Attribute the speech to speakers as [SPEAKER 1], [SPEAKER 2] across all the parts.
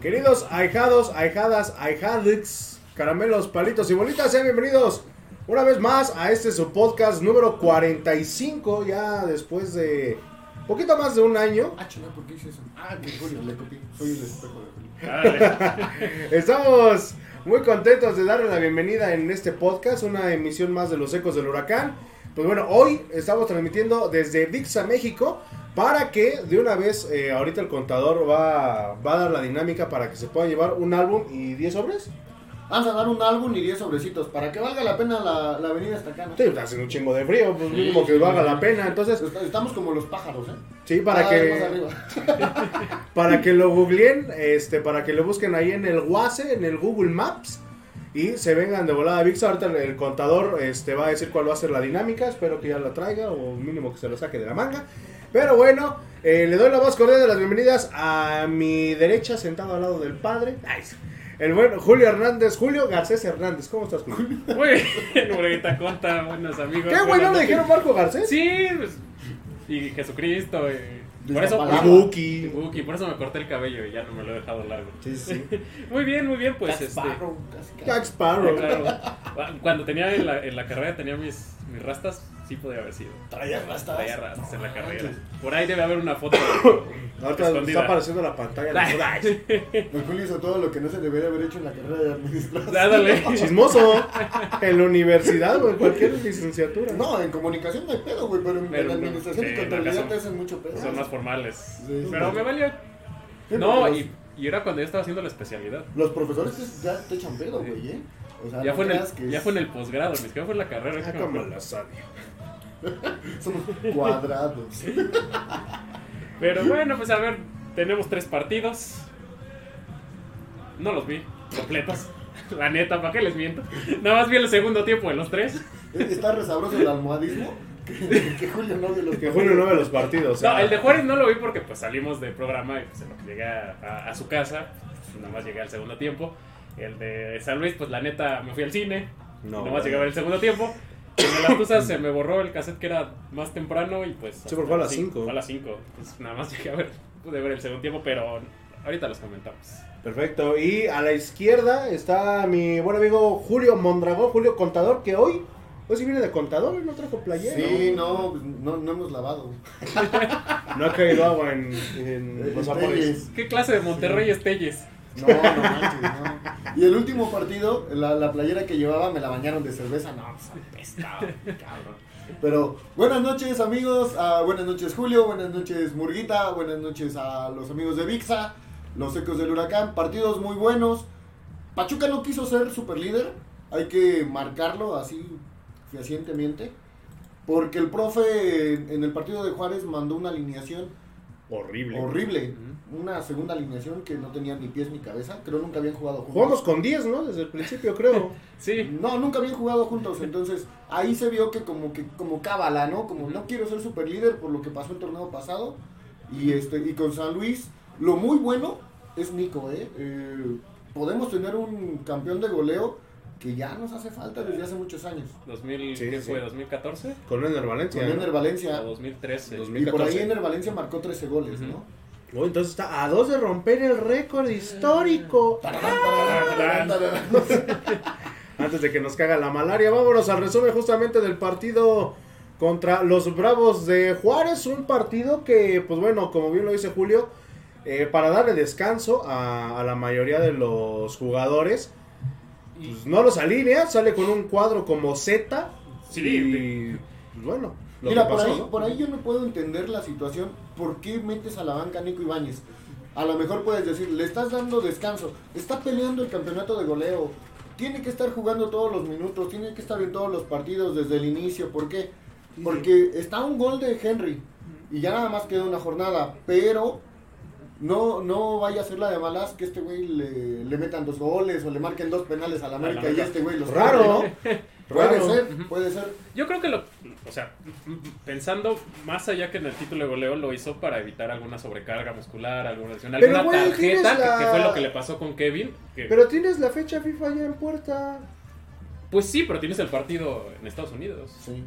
[SPEAKER 1] Queridos ahijados, ahijadas, ahijadix, caramelos, palitos y bolitas, sean bienvenidos una vez más a este su podcast número 45, ya después de poquito más de un año.
[SPEAKER 2] Ah, chingada, ¿por qué hice eso? Ah, que Julio, le copié. Soy el espejo de Julio.
[SPEAKER 1] Estamos muy contentos de darle la bienvenida en este podcast, una emisión más de Los Ecos del Huracán. Pues bueno, hoy estamos transmitiendo desde VIXA, México, para que de una vez, eh, ahorita el contador va, va a dar la dinámica para que se pueda llevar un álbum y 10 sobres.
[SPEAKER 2] Vamos a dar un álbum y 10 sobrecitos para que valga la pena la, la venida hasta acá, ¿no?
[SPEAKER 1] Sí, está haciendo un chingo de frío, pues
[SPEAKER 2] Sí,
[SPEAKER 1] mínimo que
[SPEAKER 2] sí,
[SPEAKER 1] valga
[SPEAKER 2] sí.
[SPEAKER 1] la pena. Entonces,
[SPEAKER 2] Est- Estamos como los pájaros, ¿eh?
[SPEAKER 1] sí, para
[SPEAKER 2] Cada vez más
[SPEAKER 1] que,
[SPEAKER 2] arriba.
[SPEAKER 1] para que lo googleen, este, para que lo busquen ahí en el Waze, en el Google Maps. Y se vengan de volada a VIXA. Ahorita el- el contador este, va a decir cuál va a ser la dinámica. Espero que ya la traiga o mínimo que se lo saque de la manga. Pero bueno, eh, le doy la más cordial de las bienvenidas a mi derecha, sentado al lado del padre. Nice. El buen Julio Hernández, Julio Garcés Hernández. ¿Cómo estás, Julio?
[SPEAKER 3] Güey, Loreta Costa, buenos amigos.
[SPEAKER 1] ¿Qué, güey? ¿No le dijeron Marco Garcés?
[SPEAKER 3] Sí, pues, y Jesucristo. eh, Por eso,
[SPEAKER 2] Palabra.
[SPEAKER 1] Y Buki.
[SPEAKER 3] Buki, por eso me corté el cabello y ya no me lo he dejado largo.
[SPEAKER 1] Sí, sí.
[SPEAKER 3] Muy bien, muy bien, pues este.
[SPEAKER 2] Pájaro, casi, casi.
[SPEAKER 1] Jack
[SPEAKER 3] ya,
[SPEAKER 1] Sparrow.
[SPEAKER 3] claro. Cuando tenía en la, en la carrera tenía mis, mis rastas, sí podía haber sido.
[SPEAKER 2] Traía rastas.
[SPEAKER 3] Traía rastas en la carrera. Por ahí debe haber una foto. de-
[SPEAKER 1] Ahorita está
[SPEAKER 3] escondida.
[SPEAKER 1] apareciendo la pantalla.
[SPEAKER 2] El Julio hizo todo lo que no se debería haber hecho en la carrera de administración.
[SPEAKER 3] Dádale.
[SPEAKER 1] Chismoso. En la universidad o en cualquier licenciatura.
[SPEAKER 2] No, en comunicación no hay pedo, güey, pero en,
[SPEAKER 3] Pero
[SPEAKER 2] en
[SPEAKER 3] no,
[SPEAKER 2] administración
[SPEAKER 3] sí,
[SPEAKER 2] y
[SPEAKER 3] en la
[SPEAKER 2] contabilidad
[SPEAKER 3] casa
[SPEAKER 2] te hacen mucho pedo.
[SPEAKER 3] Son más formales.
[SPEAKER 2] Sí.
[SPEAKER 3] Pero me valió.
[SPEAKER 2] Sí,
[SPEAKER 3] No,
[SPEAKER 2] pero
[SPEAKER 3] y, y era cuando yo estaba haciendo la especialidad.
[SPEAKER 2] Los profesores te- ya te echan pedo, güey, ¿eh? O sea,
[SPEAKER 3] Ya
[SPEAKER 2] no
[SPEAKER 3] fue, en
[SPEAKER 2] creas que
[SPEAKER 3] el, ya
[SPEAKER 2] es-
[SPEAKER 3] fue en el posgrado, ni siquiera fue en la carrera. es
[SPEAKER 1] Ah,
[SPEAKER 3] que me
[SPEAKER 1] como
[SPEAKER 3] acuerdo.
[SPEAKER 1] la sabio.
[SPEAKER 2] Son cuadrados.
[SPEAKER 3] Pero bueno, pues a ver, tenemos tres partidos. No los vi completos. La neta, ¿para qué les miento? Nada más vi el segundo tiempo de los tres.
[SPEAKER 2] Está resabroso el almohadismo que, que Julio no vio los
[SPEAKER 1] Que Julio no ve los partidos.
[SPEAKER 3] No,
[SPEAKER 1] ¿eh?
[SPEAKER 3] el de Juárez no lo vi porque pues salimos de programa y pues en lo que llegué a, a- a su casa, pues, nada más llegué al segundo tiempo. El de San Luis, pues la neta, me fui al cine.
[SPEAKER 1] No,
[SPEAKER 3] No, nada
[SPEAKER 1] bueno.
[SPEAKER 3] más llegué a ver el segundo tiempo. En el Astusa se me borró el cassette que era más temprano y pues...
[SPEAKER 1] Sí, porque fue a las
[SPEAKER 3] sí,
[SPEAKER 1] cinco.
[SPEAKER 3] Fue a las 5. Pues nada más llegué a ver, pude ver el segundo tiempo, pero ahorita los comentamos.
[SPEAKER 1] Perfecto. Y a la izquierda está mi buen amigo Julio Mondragón, Julio Contador, que hoy, hoy sí viene de contador, hoy no trajo playera.
[SPEAKER 2] Sí, no, pues, no, no hemos lavado.
[SPEAKER 1] No ha caído agua en, en los
[SPEAKER 2] Este,
[SPEAKER 1] zapotes.
[SPEAKER 3] ¿Qué clase de Monterrey es Telles?
[SPEAKER 2] No, no manches, no. Y el último partido, la, la playera que llevaba me la bañaron de cerveza. No, pues, apestaba, cabrón. Pero buenas noches, amigos. ah, buenas noches, Julio. Buenas noches, Murguita. Buenas noches a los amigos de VIXA, los ecos del huracán. Partidos muy buenos. Pachuca no quiso ser superlíder. Hay que marcarlo así fehacientemente. Porque el profe en en el partido de Juárez mandó una alineación
[SPEAKER 1] Horrible.
[SPEAKER 2] horrible. Una segunda alineación que no tenía ni pies ni cabeza. Creo nunca habían jugado juntos.
[SPEAKER 1] Jugamos con 10, ¿no? Desde el principio, creo.
[SPEAKER 3] Sí,
[SPEAKER 2] No, nunca habían jugado juntos. Entonces ahí se vio que como que como cábala, ¿no? Como no quiero ser superlíder por lo que pasó el torneo pasado. Y este y con San Luis lo muy bueno es Nico, ¿eh? Eh, podemos tener un campeón de goleo que ya nos hace falta desde hace muchos años.
[SPEAKER 3] 2000,
[SPEAKER 1] Sí,
[SPEAKER 3] ¿qué
[SPEAKER 1] sí.
[SPEAKER 3] fue? ¿2014?
[SPEAKER 1] Con Ener
[SPEAKER 2] Con
[SPEAKER 1] Valencia. ¿no?
[SPEAKER 2] Ener Valencia.
[SPEAKER 3] O 2013.
[SPEAKER 1] Dos mil-
[SPEAKER 2] Y por ahí
[SPEAKER 1] 2014.
[SPEAKER 2] Ener Valencia marcó 13 goles,
[SPEAKER 3] Ujú.
[SPEAKER 2] ¿no?
[SPEAKER 1] Oh, entonces está a dos de romper el récord histórico. Antes de que nos caga la malaria, vámonos al resumen justamente del partido contra los Bravos de Juárez. Un partido que, pues bueno, como bien lo dice Julio, eh, para darle descanso a, a la mayoría de los jugadores,
[SPEAKER 3] Y-
[SPEAKER 1] pues no los alinea, sale con un cuadro como Z.
[SPEAKER 3] Sí,
[SPEAKER 1] y, pues bueno, lo
[SPEAKER 2] Mira,
[SPEAKER 1] que
[SPEAKER 2] por,
[SPEAKER 1] pasó,
[SPEAKER 2] ahí,
[SPEAKER 1] ¿no?
[SPEAKER 2] por ahí yo no puedo entender la situación. ¿Por qué metes a la banca a Nico Ibáñez? A lo mejor puedes decir, le estás dando descanso, está peleando el campeonato de goleo, tiene que estar jugando todos los minutos, tiene que estar en todos los partidos desde el inicio. ¿Por qué? Porque está un gol de Henry y ya nada más queda una jornada, pero no, no vaya a ser la de malas que este güey le, le metan dos goles o le marquen dos penales a la América y
[SPEAKER 3] América.
[SPEAKER 2] este güey los
[SPEAKER 1] Raro,
[SPEAKER 2] corre, ¿no? Puede
[SPEAKER 1] Raro.
[SPEAKER 2] ser, puede ser.
[SPEAKER 3] Yo creo que lo, o sea, pensando más allá que en el título de goleo, lo hizo para evitar alguna sobrecarga muscular, alguna lesión,
[SPEAKER 1] Pero,
[SPEAKER 3] alguna
[SPEAKER 1] güey, tienes
[SPEAKER 3] tarjeta, que-
[SPEAKER 1] la-
[SPEAKER 3] que, fue lo que le pasó con Kevin. que-
[SPEAKER 1] Pero tienes la fecha FIFA ya en puerta.
[SPEAKER 3] pues sí, pero tienes el partido en Estados Unidos.
[SPEAKER 2] Sí.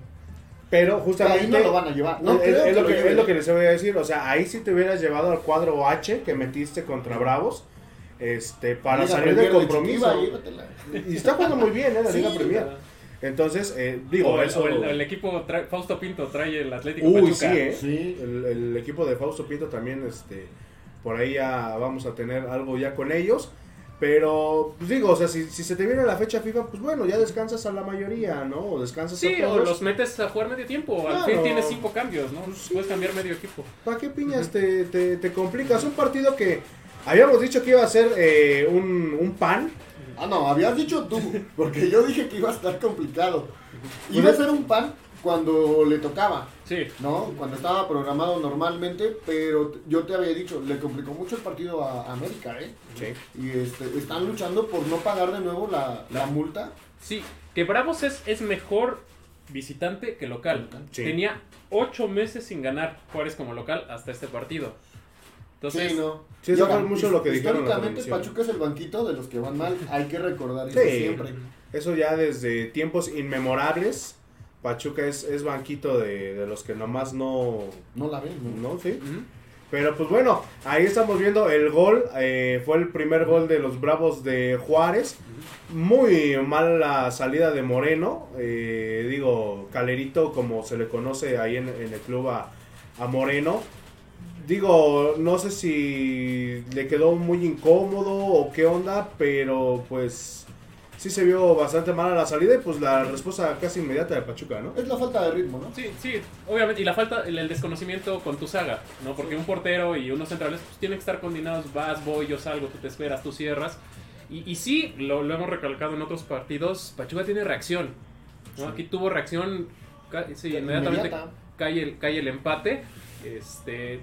[SPEAKER 1] Pero
[SPEAKER 2] Pero
[SPEAKER 1] justamente.
[SPEAKER 2] ahí no lo van a llevar. No,
[SPEAKER 1] es,
[SPEAKER 2] creo
[SPEAKER 1] es
[SPEAKER 2] que
[SPEAKER 1] lo
[SPEAKER 2] lo
[SPEAKER 1] que,
[SPEAKER 2] lleven.
[SPEAKER 1] es lo que les voy a decir. O sea, ahí sí te hubieras llevado al cuadro H que metiste contra Bravos. este, para
[SPEAKER 2] Liga
[SPEAKER 1] salir del
[SPEAKER 2] Premier de
[SPEAKER 1] compromiso.
[SPEAKER 2] Chiquiva, llévatela.
[SPEAKER 1] y está jugando muy bien, ¿eh? La Liga
[SPEAKER 2] Sí,
[SPEAKER 1] Premier. Entonces, eh, digo,
[SPEAKER 3] o el,
[SPEAKER 1] eso-
[SPEAKER 3] o el- el equipo trae- Fausto Pinto trae el Atlético
[SPEAKER 1] Uy, sí,
[SPEAKER 3] Pachuca.
[SPEAKER 1] ¿eh?
[SPEAKER 2] Sí.
[SPEAKER 1] El, el equipo de Fausto Pinto también, este, por ahí ya vamos a tener algo ya con ellos. Pero, pues digo, o sea, si, si se te viene la fecha FIFA, pues bueno, ya descansas a la mayoría, ¿no? O descansas
[SPEAKER 3] Sí,
[SPEAKER 1] a
[SPEAKER 3] o
[SPEAKER 1] todos.
[SPEAKER 3] los metes a jugar medio tiempo. Al
[SPEAKER 1] Claro.
[SPEAKER 3] fin tienes cinco cambios, ¿no?
[SPEAKER 1] Pues sí.
[SPEAKER 3] Puedes cambiar medio equipo.
[SPEAKER 1] ¿Para qué piñas te, te- te complicas? Un partido que habíamos dicho que iba a ser eh, un, un pan.
[SPEAKER 2] Ah, no, habías dicho tú, porque yo dije que iba a estar complicado. Iba a
[SPEAKER 1] Pues-
[SPEAKER 2] ser un pan cuando le tocaba,
[SPEAKER 3] Sí.
[SPEAKER 2] ¿no? Cuando estaba programado normalmente, pero t- yo te había dicho, le complicó mucho el partido a a América, ¿eh?
[SPEAKER 1] Sí.
[SPEAKER 2] Y este, están luchando por no pagar de nuevo la, la multa.
[SPEAKER 3] Sí, que Bravos es, es mejor visitante que local.
[SPEAKER 1] Sí.
[SPEAKER 3] Tenía ocho meses sin ganar Juárez como local hasta este partido. Entonces,
[SPEAKER 2] Sí, ¿no?
[SPEAKER 1] Sí,
[SPEAKER 2] Y
[SPEAKER 1] eso
[SPEAKER 2] ahora,
[SPEAKER 1] fue mucho lo que dijeron en la
[SPEAKER 2] Históricamente,
[SPEAKER 1] transmisión.
[SPEAKER 2] Pachuca es el banquito de los que van mal, hay que recordar eso
[SPEAKER 1] Sí.
[SPEAKER 2] siempre.
[SPEAKER 1] Eso ya desde tiempos inmemorables. Pachuca es, es banquito de, de los que nomás no...
[SPEAKER 2] No la ven, ¿no?
[SPEAKER 1] ¿No? Sí.
[SPEAKER 3] ujú.
[SPEAKER 1] Pero pues bueno, ahí estamos viendo el gol. eh, fue el primer gol de los Bravos de Juárez. Muy mala salida de Moreno. eh, digo, Calerito, como se le conoce ahí en, en el club a, a Moreno. Digo, no sé si le quedó muy incómodo o qué onda, pero pues sí se vio bastante mala la salida y pues la respuesta casi inmediata de Pachuca, ¿no?
[SPEAKER 2] Es la falta de ritmo, ¿no?
[SPEAKER 3] sí, sí, obviamente. Y la falta, el, el desconocimiento con tu saga, ¿no? Porque un portero y unos centrales pues, tienen que estar coordinados. Vas, voy, yo salgo, tú te esperas, tú cierras. Y, y sí, lo, lo hemos recalcado en otros partidos, Pachuca tiene reacción. ¿no? Aquí tuvo reacción ca- sí, inmediatamente
[SPEAKER 2] Inmediata.
[SPEAKER 3] cae el, cae el empate. Este.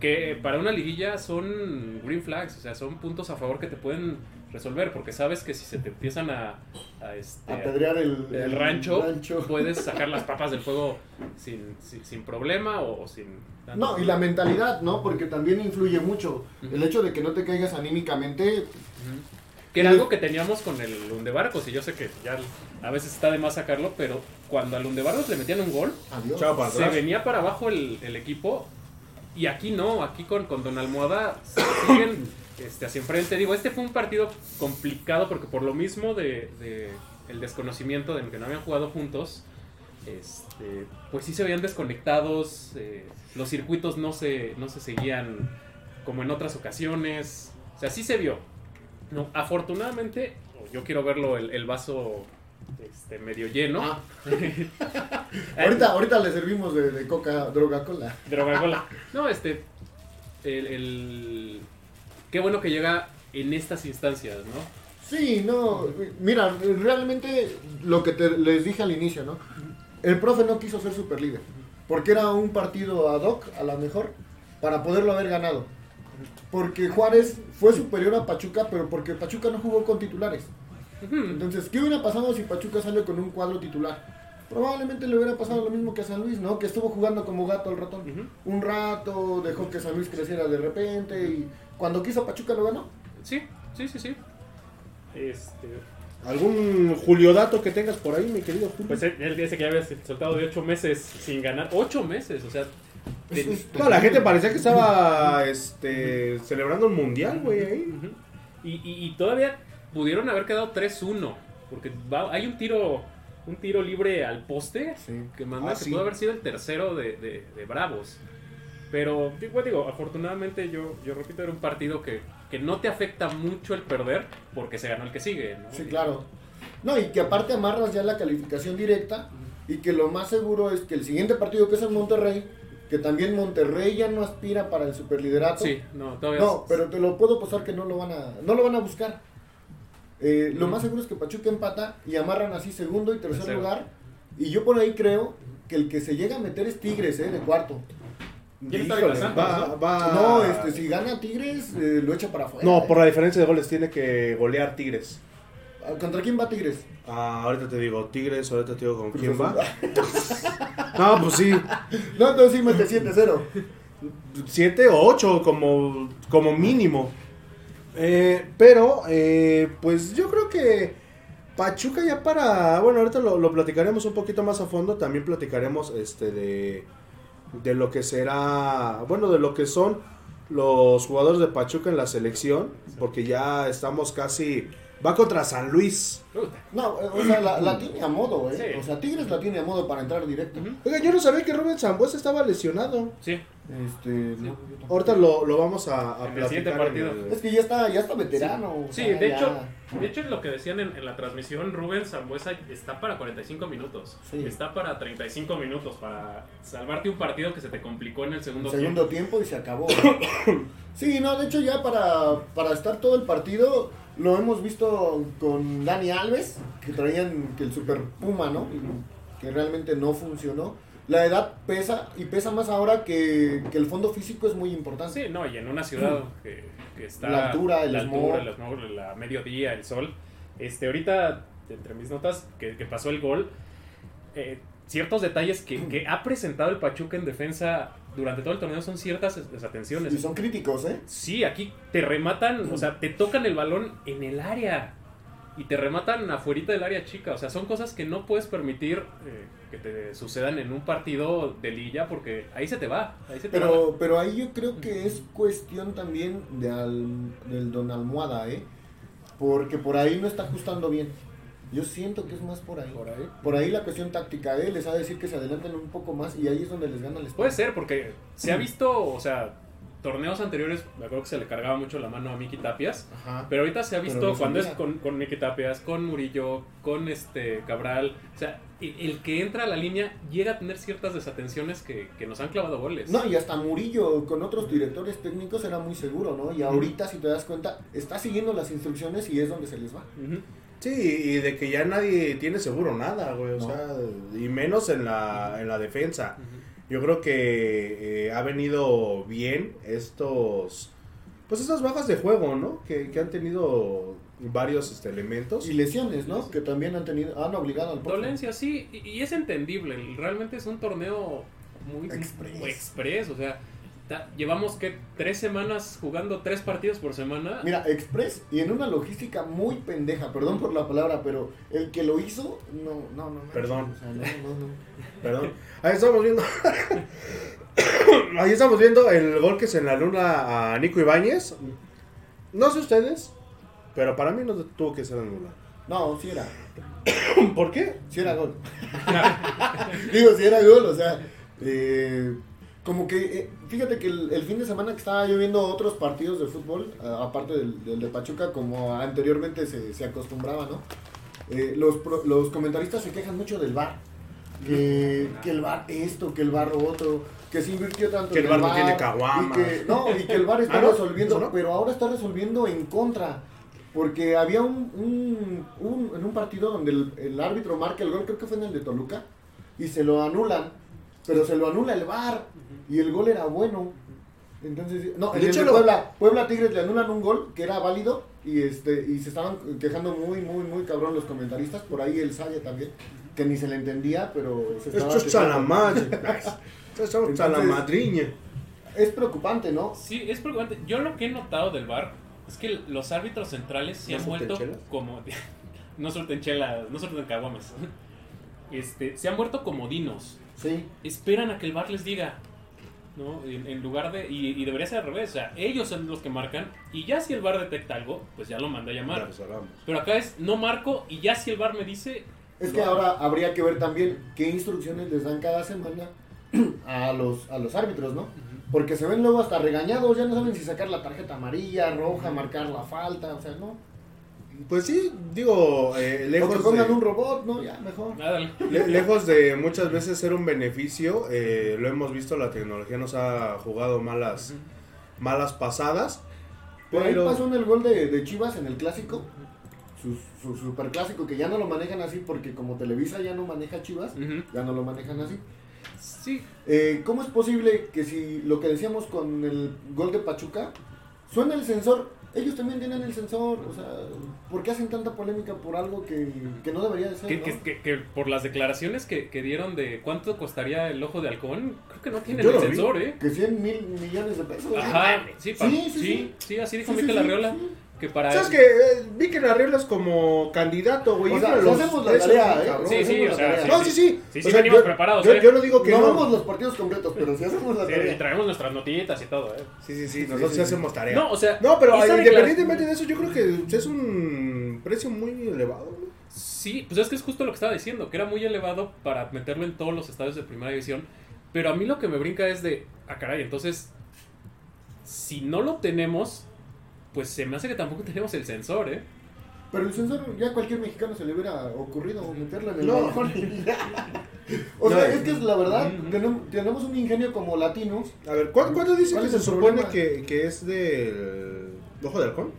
[SPEAKER 3] Que para una liguilla son green flags, o sea, son puntos a favor que te pueden resolver, porque sabes que si se te empiezan a, a, este,
[SPEAKER 2] Apedrear el,
[SPEAKER 3] el, rancho, puedes sacar las papas del fuego sin, sin, sin problema o, o sin... tanto-
[SPEAKER 2] No, y la mentalidad, ¿no? Porque también influye mucho. El hecho de que no te caigas anímicamente.
[SPEAKER 3] Ujú. Que era algo que teníamos con el Lundebarcos, y yo sé que ya a veces está de más sacarlo, pero cuando al Lundebarcos le metían un gol,
[SPEAKER 2] Adiós.
[SPEAKER 1] Chao para
[SPEAKER 3] se
[SPEAKER 1] atrás.
[SPEAKER 3] venía para abajo el, el equipo y aquí no, aquí con, con Don Almohada se siguen este, hacia enfrente. Digo, este fue un partido complicado porque por lo mismo de, de el desconocimiento de que no habían jugado juntos, este, pues sí se veían desconectados, eh, los circuitos no se, no se seguían como en otras ocasiones, o sea, sí se vio. No, afortunadamente, yo quiero verlo el, el vaso este, medio lleno.
[SPEAKER 2] Ah. Ahorita, ahorita le servimos de, de coca, droga cola.
[SPEAKER 3] Drogagola. No, este. El, el- Qué bueno que llega en estas instancias, ¿no?
[SPEAKER 2] Sí, no. Mira, realmente lo que te- les dije al inicio, ¿no? El profe no quiso ser superlíder. Porque era un partido ad hoc, a lo mejor, para poderlo haber ganado. Porque Juárez fue superior a Pachuca, pero porque Pachuca no jugó con titulares.
[SPEAKER 3] Ujú.
[SPEAKER 2] Entonces, ¿qué hubiera pasado si Pachuca sale con un cuadro titular? Probablemente le hubiera pasado lo mismo que a San Luis, ¿no? Que estuvo jugando como gato al ratón.
[SPEAKER 3] Ujú.
[SPEAKER 2] Un rato, dejó que San Luis creciera de repente y cuando quiso Pachuca lo ganó.
[SPEAKER 3] Sí, sí, sí, sí. Este.
[SPEAKER 1] ¿Algún Julio dato que tengas por ahí, mi querido Julio?
[SPEAKER 3] Pues él, él dice que ya había soltado de ocho meses sin ganar. ¡Ocho meses! O sea. te-
[SPEAKER 2] Eso es
[SPEAKER 1] No, Pues, la gente parecía que estaba este, celebrando el mundial, güey, ahí.
[SPEAKER 3] Ujú. y, y- y todavía pudieron haber quedado 3-1. Porque va- hay un tiro. Un tiro libre al poste.
[SPEAKER 2] Sí.
[SPEAKER 3] que manda
[SPEAKER 2] Ah,
[SPEAKER 3] que
[SPEAKER 2] sí.
[SPEAKER 3] pudo haber sido el tercero de, de- de Bravos. Pero digo, digo, afortunadamente yo, yo repito, era un partido que, que no te afecta mucho el perder porque se ganó el que sigue. ¿no?
[SPEAKER 2] Sí, claro. No, y que aparte amarras ya la calificación directa y que lo más seguro es que el siguiente partido que es en Monterrey, que también Monterrey ya no aspira para el superliderato.
[SPEAKER 3] Sí, no, todavía
[SPEAKER 2] No, pero te lo puedo pasar que no lo van a, no lo van a buscar. Eh, lo
[SPEAKER 3] Mm.
[SPEAKER 2] más seguro es que Pachuca empata y amarran así segundo y tercer
[SPEAKER 3] Tercero.
[SPEAKER 2] lugar. Y yo por ahí creo que el que se llega a meter es Tigres, eh, de cuarto.
[SPEAKER 3] ¿Quién está
[SPEAKER 1] Híjole,
[SPEAKER 3] reemplazando,
[SPEAKER 1] va,
[SPEAKER 3] no?
[SPEAKER 1] va...
[SPEAKER 2] No, este, si gana Tigres, eh, lo echa para afuera.
[SPEAKER 1] No, por
[SPEAKER 2] eh.
[SPEAKER 1] la diferencia de goles tiene que golear Tigres.
[SPEAKER 2] ¿Contra quién va Tigres?
[SPEAKER 1] Ah, ahorita te digo Tigres, ahorita te digo con
[SPEAKER 2] Cruz
[SPEAKER 1] quién va.
[SPEAKER 2] Azul.
[SPEAKER 1] No, pues sí,
[SPEAKER 2] No, entonces sí mete 7-0.
[SPEAKER 1] 7 o 8 como, como mínimo. Eh, pero, eh, pues yo creo que Pachuca ya para... Bueno, ahorita lo, lo platicaremos un poquito más a fondo. También platicaremos este de, de lo que será... Bueno, de lo que son los jugadores de Pachuca en la selección, porque ya estamos casi... Va contra San Luis.
[SPEAKER 2] No, eh, o sea, la, la tiene a modo, ¿eh?
[SPEAKER 3] Sí.
[SPEAKER 2] O sea, Tigres la tiene a modo para entrar directo.
[SPEAKER 3] Ujú.
[SPEAKER 1] Oiga, yo no sabía que Rubén Zambuesa estaba lesionado.
[SPEAKER 3] Sí,
[SPEAKER 2] Este, no, yo tampoco.
[SPEAKER 1] Ahorita lo, lo vamos a, a
[SPEAKER 3] En el
[SPEAKER 1] platicar
[SPEAKER 3] siguiente
[SPEAKER 1] en
[SPEAKER 3] partido.
[SPEAKER 1] el-
[SPEAKER 2] Es que ya está, ya está veterano. o
[SPEAKER 3] sí,
[SPEAKER 2] sea,
[SPEAKER 3] de
[SPEAKER 2] ya-
[SPEAKER 3] hecho, de hecho es lo que decían en, en la transmisión, Rubén Zambuesa está para 45 minutos,
[SPEAKER 2] Sí.
[SPEAKER 3] está para 35 minutos, para salvarte un partido que se te complicó en el segundo,
[SPEAKER 2] Segundo tiempo y se acabó. sí, no, de hecho ya para, para estar todo el partido lo hemos visto con Dani Alves, que traían que el Super Puma, ¿no? Y que realmente no funcionó. La edad pesa y pesa más ahora que, que el fondo físico es muy importante.
[SPEAKER 3] Sí, no, y en una ciudad que, que está...
[SPEAKER 2] La altura, el
[SPEAKER 3] la
[SPEAKER 2] smog.
[SPEAKER 3] altura, el smog, la mediodía, el sol. Este, ahorita, entre mis notas, que, que pasó el gol, eh, ciertos detalles que, que ha presentado el Pachuca en defensa durante todo el torneo son ciertas des- desatenciones.
[SPEAKER 2] Y son críticos, ¿eh?
[SPEAKER 3] Sí, aquí te rematan, o sea, te tocan el balón en el área y te rematan afuerita del área chica. O sea, son cosas que no puedes permitir eh, que te sucedan en un partido de lilla porque ahí se te va. Ahí se te va.
[SPEAKER 2] Pero, pero ahí yo creo que es cuestión también de al- del Don Almohada, ¿eh? Porque por ahí no está ajustando bien. Yo siento que es más por ahí. Por ahí, la cuestión táctica, ¿eh? Les va a decir que se adelanten un poco más y ahí es donde les gana el
[SPEAKER 3] Puede
[SPEAKER 1] Pues,
[SPEAKER 2] espacio.
[SPEAKER 3] ser, porque se ha
[SPEAKER 2] Mm.
[SPEAKER 3] visto, o sea, torneos anteriores, me acuerdo que se le cargaba mucho la mano a Miki Tapias,
[SPEAKER 2] Ajá.
[SPEAKER 3] pero ahorita se ha visto
[SPEAKER 2] Pero no
[SPEAKER 3] cuando es
[SPEAKER 2] sabía.
[SPEAKER 3] con, con Miki Tapias, con Murillo, con este Cabral, o sea, el, el que entra a la línea llega a tener ciertas desatenciones que, que nos han clavado goles.
[SPEAKER 2] No, y hasta Murillo con otros directores técnicos era muy seguro, ¿no? Y ahorita, si te das cuenta, está siguiendo las instrucciones y es donde se les va.
[SPEAKER 3] Ujú.
[SPEAKER 1] Sí, y de que ya nadie tiene seguro nada, güey. O
[SPEAKER 2] No.
[SPEAKER 1] sea, y menos en la, en la defensa. Yo creo que eh, ha venido bien estos. Pues estas bajas de juego, ¿no? Que, que han tenido varios este, elementos.
[SPEAKER 2] Y lesiones, ¿no? Que también han tenido, han obligado al profe.
[SPEAKER 3] Dolencia, sí, y, y es entendible. el- Realmente es un torneo muy
[SPEAKER 2] Express.
[SPEAKER 3] muy express, o sea, ta- llevamos que tres semanas jugando tres partidos por semana.
[SPEAKER 2] Mira, Express y en una logística muy pendeja, perdón por la palabra, pero el que lo hizo, no, no, no. manches,
[SPEAKER 1] Perdón.
[SPEAKER 2] o sea, no, no, no.
[SPEAKER 1] Perdón. Ahí estamos viendo. Ahí estamos viendo el gol que se en la luna a Nico Ibáñez. No sé ustedes, pero para mí no tuvo que ser anulado.
[SPEAKER 2] No, si era,
[SPEAKER 1] ¿Por qué?
[SPEAKER 2] si era gol. Digo, si era gol, o sea, eh, como que, eh, fíjate que el, el fin de semana que estaba yo viendo otros partidos de fútbol, a- aparte del, del de Pachuca, como anteriormente se, se acostumbraba, ¿no? Eh, los, pro- los comentaristas se quejan mucho del bar. Que, que el bar esto, que el bar otro, que se invirtió tanto
[SPEAKER 1] Que el
[SPEAKER 2] en
[SPEAKER 1] bar no tiene caguamas.
[SPEAKER 2] y que- No, y que el bar está
[SPEAKER 1] Ah, ¿no?
[SPEAKER 2] resolviendo,
[SPEAKER 1] ¿Eso no?
[SPEAKER 2] pero ahora está resolviendo en contra. Porque había un, un- un- en un partido donde el, el árbitro marca el gol, creo que fue en el de Toluca, y se lo anulan, pero se lo anula el VAR y el gol era bueno. Entonces, no,
[SPEAKER 1] De
[SPEAKER 2] en el
[SPEAKER 1] hecho,
[SPEAKER 2] de
[SPEAKER 1] lo-
[SPEAKER 2] Puebla, Puebla Tigres le anulan un gol que era válido y este y se estaban quejando muy muy muy cabrón los comentaristas, por ahí el Salle también, que ni se le entendía, pero se estaba
[SPEAKER 1] Esto es
[SPEAKER 2] quejando.
[SPEAKER 1] chalamadre. Esto es
[SPEAKER 2] Entonces-
[SPEAKER 1] chalamadriña.
[SPEAKER 2] Es preocupante, ¿no?
[SPEAKER 3] Sí, es preocupante. Yo lo que he notado del bar es que los árbitros centrales se
[SPEAKER 1] ¿No
[SPEAKER 3] han
[SPEAKER 1] suelten
[SPEAKER 3] vuelto
[SPEAKER 1] chelas?
[SPEAKER 3] como. no suelten chelas, no suelten caguamas. Este, se han vuelto comodinos.
[SPEAKER 2] Sí.
[SPEAKER 3] Esperan a que el bar les diga. ¿no? En, en lugar de. Y, y debería ser al revés. O sea, ellos son los que marcan. Y ya si el bar detecta algo, pues ya lo manda a
[SPEAKER 1] Ya
[SPEAKER 3] llamar.
[SPEAKER 1] nos hablamos.
[SPEAKER 3] Pero acá es no marco y ya si el bar me dice.
[SPEAKER 2] Es que
[SPEAKER 3] lo-
[SPEAKER 2] ahora habría que ver también qué instrucciones les dan cada semana a los, a los árbitros, ¿no? Porque se ven luego hasta regañados, ya no saben si sacar la tarjeta amarilla, roja, marcar la falta, o sea, no.
[SPEAKER 1] Pues sí, digo, eh,
[SPEAKER 2] o que
[SPEAKER 1] lejos,
[SPEAKER 2] pongan
[SPEAKER 1] de,
[SPEAKER 2] un robot, ¿no? Ya, mejor.
[SPEAKER 3] Ah, dale.
[SPEAKER 1] le- lejos de muchas veces ser un beneficio, eh, lo hemos visto, la tecnología nos ha jugado malas, malas pasadas.
[SPEAKER 2] Por ahí
[SPEAKER 1] Pero-
[SPEAKER 2] pasó en el gol de, de Chivas en el clásico, su, su superclásico, que ya no lo manejan así porque como Televisa ya no maneja Chivas,
[SPEAKER 3] Ujú.
[SPEAKER 2] ya no lo manejan así.
[SPEAKER 3] Sí,
[SPEAKER 2] Eh, ¿Cómo es posible que si lo que decíamos con el gol de Pachuca, suena el sensor? Ellos también tienen el sensor, o sea, ¿por qué hacen tanta polémica por algo que, que no debería de ser?
[SPEAKER 3] Que,
[SPEAKER 2] no?
[SPEAKER 3] que- que- que por las declaraciones que, que dieron de cuánto costaría el ojo de halcón, creo que no tienen
[SPEAKER 1] Yo
[SPEAKER 3] el
[SPEAKER 1] lo vi.
[SPEAKER 3] sensor, ¿eh?
[SPEAKER 2] Que 100 mil millones de pesos.
[SPEAKER 3] Ajá, sí, pa-
[SPEAKER 2] Sí, sí,
[SPEAKER 3] sí, sí, así dijo
[SPEAKER 2] Sí, sí,
[SPEAKER 3] Mikel
[SPEAKER 2] sí,
[SPEAKER 3] Arriola.
[SPEAKER 2] sí.
[SPEAKER 3] que para...
[SPEAKER 1] ¿Sabes que eh, vi que en arreglas como candidato, güey?
[SPEAKER 2] O
[SPEAKER 1] Es
[SPEAKER 2] sea,
[SPEAKER 1] uno de
[SPEAKER 2] no
[SPEAKER 1] los-
[SPEAKER 2] hacemos la
[SPEAKER 1] es-
[SPEAKER 2] tarea, ¿eh?
[SPEAKER 1] cabrón.
[SPEAKER 3] Sí, sí, o sea,
[SPEAKER 1] No, sí, sí.
[SPEAKER 3] Sí,
[SPEAKER 1] O
[SPEAKER 3] sí,
[SPEAKER 1] sea,
[SPEAKER 3] venimos
[SPEAKER 1] yo-
[SPEAKER 3] preparados,
[SPEAKER 1] yo,
[SPEAKER 3] ¿eh?
[SPEAKER 1] yo no digo que
[SPEAKER 2] no
[SPEAKER 1] no.
[SPEAKER 2] vemos los partidos completos, pero si hacemos la
[SPEAKER 3] Sí,
[SPEAKER 2] tarea.
[SPEAKER 3] eh, traemos nuestras notillitas y todo, ¿eh?
[SPEAKER 1] Sí, sí, sí,
[SPEAKER 2] sí,
[SPEAKER 1] nosotros sí
[SPEAKER 2] sí.
[SPEAKER 1] hacemos tarea.
[SPEAKER 3] No, o sea...
[SPEAKER 1] No, pero
[SPEAKER 3] esa
[SPEAKER 1] eh,
[SPEAKER 3] declara-
[SPEAKER 1] independientemente de eso, yo creo que es un precio muy elevado. güey.
[SPEAKER 3] Sí, pues es que es justo lo que estaba diciendo, que era muy elevado para meterlo en todos los estadios de primera división. Pero a mí lo que me brinca es de, ah, caray, entonces, si no lo tenemos, pues se me hace que tampoco tenemos el sensor, ¿eh?
[SPEAKER 2] Pero el sensor ya a cualquier mexicano se le hubiera ocurrido meterla en el
[SPEAKER 1] No.
[SPEAKER 2] balón. o
[SPEAKER 1] No.
[SPEAKER 2] sea, es que es la verdad,
[SPEAKER 3] Ujú.
[SPEAKER 2] tenemos, tenemos un ingenio como latinos.
[SPEAKER 1] A ver, ¿cuánto, cuánto dice
[SPEAKER 2] ¿Cuál
[SPEAKER 1] que
[SPEAKER 2] es
[SPEAKER 1] se
[SPEAKER 2] el
[SPEAKER 1] supone
[SPEAKER 2] problema?
[SPEAKER 1] que, que es del Ojo de Halcón?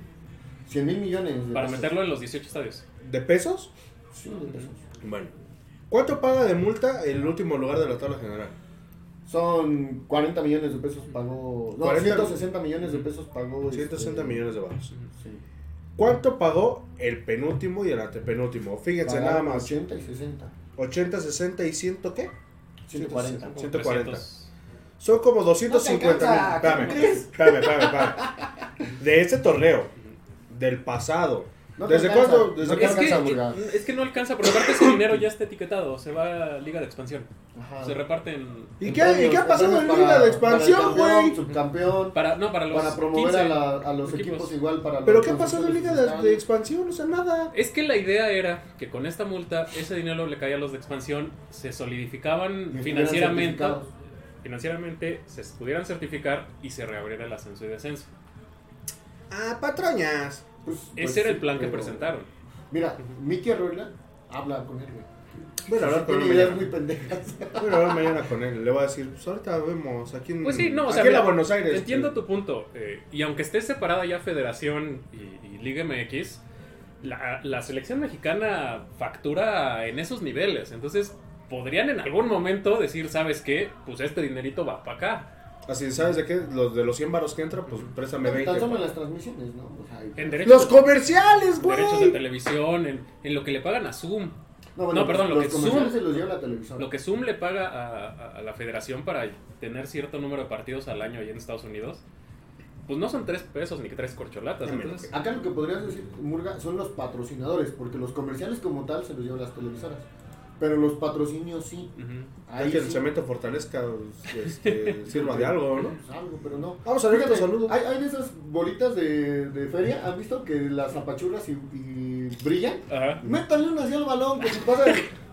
[SPEAKER 2] 100 mil millones de
[SPEAKER 3] Para
[SPEAKER 2] pesos.
[SPEAKER 3] meterlo en los 18 estadios.
[SPEAKER 1] ¿De pesos?
[SPEAKER 2] Sí, de pesos.
[SPEAKER 1] Bueno. ¿Cuánto paga de multa el último lugar de la tabla general?
[SPEAKER 2] Son 40 millones de pesos pagó. No,
[SPEAKER 1] 40.
[SPEAKER 2] 160 millones de pesos pagó.
[SPEAKER 1] 160
[SPEAKER 2] este,
[SPEAKER 1] millones de baros.
[SPEAKER 2] Sí.
[SPEAKER 1] ¿Cuánto pagó el penúltimo y el antepenúltimo? Fíjense nada
[SPEAKER 2] Pagaron
[SPEAKER 1] más.
[SPEAKER 2] 80 y 60.
[SPEAKER 1] 80, 60 y 100 qué?
[SPEAKER 2] 140.
[SPEAKER 3] Como
[SPEAKER 1] 140.
[SPEAKER 3] 300.
[SPEAKER 1] Son como
[SPEAKER 2] No te
[SPEAKER 1] 250
[SPEAKER 2] alcanza,
[SPEAKER 1] mil. Espérame,
[SPEAKER 2] ¿crees?
[SPEAKER 1] espérame, espérame, espérame. De este torneo, del pasado.
[SPEAKER 2] No te
[SPEAKER 1] ¿Desde
[SPEAKER 2] alcanza.
[SPEAKER 1] cuándo?
[SPEAKER 2] No
[SPEAKER 1] ¿Desde
[SPEAKER 2] te
[SPEAKER 1] cuándo?
[SPEAKER 3] Es
[SPEAKER 2] alcanza,
[SPEAKER 3] que,
[SPEAKER 2] Burga.
[SPEAKER 3] es que no alcanza, porque aparte ese dinero ya está etiquetado, se va a Liga de Expansión.
[SPEAKER 2] Ajá.
[SPEAKER 3] Se reparten...
[SPEAKER 1] ¿Y
[SPEAKER 2] En
[SPEAKER 1] qué, ¿Y
[SPEAKER 2] premios,
[SPEAKER 1] qué ha pasado en
[SPEAKER 2] premios
[SPEAKER 1] Liga
[SPEAKER 2] para-
[SPEAKER 1] de Expansión,
[SPEAKER 2] para el campeón,
[SPEAKER 1] güey?
[SPEAKER 2] Subcampeón.
[SPEAKER 3] Para, no, para los
[SPEAKER 2] Para promover
[SPEAKER 3] 15
[SPEAKER 2] a, la- a los equipos. igual para los
[SPEAKER 1] ¿Pero qué ha pasado en Liga de, de
[SPEAKER 2] constructores
[SPEAKER 1] Expansión? O sea, nada.
[SPEAKER 3] Es que la idea era que con esta multa ese dinero le caía a los de expansión, se
[SPEAKER 2] y
[SPEAKER 3] solidificaban
[SPEAKER 2] estuvieran
[SPEAKER 3] financieramente,
[SPEAKER 2] certificados.
[SPEAKER 3] financieramente se pudieran certificar y se reabriera el ascenso y descenso.
[SPEAKER 1] Ah, patrañas.
[SPEAKER 2] Pues- pues
[SPEAKER 3] Ese era
[SPEAKER 2] sí,
[SPEAKER 3] el plan que
[SPEAKER 2] pero-
[SPEAKER 3] presentaron.
[SPEAKER 2] Mira, Mickey Arruela habla con él, güey.
[SPEAKER 1] Bueno, hablar con
[SPEAKER 2] Tiene
[SPEAKER 1] él
[SPEAKER 2] ideas
[SPEAKER 1] mañana.
[SPEAKER 2] muy pendejas.
[SPEAKER 1] Voy a hablar mañana con él. Le voy a decir, pues ahorita vemos. Aquí
[SPEAKER 2] Mm,
[SPEAKER 1] en,
[SPEAKER 3] Pues sí, no, o
[SPEAKER 1] aquí
[SPEAKER 3] sea,
[SPEAKER 1] en la
[SPEAKER 3] mira,
[SPEAKER 1] Buenos Aires. este,
[SPEAKER 3] Entiendo
[SPEAKER 2] este.
[SPEAKER 3] tu punto. eh, y aunque esté separada ya Federación y, y Liga MX, la, la selección mexicana factura en esos niveles. Entonces, podrían en algún momento decir, ¿sabes qué? Pues este dinerito va para acá.
[SPEAKER 1] Así, ¿sabes de qué? Los de los 100 baros que entra, pues préstame
[SPEAKER 2] Tan
[SPEAKER 1] 20.
[SPEAKER 2] tan solo en
[SPEAKER 1] pa-
[SPEAKER 2] las transmisiones, ¿no? O sea, pues,
[SPEAKER 3] En pues derechos
[SPEAKER 1] Los comerciales,
[SPEAKER 3] derechos de
[SPEAKER 1] güey.
[SPEAKER 3] televisión, en, en lo que le pagan a Zoom.
[SPEAKER 2] bueno,
[SPEAKER 3] no, perdón, lo
[SPEAKER 2] los
[SPEAKER 3] que
[SPEAKER 2] comerciales
[SPEAKER 3] Zoom-
[SPEAKER 2] se los lleva la televisión.
[SPEAKER 3] Lo que Zoom le paga a, a- a la federación para tener cierto número de partidos al año allá en Estados Unidos, pues no son tres pesos ni que tres corcholatas.
[SPEAKER 1] Ya me
[SPEAKER 3] Entonces,
[SPEAKER 2] Acá lo que podrías decir, Murga, son los patrocinadores, porque los comerciales como tal se los llevan las televisoras. Pero los patrocinios sí.
[SPEAKER 3] ujú.
[SPEAKER 1] Hay
[SPEAKER 2] Ahí
[SPEAKER 1] que el
[SPEAKER 2] sí,
[SPEAKER 1] cemento fortalezca, este, sirva de algo, ¿no?
[SPEAKER 2] pues, algo, pero no.
[SPEAKER 1] Vamos a ver
[SPEAKER 2] Fíjate,
[SPEAKER 1] otro saludo.
[SPEAKER 2] Hay, hay de esas bolitas de, de feria, ¿han visto que las apachuras y, y brillan?
[SPEAKER 3] Ajá.
[SPEAKER 2] Métanle una así al balón, que si pasa,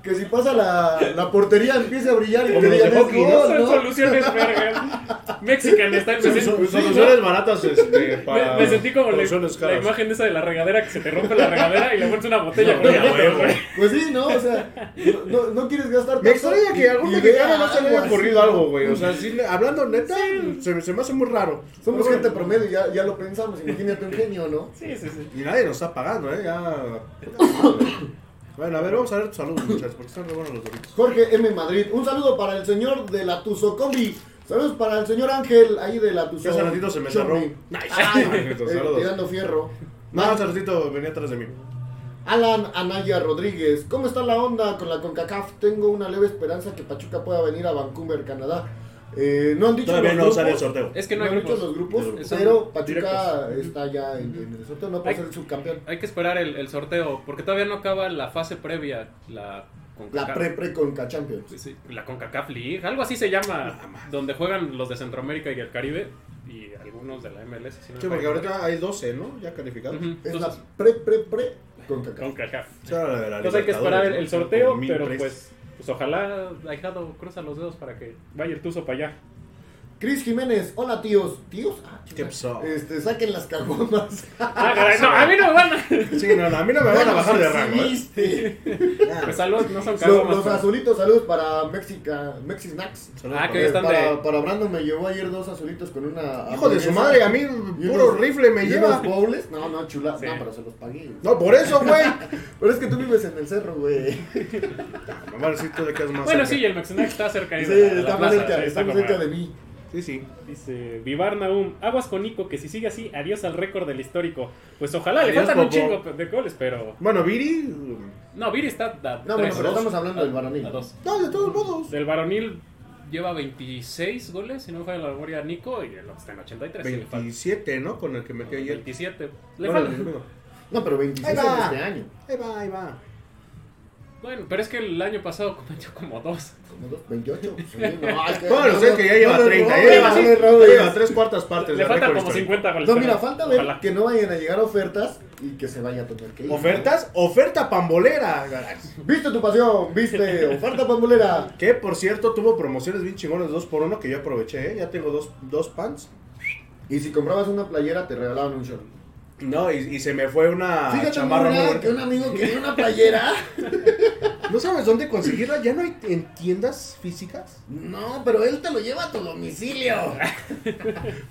[SPEAKER 2] que si pasa la, la portería empiece a brillar y
[SPEAKER 1] Como
[SPEAKER 2] que
[SPEAKER 1] los de
[SPEAKER 2] digan, "Es
[SPEAKER 1] hockey,
[SPEAKER 2] gol",
[SPEAKER 3] Son
[SPEAKER 2] ¿no?
[SPEAKER 3] soluciones, verga. Mexican está en
[SPEAKER 1] Son-
[SPEAKER 3] me-
[SPEAKER 1] son-
[SPEAKER 2] sí,
[SPEAKER 1] Soluciones baratas este,
[SPEAKER 3] me,
[SPEAKER 1] para.
[SPEAKER 3] me sentí como la,
[SPEAKER 1] soluciones
[SPEAKER 3] la
[SPEAKER 1] caras.
[SPEAKER 3] imagen esa de la regadera que se te rompe la regadera y le pones una botella
[SPEAKER 1] No,
[SPEAKER 3] con
[SPEAKER 1] ya,
[SPEAKER 3] agua,
[SPEAKER 1] güey,
[SPEAKER 3] güey.
[SPEAKER 2] Pues sí, ¿no? O sea, no, no- no quieres gastar
[SPEAKER 1] Me
[SPEAKER 2] tanto
[SPEAKER 1] extraña
[SPEAKER 2] y-
[SPEAKER 1] que a algún
[SPEAKER 2] y
[SPEAKER 1] mexicano no
[SPEAKER 2] vea
[SPEAKER 1] se le haya
[SPEAKER 2] algo
[SPEAKER 1] ocurrido
[SPEAKER 2] así,
[SPEAKER 1] algo, güey. O sea, sí, hablando neta, se, se me hace muy raro.
[SPEAKER 2] Somos
[SPEAKER 1] Pero
[SPEAKER 2] gente
[SPEAKER 1] bueno,
[SPEAKER 2] promedio, ya, ya lo pensamos, imagínate un genio, ¿no?
[SPEAKER 3] Sí, sí, sí.
[SPEAKER 1] Y nadie nos está pagando, ¿eh? Ya. Bueno, a ver, vamos a ver tus saludos, muchachos, porque están re buenos los doritos.
[SPEAKER 2] Jorge M. Madrid, un saludo para el señor de la Tuzo Combi. Saludos para el señor Ángel, ahí de la
[SPEAKER 1] Que
[SPEAKER 2] Tuzo
[SPEAKER 1] hace ratito se me
[SPEAKER 2] Chorri.
[SPEAKER 1] cerró.
[SPEAKER 2] Ah,
[SPEAKER 1] Nice.
[SPEAKER 2] eh, tirando fierro.
[SPEAKER 1] No, hace ratito venía atrás de mí.
[SPEAKER 2] Alan Anaya Rodríguez, ¿cómo está la onda con la CONCACAF? Tengo una leve esperanza que Pachuca pueda venir a Vancouver, Canadá. Eh, no han dicho
[SPEAKER 1] Todavía
[SPEAKER 2] los
[SPEAKER 1] no
[SPEAKER 2] grupos,
[SPEAKER 1] sale el sorteo.
[SPEAKER 3] Es que
[SPEAKER 2] no
[SPEAKER 3] no hay
[SPEAKER 2] han dicho los
[SPEAKER 3] grupos.
[SPEAKER 2] grupos,
[SPEAKER 1] Grupos.
[SPEAKER 2] pero Pachuca está ya en, en el sorteo, no puede
[SPEAKER 3] Ay.
[SPEAKER 2] ser subcampeón.
[SPEAKER 3] Hay que esperar el, el sorteo, porque todavía no acaba la fase previa, la
[SPEAKER 2] La pre-pre CONCA Champions.
[SPEAKER 3] pues, Sí, sí, La CONCACAF League, algo así se llama, donde juegan los de Centroamérica y el Caribe y algunos de la MLS. si no
[SPEAKER 1] Sí,
[SPEAKER 3] me
[SPEAKER 1] porque
[SPEAKER 3] acuerdo.
[SPEAKER 1] ahorita hay 12, ¿no? Ya calificados.
[SPEAKER 3] Ujú,
[SPEAKER 2] Es la
[SPEAKER 3] entonces,
[SPEAKER 2] pre-pre-pre CONCACAF.
[SPEAKER 3] CONCACAF.
[SPEAKER 1] O sea, la de la
[SPEAKER 3] Entonces hay
[SPEAKER 1] Libertadores,
[SPEAKER 3] que esperar el,
[SPEAKER 1] ¿no?
[SPEAKER 3] el sorteo,
[SPEAKER 1] Con mil
[SPEAKER 3] pero
[SPEAKER 1] pres-
[SPEAKER 3] pues, pues ojalá, ahijado, cruza los dedos para que vaya el tuzo para allá.
[SPEAKER 2] Cris Jiménez, hola tíos. ¿Tíos? Ah,
[SPEAKER 1] ¿Qué pasó?
[SPEAKER 2] Este, saquen las caguamas.
[SPEAKER 3] Ah, caray, no, a mí no me van a...
[SPEAKER 1] Sí, no, no, a mí no me van a bajar de rango. ¿eh?
[SPEAKER 2] Exhibiste. Ah.
[SPEAKER 3] Pues saludos, no son
[SPEAKER 2] Los,
[SPEAKER 3] cagomas.
[SPEAKER 2] los azulitos, saludos para Mexica, Mexi Snacks. Eh,
[SPEAKER 1] Saludos
[SPEAKER 3] Ah,
[SPEAKER 1] para
[SPEAKER 3] que
[SPEAKER 1] él.
[SPEAKER 3] están
[SPEAKER 2] para,
[SPEAKER 3] de-
[SPEAKER 2] para Brandon me llevó ayer dos azulitos con una.
[SPEAKER 1] Hijo de su
[SPEAKER 2] hamburguesa
[SPEAKER 1] madre, a mí
[SPEAKER 2] y
[SPEAKER 1] puro
[SPEAKER 2] unos-
[SPEAKER 1] rifle me
[SPEAKER 2] y
[SPEAKER 1] lleva.
[SPEAKER 2] unos bowls. No, no, chula.
[SPEAKER 3] Sí.
[SPEAKER 2] No, pero se los pagué.
[SPEAKER 1] No, por eso, güey.
[SPEAKER 2] Pero es que tú vives en el cerro, güey.
[SPEAKER 1] Me van a decir tú de que es más
[SPEAKER 3] Bueno,
[SPEAKER 1] cerca.
[SPEAKER 3] sí, el Mexinac está cerca ahí
[SPEAKER 2] Sí,
[SPEAKER 3] de la- de la
[SPEAKER 2] está más
[SPEAKER 3] plaza,
[SPEAKER 2] cerca,
[SPEAKER 3] sí,
[SPEAKER 2] está más
[SPEAKER 3] como-
[SPEAKER 2] cerca de mí.
[SPEAKER 1] Sí, sí.
[SPEAKER 3] Dice Vivar Nahum, aguas con Nico, que si sigue así, adiós al récord del histórico. Pues ojalá, le
[SPEAKER 1] Adiós,
[SPEAKER 3] faltan un
[SPEAKER 1] Bobo.
[SPEAKER 3] chingo de goles, pero...
[SPEAKER 1] Bueno, Viri. mm,
[SPEAKER 3] No, Viri está a
[SPEAKER 2] No,
[SPEAKER 3] tres,
[SPEAKER 2] bueno, pero
[SPEAKER 3] dos. Ah,
[SPEAKER 2] estamos hablando del varonil.
[SPEAKER 3] A dos.
[SPEAKER 1] No, de todos modos.
[SPEAKER 3] Del varonil, lleva 26 goles, si no me falla la memoria, Nico, y el otro está en 83. y le falta-
[SPEAKER 1] 27, ¿no? Con el que metió ayer.
[SPEAKER 3] 27. Le
[SPEAKER 1] Bueno,
[SPEAKER 3] falta-
[SPEAKER 1] no.
[SPEAKER 2] No, pero 26
[SPEAKER 1] Ahí
[SPEAKER 2] en
[SPEAKER 1] va.
[SPEAKER 2] este año.
[SPEAKER 1] Ahí va, ahí va.
[SPEAKER 3] Bueno, pero es que el año pasado cometió como dos.
[SPEAKER 2] ¿Como dos? 28. pues, sí, no, es que-
[SPEAKER 1] Bueno, lo sé que ya lleva
[SPEAKER 2] no, no,
[SPEAKER 1] 30.
[SPEAKER 2] no,
[SPEAKER 1] ya lleva,
[SPEAKER 2] no,
[SPEAKER 1] ya
[SPEAKER 2] no, no, no,
[SPEAKER 1] lleva tres cuartas partes.
[SPEAKER 3] Le
[SPEAKER 1] de
[SPEAKER 3] falta
[SPEAKER 1] récord
[SPEAKER 3] como
[SPEAKER 1] histórico.
[SPEAKER 3] 50 goles.
[SPEAKER 2] No,
[SPEAKER 3] pero
[SPEAKER 2] mira, falta ver
[SPEAKER 3] ojalá.
[SPEAKER 2] que no vayan a llegar ofertas y que se vaya a tener que ir.
[SPEAKER 1] ¿Ofertas? Oferta pambolera.
[SPEAKER 2] Viste tu pasión, viste, oferta pambolera.
[SPEAKER 1] Que por cierto tuvo promociones bien chingonas 2x1 que yo aproveché, ¿eh? Ya tengo dos, dos pants.
[SPEAKER 2] Y si comprabas una playera, te regalaban un short.
[SPEAKER 1] No, y, y se me fue una
[SPEAKER 2] Fíjate,
[SPEAKER 1] Ah, chamarra muy
[SPEAKER 2] Morgan,
[SPEAKER 1] buena.
[SPEAKER 2] que un amigo quería una playera.
[SPEAKER 1] ¿No sabes dónde conseguirla? ¿Ya no hay en tiendas físicas?
[SPEAKER 2] No, pero él te lo lleva a tu domicilio.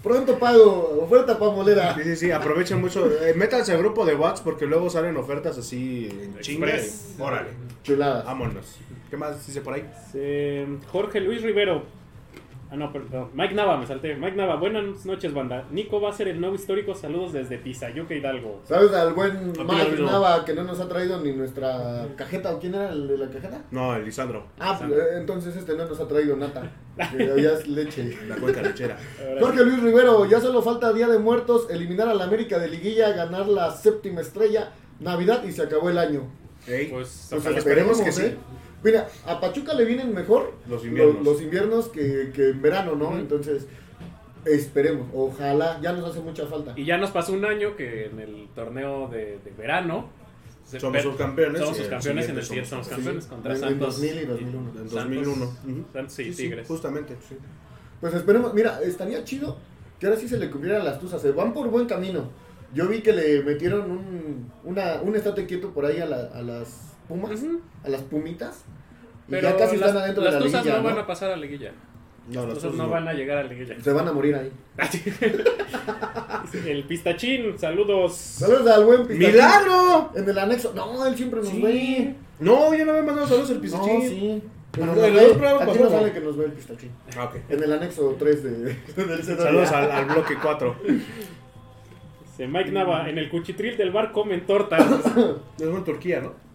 [SPEAKER 2] Pronto pago, oferta pambolera.
[SPEAKER 1] Sí, sí, sí, aprovechen mucho. Eh, métanse al grupo de Watts porque luego salen ofertas así en
[SPEAKER 3] Express.
[SPEAKER 1] chingas. Órale,
[SPEAKER 2] Chulada.
[SPEAKER 1] vámonos. ¿Qué más dice por ahí?
[SPEAKER 3] Eh, Jorge Luis Rivero. Ah, no, perdón. Mike Nava, me salté. Mike Nava, buenas noches, banda. Nico va a ser el nuevo histórico. Saludos desde Pizayuca, Hidalgo.
[SPEAKER 2] ¿Sabes al buen
[SPEAKER 1] Papi
[SPEAKER 2] Mike
[SPEAKER 1] Gabriel.
[SPEAKER 2] Nava que no nos ha traído ni nuestra cajeta? ¿O quién era el de la cajeta?
[SPEAKER 1] No, el Lisandro,
[SPEAKER 2] Ah, pues, eh, entonces este no nos ha traído nata. que Ya es leche.
[SPEAKER 1] la cuenca lechera.
[SPEAKER 3] Ahora
[SPEAKER 2] Jorge Luis Rivero, ya solo falta Día de Muertos, eliminar a la América de Liguilla, ganar la séptima estrella, Navidad y se acabó el año.
[SPEAKER 1] Ey,
[SPEAKER 3] Pues,
[SPEAKER 2] Pues
[SPEAKER 3] ojalá.
[SPEAKER 1] esperemos que
[SPEAKER 2] ¿eh?
[SPEAKER 1] sí.
[SPEAKER 2] Mira, a Pachuca le vienen mejor
[SPEAKER 1] Los
[SPEAKER 2] lo-
[SPEAKER 1] inviernos.
[SPEAKER 2] los inviernos que, que en verano, ¿no?
[SPEAKER 3] Ujú.
[SPEAKER 2] Entonces, esperemos. Ojalá, ya nos hace mucha falta.
[SPEAKER 3] Y ya nos pasó un año que en el torneo de, de verano. se
[SPEAKER 1] Somos
[SPEAKER 3] per-
[SPEAKER 1] subcampeones
[SPEAKER 3] Somos
[SPEAKER 1] y el
[SPEAKER 3] subcampeones y en
[SPEAKER 1] siguiente
[SPEAKER 3] el siguiente
[SPEAKER 1] somos
[SPEAKER 3] somos
[SPEAKER 2] Sí,
[SPEAKER 3] campeones contra
[SPEAKER 2] en- en
[SPEAKER 3] Santos.
[SPEAKER 2] 2000 y 2001.
[SPEAKER 1] en
[SPEAKER 3] Santos-
[SPEAKER 1] 2001. Ujú.
[SPEAKER 3] Santos y
[SPEAKER 1] Sí, sí,
[SPEAKER 3] Tigres.
[SPEAKER 1] justamente, sí.
[SPEAKER 2] Pues esperemos, mira, estaría chido que ahora sí se le cumplieran las tuzas, se van por buen camino. Yo vi que le metieron un, una, un estate quieto por ahí a, la- a las pumas,
[SPEAKER 3] Ujú.
[SPEAKER 2] a las pumitas, y
[SPEAKER 3] Pero
[SPEAKER 2] ya casi
[SPEAKER 3] las,
[SPEAKER 2] están adentro de
[SPEAKER 3] las
[SPEAKER 2] la
[SPEAKER 3] Tuzas
[SPEAKER 2] liguilla,
[SPEAKER 3] no,
[SPEAKER 2] ¿no?
[SPEAKER 3] van a pasar a liguilla.
[SPEAKER 1] No, Ah,
[SPEAKER 3] Las Tuzas no van a llegar a liguilla.
[SPEAKER 2] Se van a morir ahí.
[SPEAKER 3] el pistachín, saludos.
[SPEAKER 2] Saludos al buen Pistachín.
[SPEAKER 1] ¡Milagro!
[SPEAKER 2] En el anexo, no, él siempre nos
[SPEAKER 3] Sí.
[SPEAKER 2] ve.
[SPEAKER 1] No, ya no había mandado saludos al
[SPEAKER 2] No,
[SPEAKER 1] Pistachín.
[SPEAKER 2] sí. Pero
[SPEAKER 1] En
[SPEAKER 2] nos
[SPEAKER 1] los
[SPEAKER 2] ve.
[SPEAKER 1] dos programas
[SPEAKER 2] Aquí no
[SPEAKER 1] pasados.
[SPEAKER 2] sale que nos ve el Pistachín.
[SPEAKER 1] Ah, ok.
[SPEAKER 2] En el anexo 3 de, del CW.
[SPEAKER 1] Saludos al, al bloque 4.
[SPEAKER 3] Dice Mike Nava, en el cuchitril del bar comen tortas.
[SPEAKER 1] Es en Turquía, ¿no?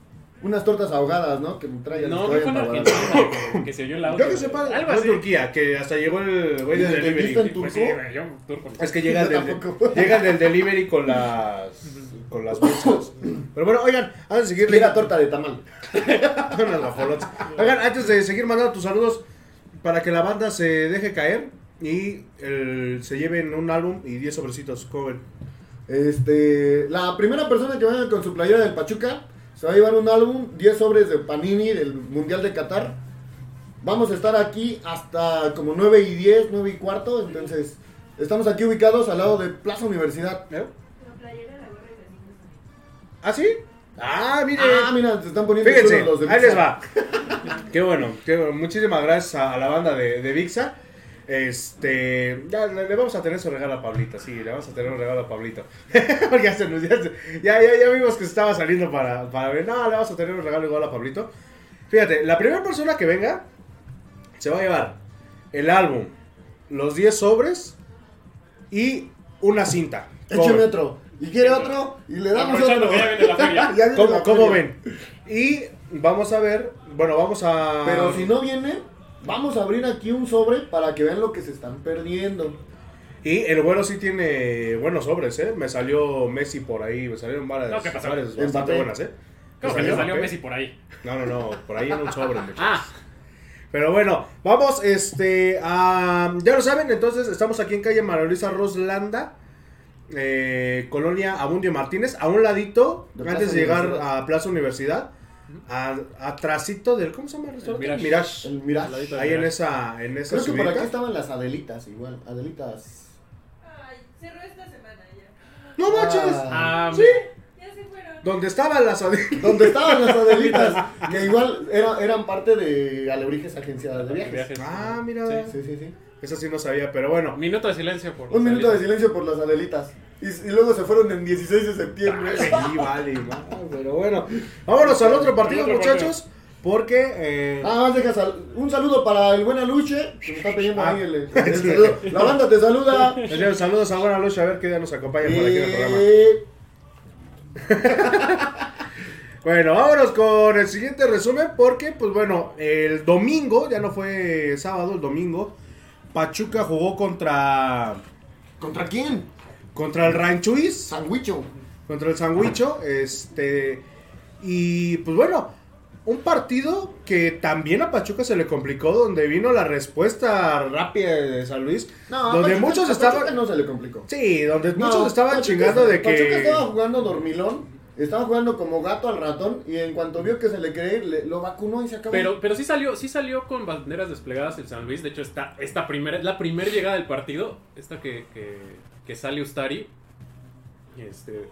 [SPEAKER 2] Unas tortas ahogadas, ¿no? Que me traían.
[SPEAKER 3] no,
[SPEAKER 2] que
[SPEAKER 3] que fue en
[SPEAKER 2] traían para-
[SPEAKER 3] Argentina que, que se oyó el audio.
[SPEAKER 1] Yo que sepa,
[SPEAKER 3] Algo
[SPEAKER 1] fue en
[SPEAKER 3] así.
[SPEAKER 1] Turquía, que hasta llegó el güey del
[SPEAKER 2] ¿Y entendiste en
[SPEAKER 1] delivery.
[SPEAKER 2] turco?
[SPEAKER 3] Pues sí, güey, yo turco. no sé.
[SPEAKER 1] Es que llega
[SPEAKER 2] Yo
[SPEAKER 1] del,
[SPEAKER 2] tampoco.
[SPEAKER 1] llega del delivery con las con las bolsas. Pero bueno, oigan, antes de seguir
[SPEAKER 2] Era torta de tamal.
[SPEAKER 1] Con las guajolotas. Oigan, antes de seguir mandando tus saludos para que la banda se deje caer y el- se lleven un álbum y 10 sobrecitos, ¿eh? joven.
[SPEAKER 2] Este, la primera persona que vaya con su playera del Pachuca se va a llevar un álbum, 10 sobres de Panini del Mundial de Qatar. Vamos a estar aquí hasta como 9 y 10, 9 y cuarto. Entonces, estamos aquí ubicados al lado de Plaza Universidad.
[SPEAKER 1] ¿Eh?
[SPEAKER 4] La playera, la gorra y las niñas.
[SPEAKER 1] ¿Ah, sí? Ah, mire.
[SPEAKER 2] Ah, mira, se están poniendo
[SPEAKER 1] Fíjense,
[SPEAKER 2] chulos los de
[SPEAKER 1] ahí
[SPEAKER 2] Pizza.
[SPEAKER 1] les va. qué, bueno, qué bueno. Muchísimas gracias a, a la banda de, de Vixa. Este, ya le, le vamos a tener su regalo a Pablito, sí, le vamos a tener un regalo a Pablito. Porque ya, se nos- ya, se- ya, ya- ya vimos que se estaba saliendo para, para ver. No, le vamos a tener un regalo igual a Pablito. Fíjate, la primera persona que venga se va a llevar el álbum, los 10 sobres y una cinta.
[SPEAKER 2] Écheme otro. Y quiere otro. Y le damos
[SPEAKER 3] Aprovechando
[SPEAKER 2] otro.
[SPEAKER 3] que ya viene la feria.
[SPEAKER 2] Ya viene
[SPEAKER 1] ¿Cómo,
[SPEAKER 2] la
[SPEAKER 1] cómo
[SPEAKER 2] feria.
[SPEAKER 1] ven? Y vamos a ver, bueno, vamos a...
[SPEAKER 2] Pero si no viene, vamos a abrir aquí un sobre para que vean lo que se están perdiendo.
[SPEAKER 1] Y el güero sí tiene buenos sobres, ¿eh? Me salió Messi por ahí, me salieron varias,
[SPEAKER 3] No, ¿qué pasó?
[SPEAKER 1] varias
[SPEAKER 2] Mbappé.
[SPEAKER 1] bastante buenas, ¿eh?
[SPEAKER 3] Creo que le
[SPEAKER 1] ¿Salió?
[SPEAKER 3] salió
[SPEAKER 1] Ok.
[SPEAKER 3] Messi por ahí.
[SPEAKER 1] No, no, no, por ahí en un sobre, muchachos.
[SPEAKER 3] Ah,
[SPEAKER 1] Pero bueno, vamos, este, a- ya lo saben, entonces estamos aquí en calle María Luisa Roslanda, eh, Colonia Abundio Martínez, a un ladito,
[SPEAKER 2] De Plaza
[SPEAKER 1] antes de llegar
[SPEAKER 2] Universidad.
[SPEAKER 1] a Plaza Universidad, a, atrasito del, ¿cómo se llama el restaurante?
[SPEAKER 3] Mirage.
[SPEAKER 1] Mirage.
[SPEAKER 2] El mirá.
[SPEAKER 3] Al ladito
[SPEAKER 1] Ahí en
[SPEAKER 3] Mirage.
[SPEAKER 1] esa, en esa
[SPEAKER 2] Creo que por
[SPEAKER 1] subidita.
[SPEAKER 2] acá estaban las Adelitas igual. Adelitas.
[SPEAKER 4] Ay, cerró esta semana ya.
[SPEAKER 1] ¡No manches!
[SPEAKER 3] ah,
[SPEAKER 1] Sí.
[SPEAKER 4] Ya se fueron.
[SPEAKER 1] Donde estaba la Sodi-
[SPEAKER 2] Donde estaban las Adelitas. que igual era- eran parte de Alebrijes Agenciadas de Viajes.
[SPEAKER 3] viajes.
[SPEAKER 1] Ah, mira.
[SPEAKER 3] Sí.
[SPEAKER 2] Sí, sí, sí.
[SPEAKER 1] Eso sí no sabía, pero bueno.
[SPEAKER 3] Minuto de silencio por
[SPEAKER 2] Un
[SPEAKER 3] los
[SPEAKER 2] minuto de
[SPEAKER 3] aliens.
[SPEAKER 2] silencio por las Adelitas. Y, y luego se fueron en 16 de septiembre.
[SPEAKER 1] Sí, vale, no, pero bueno. Vámonos al otro partido,
[SPEAKER 3] Al otro
[SPEAKER 1] muchachos. Porque. eh,
[SPEAKER 2] Nada más deja sal- un saludo para el buen Aluche. Que me está pidiendo
[SPEAKER 1] Ah.
[SPEAKER 2] ahí el- el saludo. La banda te saluda.
[SPEAKER 1] les dejo saludos a Buena Luz, a ver qué día nos acompaña por aquí en el programa.
[SPEAKER 2] Eh,
[SPEAKER 1] Bueno, vámonos con el siguiente resumen porque, pues bueno, el domingo, ya no fue sábado, el domingo, Pachuca jugó contra,
[SPEAKER 2] ¿Contra quién?
[SPEAKER 1] contra el Ranchuis,
[SPEAKER 2] Sandwicho.
[SPEAKER 1] contra el Sandwicho, este, y pues bueno, un partido que también a Pachuca se le complicó, donde vino la respuesta rápida de San Luis,
[SPEAKER 2] No,
[SPEAKER 1] donde
[SPEAKER 2] Pachuca-
[SPEAKER 1] muchos
[SPEAKER 2] a
[SPEAKER 1] estaban...
[SPEAKER 2] Pachuca no se le complicó.
[SPEAKER 1] Sí, donde
[SPEAKER 2] No,
[SPEAKER 1] muchos estaban
[SPEAKER 2] Pachuca-
[SPEAKER 1] chingando de que...
[SPEAKER 2] Pachuca estaba jugando dormilón, estaba jugando como gato al ratón y en cuanto vio que se le quería ir, le- lo vacunó y se acabó.
[SPEAKER 3] Pero, pero sí salió, sí salió con banderas desplegadas el San Luis. De hecho, esta, esta primera, la primera llegada del partido, esta que, que, que sale Ustari. Este,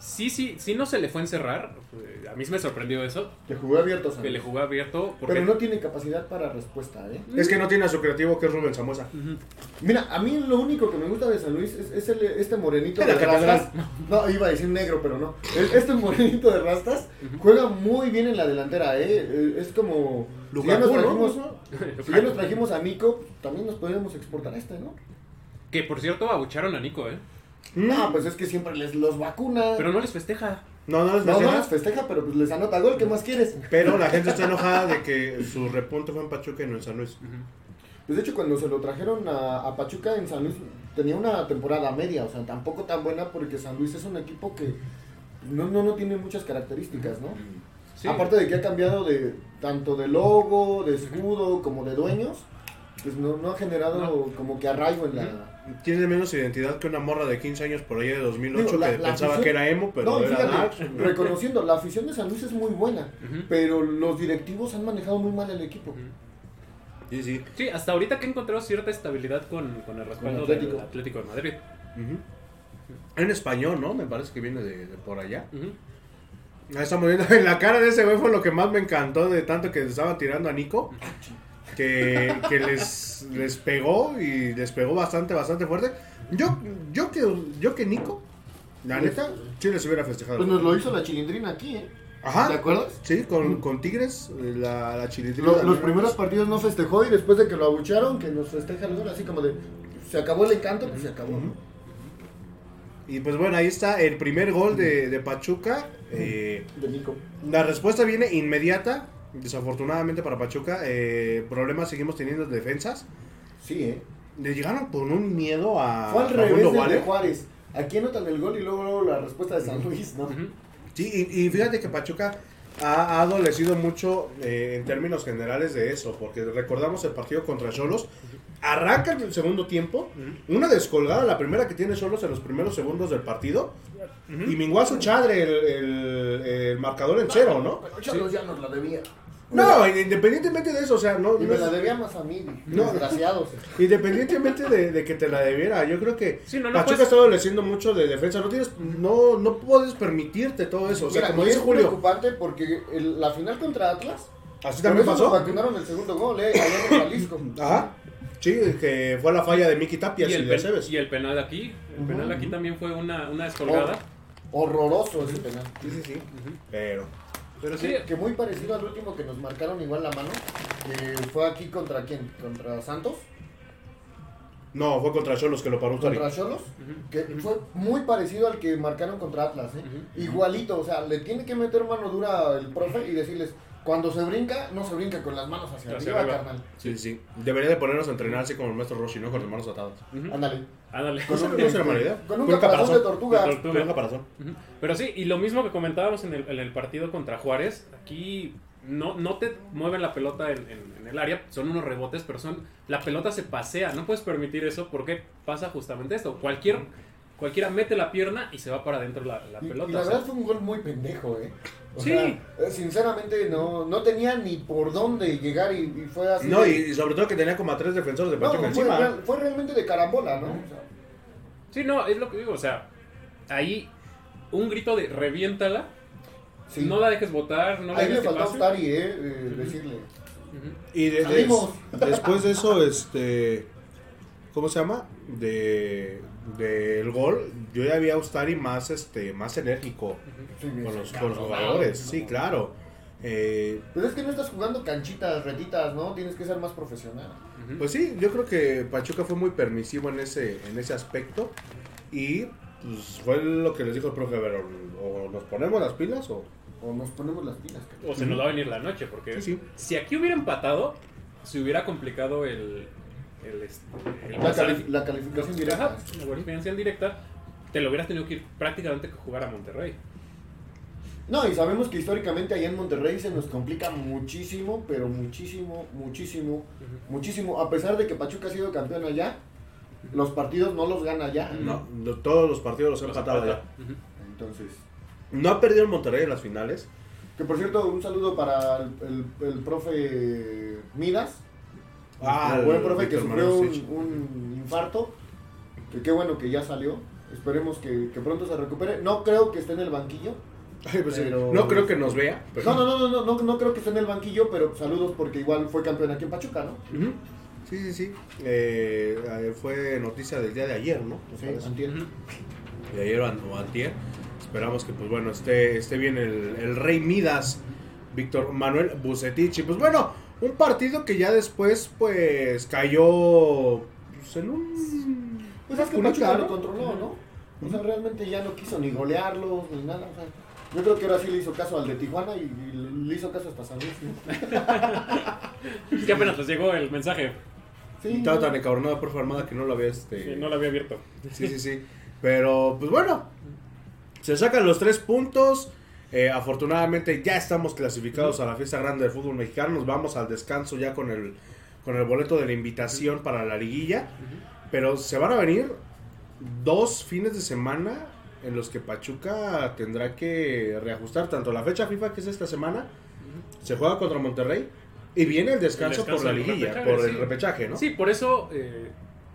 [SPEAKER 3] sí, sí, sí no se le fue a encerrar. eh, A mí me sorprendió eso.
[SPEAKER 2] que jugó abierto San
[SPEAKER 3] Que le
[SPEAKER 2] Luis.
[SPEAKER 3] jugó abierto. Porque,
[SPEAKER 2] Pero no tiene capacidad para respuesta, ¿eh?
[SPEAKER 1] Es que no tiene a su creativo que es Rubén Zamosa.
[SPEAKER 3] Ujú.
[SPEAKER 2] Mira, a mí lo único que me gusta de San Luis es, es el- este morenito
[SPEAKER 1] Era
[SPEAKER 2] de
[SPEAKER 1] catedral.
[SPEAKER 2] rastas. No, iba a decir negro, pero no. El- este morenito de rastas juega muy bien en la delantera, ¿eh? Eh, Es como... si ya nos
[SPEAKER 1] Lukaku, ¿no?
[SPEAKER 2] trajimos, si ya nos trajimos a Nico, también nos podríamos exportar a este, ¿no?
[SPEAKER 3] Que por cierto, abucharon a Nico, ¿eh?
[SPEAKER 2] No, pues es que siempre les los vacuna.
[SPEAKER 3] Pero no les festeja.
[SPEAKER 1] No, no les
[SPEAKER 2] No, no
[SPEAKER 1] mencionas,
[SPEAKER 2] las Pues festeja, pero pues les anota gol, ¿qué más quieres?
[SPEAKER 1] Pero la gente está enojada de que su repunte fue en Pachuca y no en San Luis.
[SPEAKER 3] Ujú.
[SPEAKER 2] Pues de hecho, cuando se lo trajeron a, a Pachuca en San Luis, tenía una temporada media, o sea, tampoco tan buena porque San Luis es un equipo que no, no, no tiene muchas características, ¿no?
[SPEAKER 3] Sí.
[SPEAKER 2] Aparte de que ha cambiado de tanto de logo, de escudo, como de dueños, pues no, no ha generado como que arraigo en la...
[SPEAKER 1] Tiene menos identidad que una morra de 15 años por allá de 2008
[SPEAKER 2] Digo, la-
[SPEAKER 1] que
[SPEAKER 2] la
[SPEAKER 1] pensaba
[SPEAKER 2] afición-
[SPEAKER 1] que era emo, pero
[SPEAKER 2] no,
[SPEAKER 1] era dark.
[SPEAKER 2] fíjate, reconociendo, la afición de San Luis es muy buena,
[SPEAKER 3] Ujú.
[SPEAKER 2] pero los directivos han manejado muy mal el equipo.
[SPEAKER 1] Sí, sí.
[SPEAKER 3] Sí, hasta ahorita que he encontrado cierta estabilidad con, con el respaldo
[SPEAKER 2] Atlético.
[SPEAKER 3] del Atlético de Madrid.
[SPEAKER 1] Ujú. En español, ¿no? Me parece que viene de, de por allá. Ah,
[SPEAKER 3] Ujú.
[SPEAKER 1] Ahí estamos viendo. En la cara de ese güey fue lo que más me encantó de tanto que estaba tirando a Nico. Que, que les, les pegó y les pegó bastante, bastante fuerte. Yo, yo que yo que Nico, la neta, sí les hubiera festejado.
[SPEAKER 2] Pues nos lo hizo la chilindrina aquí, ¿eh?
[SPEAKER 1] Ajá.
[SPEAKER 2] ¿Te acuerdas?
[SPEAKER 1] Sí, con, con Tigres, eh, la, la chilitrina
[SPEAKER 2] Lo- los
[SPEAKER 1] también.
[SPEAKER 2] primeros partidos no festejó y después de que lo abucharon, que nos festeja el gol, así como de, se acabó el encanto, pues se acabó. ¿no?
[SPEAKER 1] Y pues bueno, ahí está el primer gol de, de Pachuca. Eh,
[SPEAKER 2] De Nico.
[SPEAKER 1] la respuesta viene inmediata, desafortunadamente para Pachuca. eh, problemas seguimos teniendo en defensas.
[SPEAKER 2] Sí, ¿eh?
[SPEAKER 1] Le llegaron con un miedo a
[SPEAKER 2] Fue al
[SPEAKER 1] Facundo
[SPEAKER 2] revés del
[SPEAKER 1] Waller.
[SPEAKER 2] de Juárez. Aquí anotan el gol y luego, luego la respuesta de San Luis, ¿no?
[SPEAKER 3] Ujú.
[SPEAKER 1] Sí, y, y fíjate que Pachuca ha, ha adolecido mucho eh, en términos generales de eso, porque recordamos el partido contra Cholos, arranca el segundo tiempo, una descolgada, la primera que tiene Cholos en los primeros segundos del partido, y Minguazo Chadre, el, el- el marcador en cero, ¿no?
[SPEAKER 2] Pero Cholos ya nos la debía.
[SPEAKER 1] No, independientemente de eso, o sea, no...
[SPEAKER 2] Y
[SPEAKER 1] no
[SPEAKER 2] me
[SPEAKER 1] es-
[SPEAKER 2] la debía más a mí,
[SPEAKER 1] No.
[SPEAKER 2] desgraciados.
[SPEAKER 1] Independientemente de, de que te la debiera, yo creo que
[SPEAKER 3] Sí, no, no
[SPEAKER 1] Pachuca
[SPEAKER 3] puedes-
[SPEAKER 1] está adoleciendo mucho de defensa. No tienes, no, no puedes permitirte todo eso. O sea,
[SPEAKER 2] Mira,
[SPEAKER 1] como
[SPEAKER 2] y
[SPEAKER 1] dice
[SPEAKER 2] es
[SPEAKER 1] Julio,
[SPEAKER 2] preocupante porque el- la final contra Atlas,
[SPEAKER 1] así
[SPEAKER 2] con
[SPEAKER 1] también
[SPEAKER 2] eso nos
[SPEAKER 1] pasó.
[SPEAKER 2] vacunaron el segundo gol, ¿eh? Allá en Jalisco.
[SPEAKER 1] Ajá. Sí, que fue la falla de Miki
[SPEAKER 3] Y,
[SPEAKER 1] Tapia y,
[SPEAKER 3] el
[SPEAKER 1] de
[SPEAKER 3] pen-
[SPEAKER 1] Aceves.
[SPEAKER 3] y el penal de aquí.
[SPEAKER 2] Ujú.
[SPEAKER 3] El
[SPEAKER 2] Oh.
[SPEAKER 3] penal aquí también fue una, una descolgada.
[SPEAKER 2] Horroroso ese penal. Sí, sí, sí.
[SPEAKER 1] Pero.
[SPEAKER 3] Pero sí,
[SPEAKER 2] Sí, que muy parecido al último que nos marcaron igual la mano. Que fue aquí contra quién? Contra Santos,
[SPEAKER 1] No, fue contra Cholos que lo paró Ustari.
[SPEAKER 2] contra Cholos.
[SPEAKER 3] Ujú.
[SPEAKER 2] Que fue muy parecido al que marcaron contra Atlas. ¿eh?
[SPEAKER 3] Ujú.
[SPEAKER 2] Igualito, o sea, le tiene que meter mano dura el profe y decirles: cuando se brinca, no se brinca con las manos hacia,
[SPEAKER 3] Hacia
[SPEAKER 2] arriba,
[SPEAKER 3] arriba.
[SPEAKER 2] carnal.
[SPEAKER 1] Sí, sí. Debería de ponernos a entrenarse como el maestro Roshi, ¿no? Con las manos atadas.
[SPEAKER 3] Ujú.
[SPEAKER 2] Ándale.
[SPEAKER 3] Ándale.
[SPEAKER 1] No, no será mala idea.
[SPEAKER 2] Con un
[SPEAKER 1] Con un
[SPEAKER 2] caparazón de
[SPEAKER 1] caparazón.
[SPEAKER 2] tortuga.
[SPEAKER 3] De tortuga.
[SPEAKER 1] Pero venga, parazón.
[SPEAKER 3] Ujú. Pero sí, y lo mismo que comentábamos en el, en el partido contra Juárez, aquí no, no te mueven la pelota en, en- en el área, son unos rebotes, pero son la pelota se pasea, no puedes permitir eso porque pasa justamente esto. Cualquier, cualquiera mete la pierna y se va para adentro la, la
[SPEAKER 2] Y, y
[SPEAKER 3] pelota.
[SPEAKER 2] la
[SPEAKER 3] o sea,
[SPEAKER 2] verdad fue un gol muy pendejo, ¿eh? O
[SPEAKER 3] Sí.
[SPEAKER 2] sea, eh, sinceramente no, no tenía ni por dónde llegar y, y fue así.
[SPEAKER 1] No, y,
[SPEAKER 2] de-
[SPEAKER 1] y sobre todo que tenía como a tres defensores de
[SPEAKER 2] No,
[SPEAKER 1] Pachuca
[SPEAKER 2] fue,
[SPEAKER 1] encima.
[SPEAKER 2] real- fue realmente de carambola, ¿no? O sea,
[SPEAKER 3] sí, no, es lo que digo, o sea, ahí un grito de reviéntala,
[SPEAKER 2] sí.
[SPEAKER 3] no la dejes botar, no la
[SPEAKER 2] Ahí le
[SPEAKER 3] dejes que
[SPEAKER 2] faltó a
[SPEAKER 3] pase.
[SPEAKER 2] Ustari, eh, eh, decirle.
[SPEAKER 3] Ujú.
[SPEAKER 1] Y de- de-
[SPEAKER 2] Salimos.
[SPEAKER 1] después de eso, este. ¿Cómo se llama? De. Del gol, yo ya vi a Ustari más, este, más enérgico
[SPEAKER 2] Sí,
[SPEAKER 1] con los,
[SPEAKER 2] sí,
[SPEAKER 1] con los
[SPEAKER 2] cabrón.
[SPEAKER 1] jugadores. Sí, claro. Eh,
[SPEAKER 2] Pero Pues es que no estás jugando canchitas, retitas, ¿no? Tienes que ser más profesional.
[SPEAKER 3] Ujú.
[SPEAKER 1] Pues sí, yo creo que Pachuca fue muy permisivo en ese, en ese aspecto y pues, fue lo que les dijo el profe, a ver, o, o nos ponemos las pilas o,
[SPEAKER 2] O nos ponemos las pilas, cabrón.
[SPEAKER 3] O se nos va a venir la noche, porque
[SPEAKER 1] Sí, sí.
[SPEAKER 3] si aquí hubiera empatado, se hubiera complicado el. el, este, el
[SPEAKER 2] La,
[SPEAKER 3] pasar-
[SPEAKER 2] cali- la calificación
[SPEAKER 3] Ajá,
[SPEAKER 2] directa.
[SPEAKER 3] la calificación directa, te lo hubieras tenido que ir prácticamente que jugar a Monterrey.
[SPEAKER 2] No, y sabemos que históricamente allá en Monterrey se nos complica muchísimo, pero muchísimo, muchísimo, muchísimo. A pesar de que Pachuca ha sido campeón allá, los partidos no los gana allá.
[SPEAKER 1] No, no, todos los partidos los ha
[SPEAKER 3] Los
[SPEAKER 1] empatado
[SPEAKER 3] empata.
[SPEAKER 1] ya.
[SPEAKER 3] Ujú.
[SPEAKER 2] Entonces.
[SPEAKER 1] No ha perdido el Monterrey en las finales.
[SPEAKER 2] Que por cierto, un saludo para el, el- el profe Midas.
[SPEAKER 1] Ah,
[SPEAKER 2] el
[SPEAKER 1] el
[SPEAKER 2] buen profe que
[SPEAKER 1] Víctor
[SPEAKER 2] sufrió un,
[SPEAKER 1] Manuel Sech.
[SPEAKER 2] un infarto. Que qué bueno que ya salió. Esperemos que, que pronto se recupere. No creo que esté en el banquillo.
[SPEAKER 1] Ay, pues,
[SPEAKER 2] Pero-
[SPEAKER 1] No creo que nos vea. pero-
[SPEAKER 2] No, no, no, no, no, no, no creo que esté en el banquillo, pero saludos porque igual fue campeón aquí en Pachuca, ¿no?
[SPEAKER 1] Ujú. Sí, sí, sí. Eh, eh, fue noticia del día de ayer, ¿no? Me
[SPEAKER 2] Sí,
[SPEAKER 1] parece.
[SPEAKER 2] antier.
[SPEAKER 3] Ujú.
[SPEAKER 1] de ayer o an- o antier. Esperamos que, pues bueno, esté, esté bien el, el Rey Midas, Víctor Manuel Bucetich. Y pues bueno, un partido que ya después, pues cayó pues, en un.
[SPEAKER 2] Pues es que
[SPEAKER 1] una
[SPEAKER 2] Pachuca
[SPEAKER 1] cara.
[SPEAKER 2] lo controló, ¿no? O sea, realmente ya no quiso ni golearlos ni nada. o sea, yo creo que ahora sí le hizo caso al de Tijuana y, y le hizo caso hasta San Luis. ¿no?
[SPEAKER 3] Es que apenas les llegó el mensaje,
[SPEAKER 2] Sí,
[SPEAKER 1] Estaba
[SPEAKER 2] no.
[SPEAKER 1] tan encabronado por Armada que no lo había este.
[SPEAKER 3] que no lo había abierto.
[SPEAKER 1] Sí, sí, sí. Pero, pues bueno, se sacan los tres puntos. Eh, afortunadamente ya estamos clasificados a la fiesta grande del fútbol mexicano. Nos vamos al descanso ya con el, con el boleto de la invitación para la liguilla. Pero se van a venir dos fines de semana en los que Pachuca tendrá que reajustar tanto la fecha FIFA que es esta semana. Se juega contra Monterrey. Y viene el descanso,
[SPEAKER 3] descanso
[SPEAKER 1] por la
[SPEAKER 3] del
[SPEAKER 1] liguilla,
[SPEAKER 3] repechaje,
[SPEAKER 1] por el
[SPEAKER 3] sí.
[SPEAKER 1] repechaje, ¿no?
[SPEAKER 3] Sí, por eso, eh,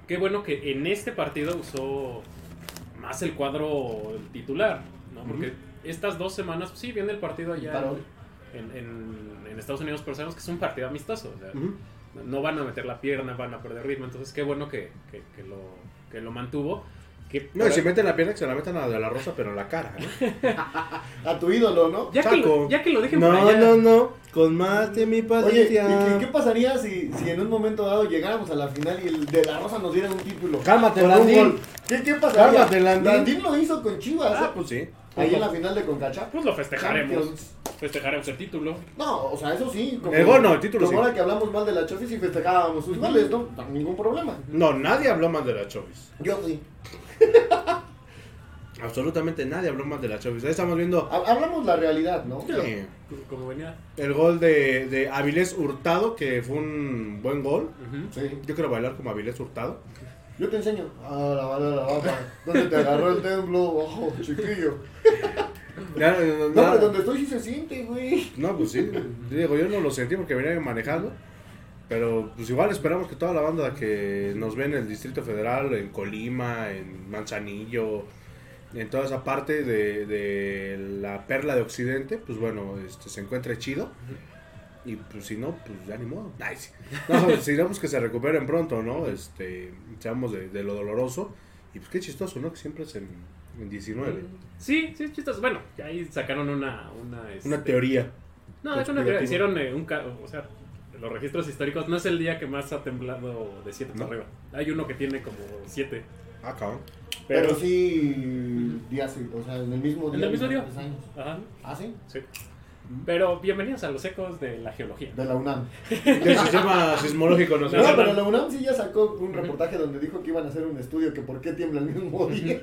[SPEAKER 3] qué bueno que en este partido usó más el cuadro titular, ¿no? Porque
[SPEAKER 1] Ujú.
[SPEAKER 3] estas dos semanas, pues sí, viene el partido allá
[SPEAKER 2] Parón.
[SPEAKER 3] en, en- en Estados Unidos, pero sabemos que es un partido amistoso. o sea,
[SPEAKER 1] Ujú.
[SPEAKER 3] no van a meter la pierna, van a perder ritmo. Entonces, qué bueno que, que- que lo, que lo mantuvo. Que pues,
[SPEAKER 1] No, y si meten la pierna, que se la metan a De La Rosa, pero en la cara, ¿no?
[SPEAKER 2] A tu ídolo, ¿no?
[SPEAKER 3] ya, que lo,
[SPEAKER 1] Chaco.
[SPEAKER 3] ya que lo dejen
[SPEAKER 1] No,
[SPEAKER 3] por allá.
[SPEAKER 1] no, no. Con más de mi
[SPEAKER 2] Oye, ¿y
[SPEAKER 1] paciencia.
[SPEAKER 2] qué, qué pasaría si, si en un momento dado llegáramos a la final y el de la Rosa nos diera un título?
[SPEAKER 1] Cálmate,
[SPEAKER 2] Con un
[SPEAKER 1] Landín.
[SPEAKER 2] gol. ¿Qué, qué pasaría?
[SPEAKER 1] Cálmate, Landín.
[SPEAKER 2] lo hizo con Chivas.
[SPEAKER 1] Ah,
[SPEAKER 2] ¿eh?
[SPEAKER 1] pues sí.
[SPEAKER 2] Ahí en la final de Concachá.
[SPEAKER 3] Pues lo festejaremos.
[SPEAKER 2] Champions.
[SPEAKER 3] Festejaremos el título.
[SPEAKER 2] No, o sea, eso sí. Como,
[SPEAKER 1] El gol no, el título
[SPEAKER 2] Como
[SPEAKER 1] sí.
[SPEAKER 2] ahora que hablamos mal de la Chofis y festejábamos sus goles, ¿no? No, Ningún problema.
[SPEAKER 1] No, nadie habló más de la Chovis.
[SPEAKER 2] Yo sí.
[SPEAKER 1] Absolutamente nadie habló más de la Chovis. Ahí estamos viendo
[SPEAKER 2] Ha- Hablamos la realidad, ¿no?
[SPEAKER 1] eh,
[SPEAKER 3] Como venía.
[SPEAKER 1] el gol de, de Avilés Hurtado, que fue un buen gol.
[SPEAKER 3] Ujú.
[SPEAKER 2] Sí.
[SPEAKER 1] Yo quiero bailar como Avilés Hurtado.
[SPEAKER 2] Yo te enseño. Ah, la bala, la bala. ¿Dónde te agarró el templo? Ojo, chiquillo.
[SPEAKER 1] Ya, no,
[SPEAKER 2] No,
[SPEAKER 1] no,
[SPEAKER 2] pero donde estoy sí se siente, güey.
[SPEAKER 1] no, pues sí. Yo digo, yo no lo sentí porque venía manejando. Pero pues igual esperamos que toda la banda que nos ve en el Distrito Federal, en Colima, en Manzanillo, en toda esa parte de, de la perla de Occidente, pues bueno, este, se encuentre chido. Y pues si no, pues ya ni modo. Ay, sí. No, esperamos que se recuperen pronto, ¿no? Este, seamos de, de lo doloroso. Y pues qué chistoso, ¿no? Que siempre es en, en 19.
[SPEAKER 3] Sí, sí, chistes. Bueno, que ahí sacaron una. Una, este,
[SPEAKER 1] Una teoría.
[SPEAKER 3] No, es una teoría.
[SPEAKER 1] conspirativa.
[SPEAKER 3] Hicieron eh, un. ca- O sea, los registros históricos no es el día que más ha temblado de 7
[SPEAKER 1] No.
[SPEAKER 3] para arriba. Hay uno que tiene como 7.
[SPEAKER 1] Ah, cabrón.
[SPEAKER 2] Pero,
[SPEAKER 3] Pero.
[SPEAKER 2] sí, día sí, o sea, en el mismo día.
[SPEAKER 3] ¿En el mismo día?
[SPEAKER 2] tres años.
[SPEAKER 3] Ajá,
[SPEAKER 2] ¿Ah, sí?
[SPEAKER 3] sí. Pero bienvenidos a los ecos de la geología.
[SPEAKER 2] De la UNAM.
[SPEAKER 1] Del sistema sismológico
[SPEAKER 2] No,
[SPEAKER 1] nacional.
[SPEAKER 2] pero la UNAM sí ya sacó un reportaje donde dijo que iban a hacer un estudio que por qué tiembla el mismo día.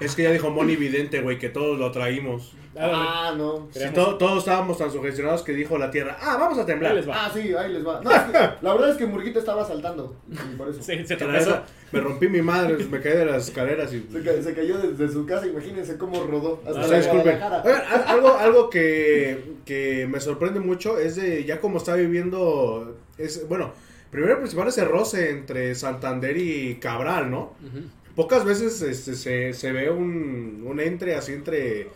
[SPEAKER 1] Es que ya dijo Moni Vidente, güey, que todos lo traímos.
[SPEAKER 3] Ah,
[SPEAKER 2] Ah, no.
[SPEAKER 1] Si to- todos estábamos tan sugestionados que dijo la Tierra, ah, vamos a
[SPEAKER 3] ahí
[SPEAKER 1] temblar.
[SPEAKER 3] les va.
[SPEAKER 2] Ah, sí, ahí les va. No, es que la verdad es que Murguita estaba saltando. Y por eso.
[SPEAKER 3] Sí, se
[SPEAKER 1] Que la neta,
[SPEAKER 3] tropezó.
[SPEAKER 1] me rompí mi madre, me caí de las escaleras y...
[SPEAKER 2] Se, ca- se cayó desde su casa, imagínense cómo rodó.
[SPEAKER 1] O
[SPEAKER 2] Hasta
[SPEAKER 1] sea,
[SPEAKER 2] la
[SPEAKER 1] disculpen.
[SPEAKER 2] Guadalajara.
[SPEAKER 1] Oigan, al- algo algo que, que me sorprende mucho es de ya como está viviendo... Es, bueno, primero y principal ese roce entre Santander y Cabral, ¿no?
[SPEAKER 3] Ujú.
[SPEAKER 1] Pocas veces este, se, se ve un, un entre así entre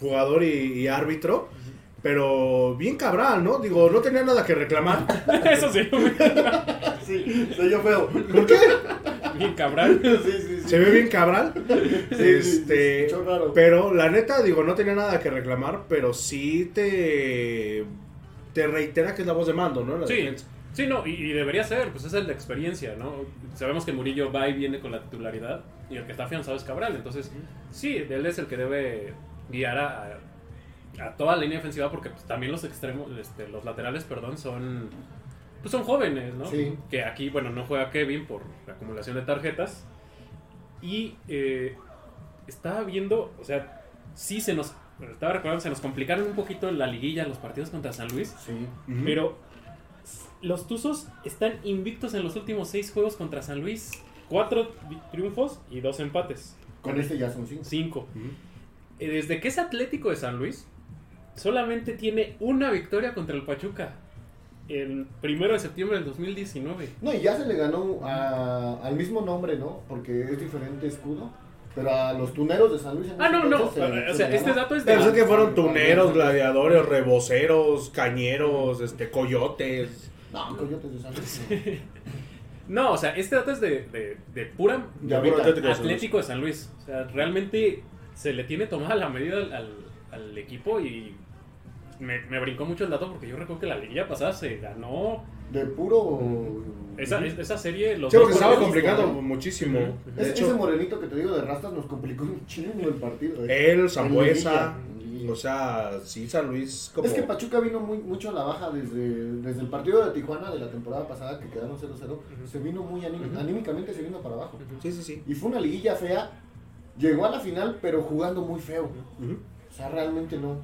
[SPEAKER 1] jugador y, y árbitro. Pero bien cabral, ¿no? Digo, no tenía nada que reclamar.
[SPEAKER 3] Eso sí,
[SPEAKER 2] Sí, se oyó feo.
[SPEAKER 1] ¿Por qué?
[SPEAKER 3] bien cabrón.
[SPEAKER 2] Sí, sí, sí.
[SPEAKER 1] Se ve bien cabral.
[SPEAKER 2] sí, sí, se
[SPEAKER 1] este,
[SPEAKER 2] escuchó raro.
[SPEAKER 1] pero la neta, digo, no tenía nada que reclamar, pero sí te, te reitera que es la voz de mando, ¿no? La
[SPEAKER 3] Sí,
[SPEAKER 1] defensa.
[SPEAKER 3] sí, no, y, y debería ser, pues esa es la experiencia, ¿no? Sabemos que Murillo va y viene con la titularidad y el que está afianzado es Cabral, entonces sí, él es el que debe guiar a, a a toda la línea defensiva porque pues, también los extremos, este, los laterales, perdón, son pues son jóvenes, ¿no?
[SPEAKER 2] Sí.
[SPEAKER 3] Que aquí, bueno, no juega Kevin por la acumulación de tarjetas. Y eh, estaba viendo, o sea, sí se nos, estaba recordando, se nos complicaron un poquito en la liguilla los partidos contra San Luis.
[SPEAKER 2] Sí.
[SPEAKER 1] Ujú.
[SPEAKER 3] Pero los Tuzos están invictos en los últimos seis juegos contra San Luis. Cuatro vi- triunfos y dos empates.
[SPEAKER 2] Con este ya son cinco.
[SPEAKER 3] Cinco.
[SPEAKER 1] Ujú.
[SPEAKER 3] Eh, Desde que es Atlético de San Luis, solamente tiene una victoria contra el Pachuca. El primero de septiembre del 2019.
[SPEAKER 2] No, y ya se le ganó a- al mismo nombre, ¿no? Porque es diferente escudo. Pero a los tuneros de San Luis. en
[SPEAKER 3] Ah,
[SPEAKER 2] ese
[SPEAKER 3] no, no.
[SPEAKER 2] entonces se le-
[SPEAKER 3] O
[SPEAKER 2] se
[SPEAKER 3] sea,
[SPEAKER 2] le
[SPEAKER 3] este
[SPEAKER 2] ganó.
[SPEAKER 3] dato es
[SPEAKER 1] Pensé
[SPEAKER 3] de.
[SPEAKER 1] que fueron tuneros, gladiadores, reboceros, cañeros, este, coyotes.
[SPEAKER 2] No, coyotes de San Luis.
[SPEAKER 3] No, o sea, este dato es de, de, de pura
[SPEAKER 2] Ya
[SPEAKER 1] Puro Atlético
[SPEAKER 2] ahorita,
[SPEAKER 1] de San Luis.
[SPEAKER 3] Atlético de San Luis. O sea, realmente se le tiene tomada la medida al, al- al equipo y me, me brincó mucho el dato porque yo recuerdo que la liguilla pasada se ganó
[SPEAKER 2] De puro.
[SPEAKER 3] esa, es- esa serie. Los
[SPEAKER 1] Sí,
[SPEAKER 3] dos
[SPEAKER 1] porque estaba
[SPEAKER 3] partidos.
[SPEAKER 1] complicado
[SPEAKER 2] ¿no?
[SPEAKER 1] muchísimo.
[SPEAKER 3] Ujú.
[SPEAKER 1] De
[SPEAKER 2] Ese-
[SPEAKER 1] hecho,
[SPEAKER 2] ese morenito que te digo de rastas nos complicó un chingo el partido. eh.
[SPEAKER 1] él, Zambuesa,
[SPEAKER 2] En Liguilla.
[SPEAKER 1] o sea, sí, San Luis como...
[SPEAKER 2] Es que Pachuca vino muy, mucho a la baja desde, desde el partido de Tijuana de la temporada pasada que quedaron 0-0. Se vino muy aní- anímicamente, se vino para abajo.
[SPEAKER 1] Sí, sí, sí.
[SPEAKER 2] Y fue una liguilla fea. Llegó a la final, pero jugando muy feo.
[SPEAKER 1] Ujú.
[SPEAKER 2] O sea, realmente no.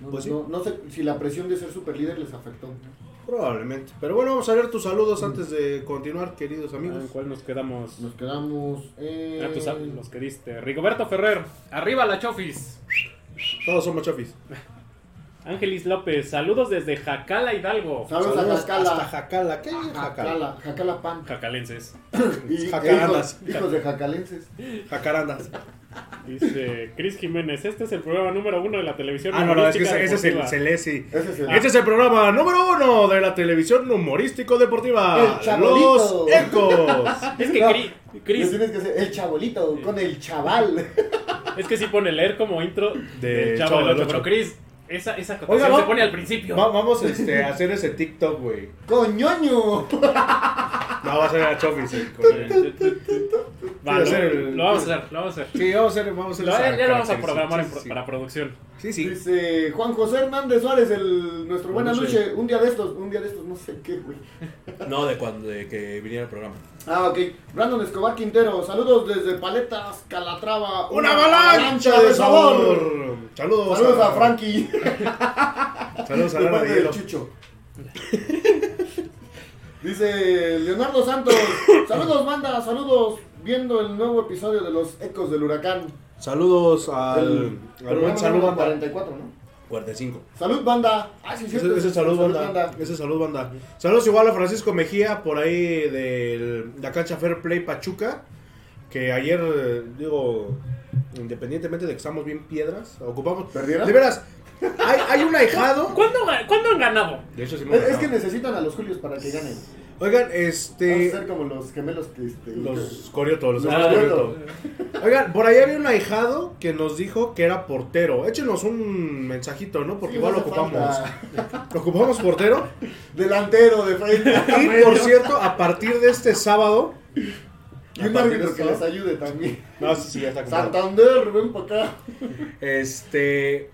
[SPEAKER 2] No,
[SPEAKER 1] Pues sí.
[SPEAKER 2] no- no sé si la presión de ser superlíder les afectó.
[SPEAKER 1] Probablemente. Pero bueno, vamos a ver tus saludos antes de continuar, queridos amigos.
[SPEAKER 3] ¿En cuál nos quedamos?
[SPEAKER 2] Nos quedamos en...
[SPEAKER 1] pues,
[SPEAKER 3] Ah, tú sabes los que diste. Rigoberto Ferrer, arriba la Chofis.
[SPEAKER 1] Todos somos chafis.
[SPEAKER 3] Ángelis López, saludos desde Jacala Hidalgo.
[SPEAKER 1] Ah.
[SPEAKER 2] Saludos a
[SPEAKER 1] hasta
[SPEAKER 2] Jacala.
[SPEAKER 1] Jacala. ¿Qué hay en Jacala?
[SPEAKER 2] Jacala, Jacala Pan.
[SPEAKER 3] Jacalenses.
[SPEAKER 2] Y-
[SPEAKER 1] Jacarandas.
[SPEAKER 2] Hijos, hijos de jacalenses.
[SPEAKER 1] Jacarandas.
[SPEAKER 3] Dice Cris Jiménez, este es el programa número uno de la televisión.
[SPEAKER 1] Ah, no, no, es que
[SPEAKER 3] humorística
[SPEAKER 1] ese, ese es el
[SPEAKER 3] deportiva". Ah.
[SPEAKER 1] Celesi.
[SPEAKER 2] Ese es el...
[SPEAKER 1] Este es el programa número uno de la televisión humorístico deportiva.
[SPEAKER 2] El Chabolito.
[SPEAKER 1] Los Ecos.
[SPEAKER 3] Es que
[SPEAKER 2] No,
[SPEAKER 3] Cri- Cris
[SPEAKER 2] le tienes que hacer el chabolito con el chaval.
[SPEAKER 3] Es que sí pone leer como intro
[SPEAKER 1] De
[SPEAKER 3] del Chavo,
[SPEAKER 1] Chavo
[SPEAKER 3] del
[SPEAKER 1] del
[SPEAKER 3] Ocho,
[SPEAKER 1] Ocho.
[SPEAKER 3] pero Chris, esa, esa acotación
[SPEAKER 1] Oiga, va-
[SPEAKER 3] se pone al principio.
[SPEAKER 1] Va- vamos este, a hacer ese TikTok, güey.
[SPEAKER 2] ¡Coñoño!
[SPEAKER 1] No, va a ser a Chofis. eh, con
[SPEAKER 3] Va,
[SPEAKER 1] él.
[SPEAKER 3] lo,
[SPEAKER 1] Sí, hacer-
[SPEAKER 3] lo vamos a hacer, lo vamos a hacer.
[SPEAKER 1] Sí, vamos a hacer. Vamos a hacer
[SPEAKER 3] Lo-
[SPEAKER 1] esa
[SPEAKER 3] ya, lo vamos a
[SPEAKER 1] caracterización.
[SPEAKER 3] programar en pro-
[SPEAKER 1] Sí,
[SPEAKER 3] para producción.
[SPEAKER 1] Sí, sí. sí.
[SPEAKER 2] Dice Juan José Hernández Suárez, el, nuestro buena
[SPEAKER 1] Buenas
[SPEAKER 2] luche. Un día de estos, un día de estos, no sé qué, güey.
[SPEAKER 1] No, de cuando de que viniera el programa.
[SPEAKER 2] Ah, ok. Brandon Escobar Quintero, saludos desde Paletas Calatrava.
[SPEAKER 1] ¡Una avalancha de sabor! Saludos,
[SPEAKER 2] Saludos a Frankie.
[SPEAKER 1] Saludos a
[SPEAKER 2] de
[SPEAKER 1] Lara
[SPEAKER 2] parte
[SPEAKER 1] de Hielo.
[SPEAKER 2] del Chucho. Dice Leonardo Santos, saludos banda, saludos viendo el nuevo episodio de los Ecos del Huracán.
[SPEAKER 1] Saludos
[SPEAKER 2] El
[SPEAKER 1] al, al
[SPEAKER 2] programa
[SPEAKER 1] buen salud
[SPEAKER 2] número
[SPEAKER 1] banda.
[SPEAKER 2] 44, ¿no?
[SPEAKER 1] 45.
[SPEAKER 2] Salud banda. Ah, sí, es
[SPEAKER 1] Ese,
[SPEAKER 2] cierto.
[SPEAKER 1] ese salud, banda. Ese salud banda. Saludos igual a Francisco Mejía por ahí de la cancha Fair Play Pachuca. Que ayer, eh, digo, independientemente de que estamos bien piedras, ocupamos.
[SPEAKER 2] ¿Perdieron?
[SPEAKER 1] De veras, hay, hay un ahijado.
[SPEAKER 3] ¿Cuándo, ga- cuándo han ganado?
[SPEAKER 1] De hecho, sí me
[SPEAKER 2] Es, es
[SPEAKER 1] ganaron.
[SPEAKER 2] que necesitan a los Julios para que ganen. Vamos
[SPEAKER 1] Oigan,
[SPEAKER 2] a
[SPEAKER 1] este.
[SPEAKER 2] ser como los gemelos que este,
[SPEAKER 1] Los Coriotos, los
[SPEAKER 3] Ah,
[SPEAKER 1] hermanos
[SPEAKER 2] Corioto.
[SPEAKER 1] Corioto. Oigan, por ahí había un ahijado que nos dijo que era portero. Échenos un mensajito, ¿no? Porque
[SPEAKER 2] Sí,
[SPEAKER 1] igual
[SPEAKER 2] no
[SPEAKER 1] lo
[SPEAKER 2] hace
[SPEAKER 1] ocupamos.
[SPEAKER 2] falta.
[SPEAKER 1] Ocupamos portero.
[SPEAKER 2] Delantero de frente.
[SPEAKER 1] Y por cierto, a partir de este sábado.
[SPEAKER 2] y un
[SPEAKER 1] a partir de
[SPEAKER 2] árbitro
[SPEAKER 1] este
[SPEAKER 2] que les
[SPEAKER 1] sábado-
[SPEAKER 2] ayude también.
[SPEAKER 1] No, sí, sí, ya está comprado.
[SPEAKER 2] Santander, ven para acá.
[SPEAKER 1] Este.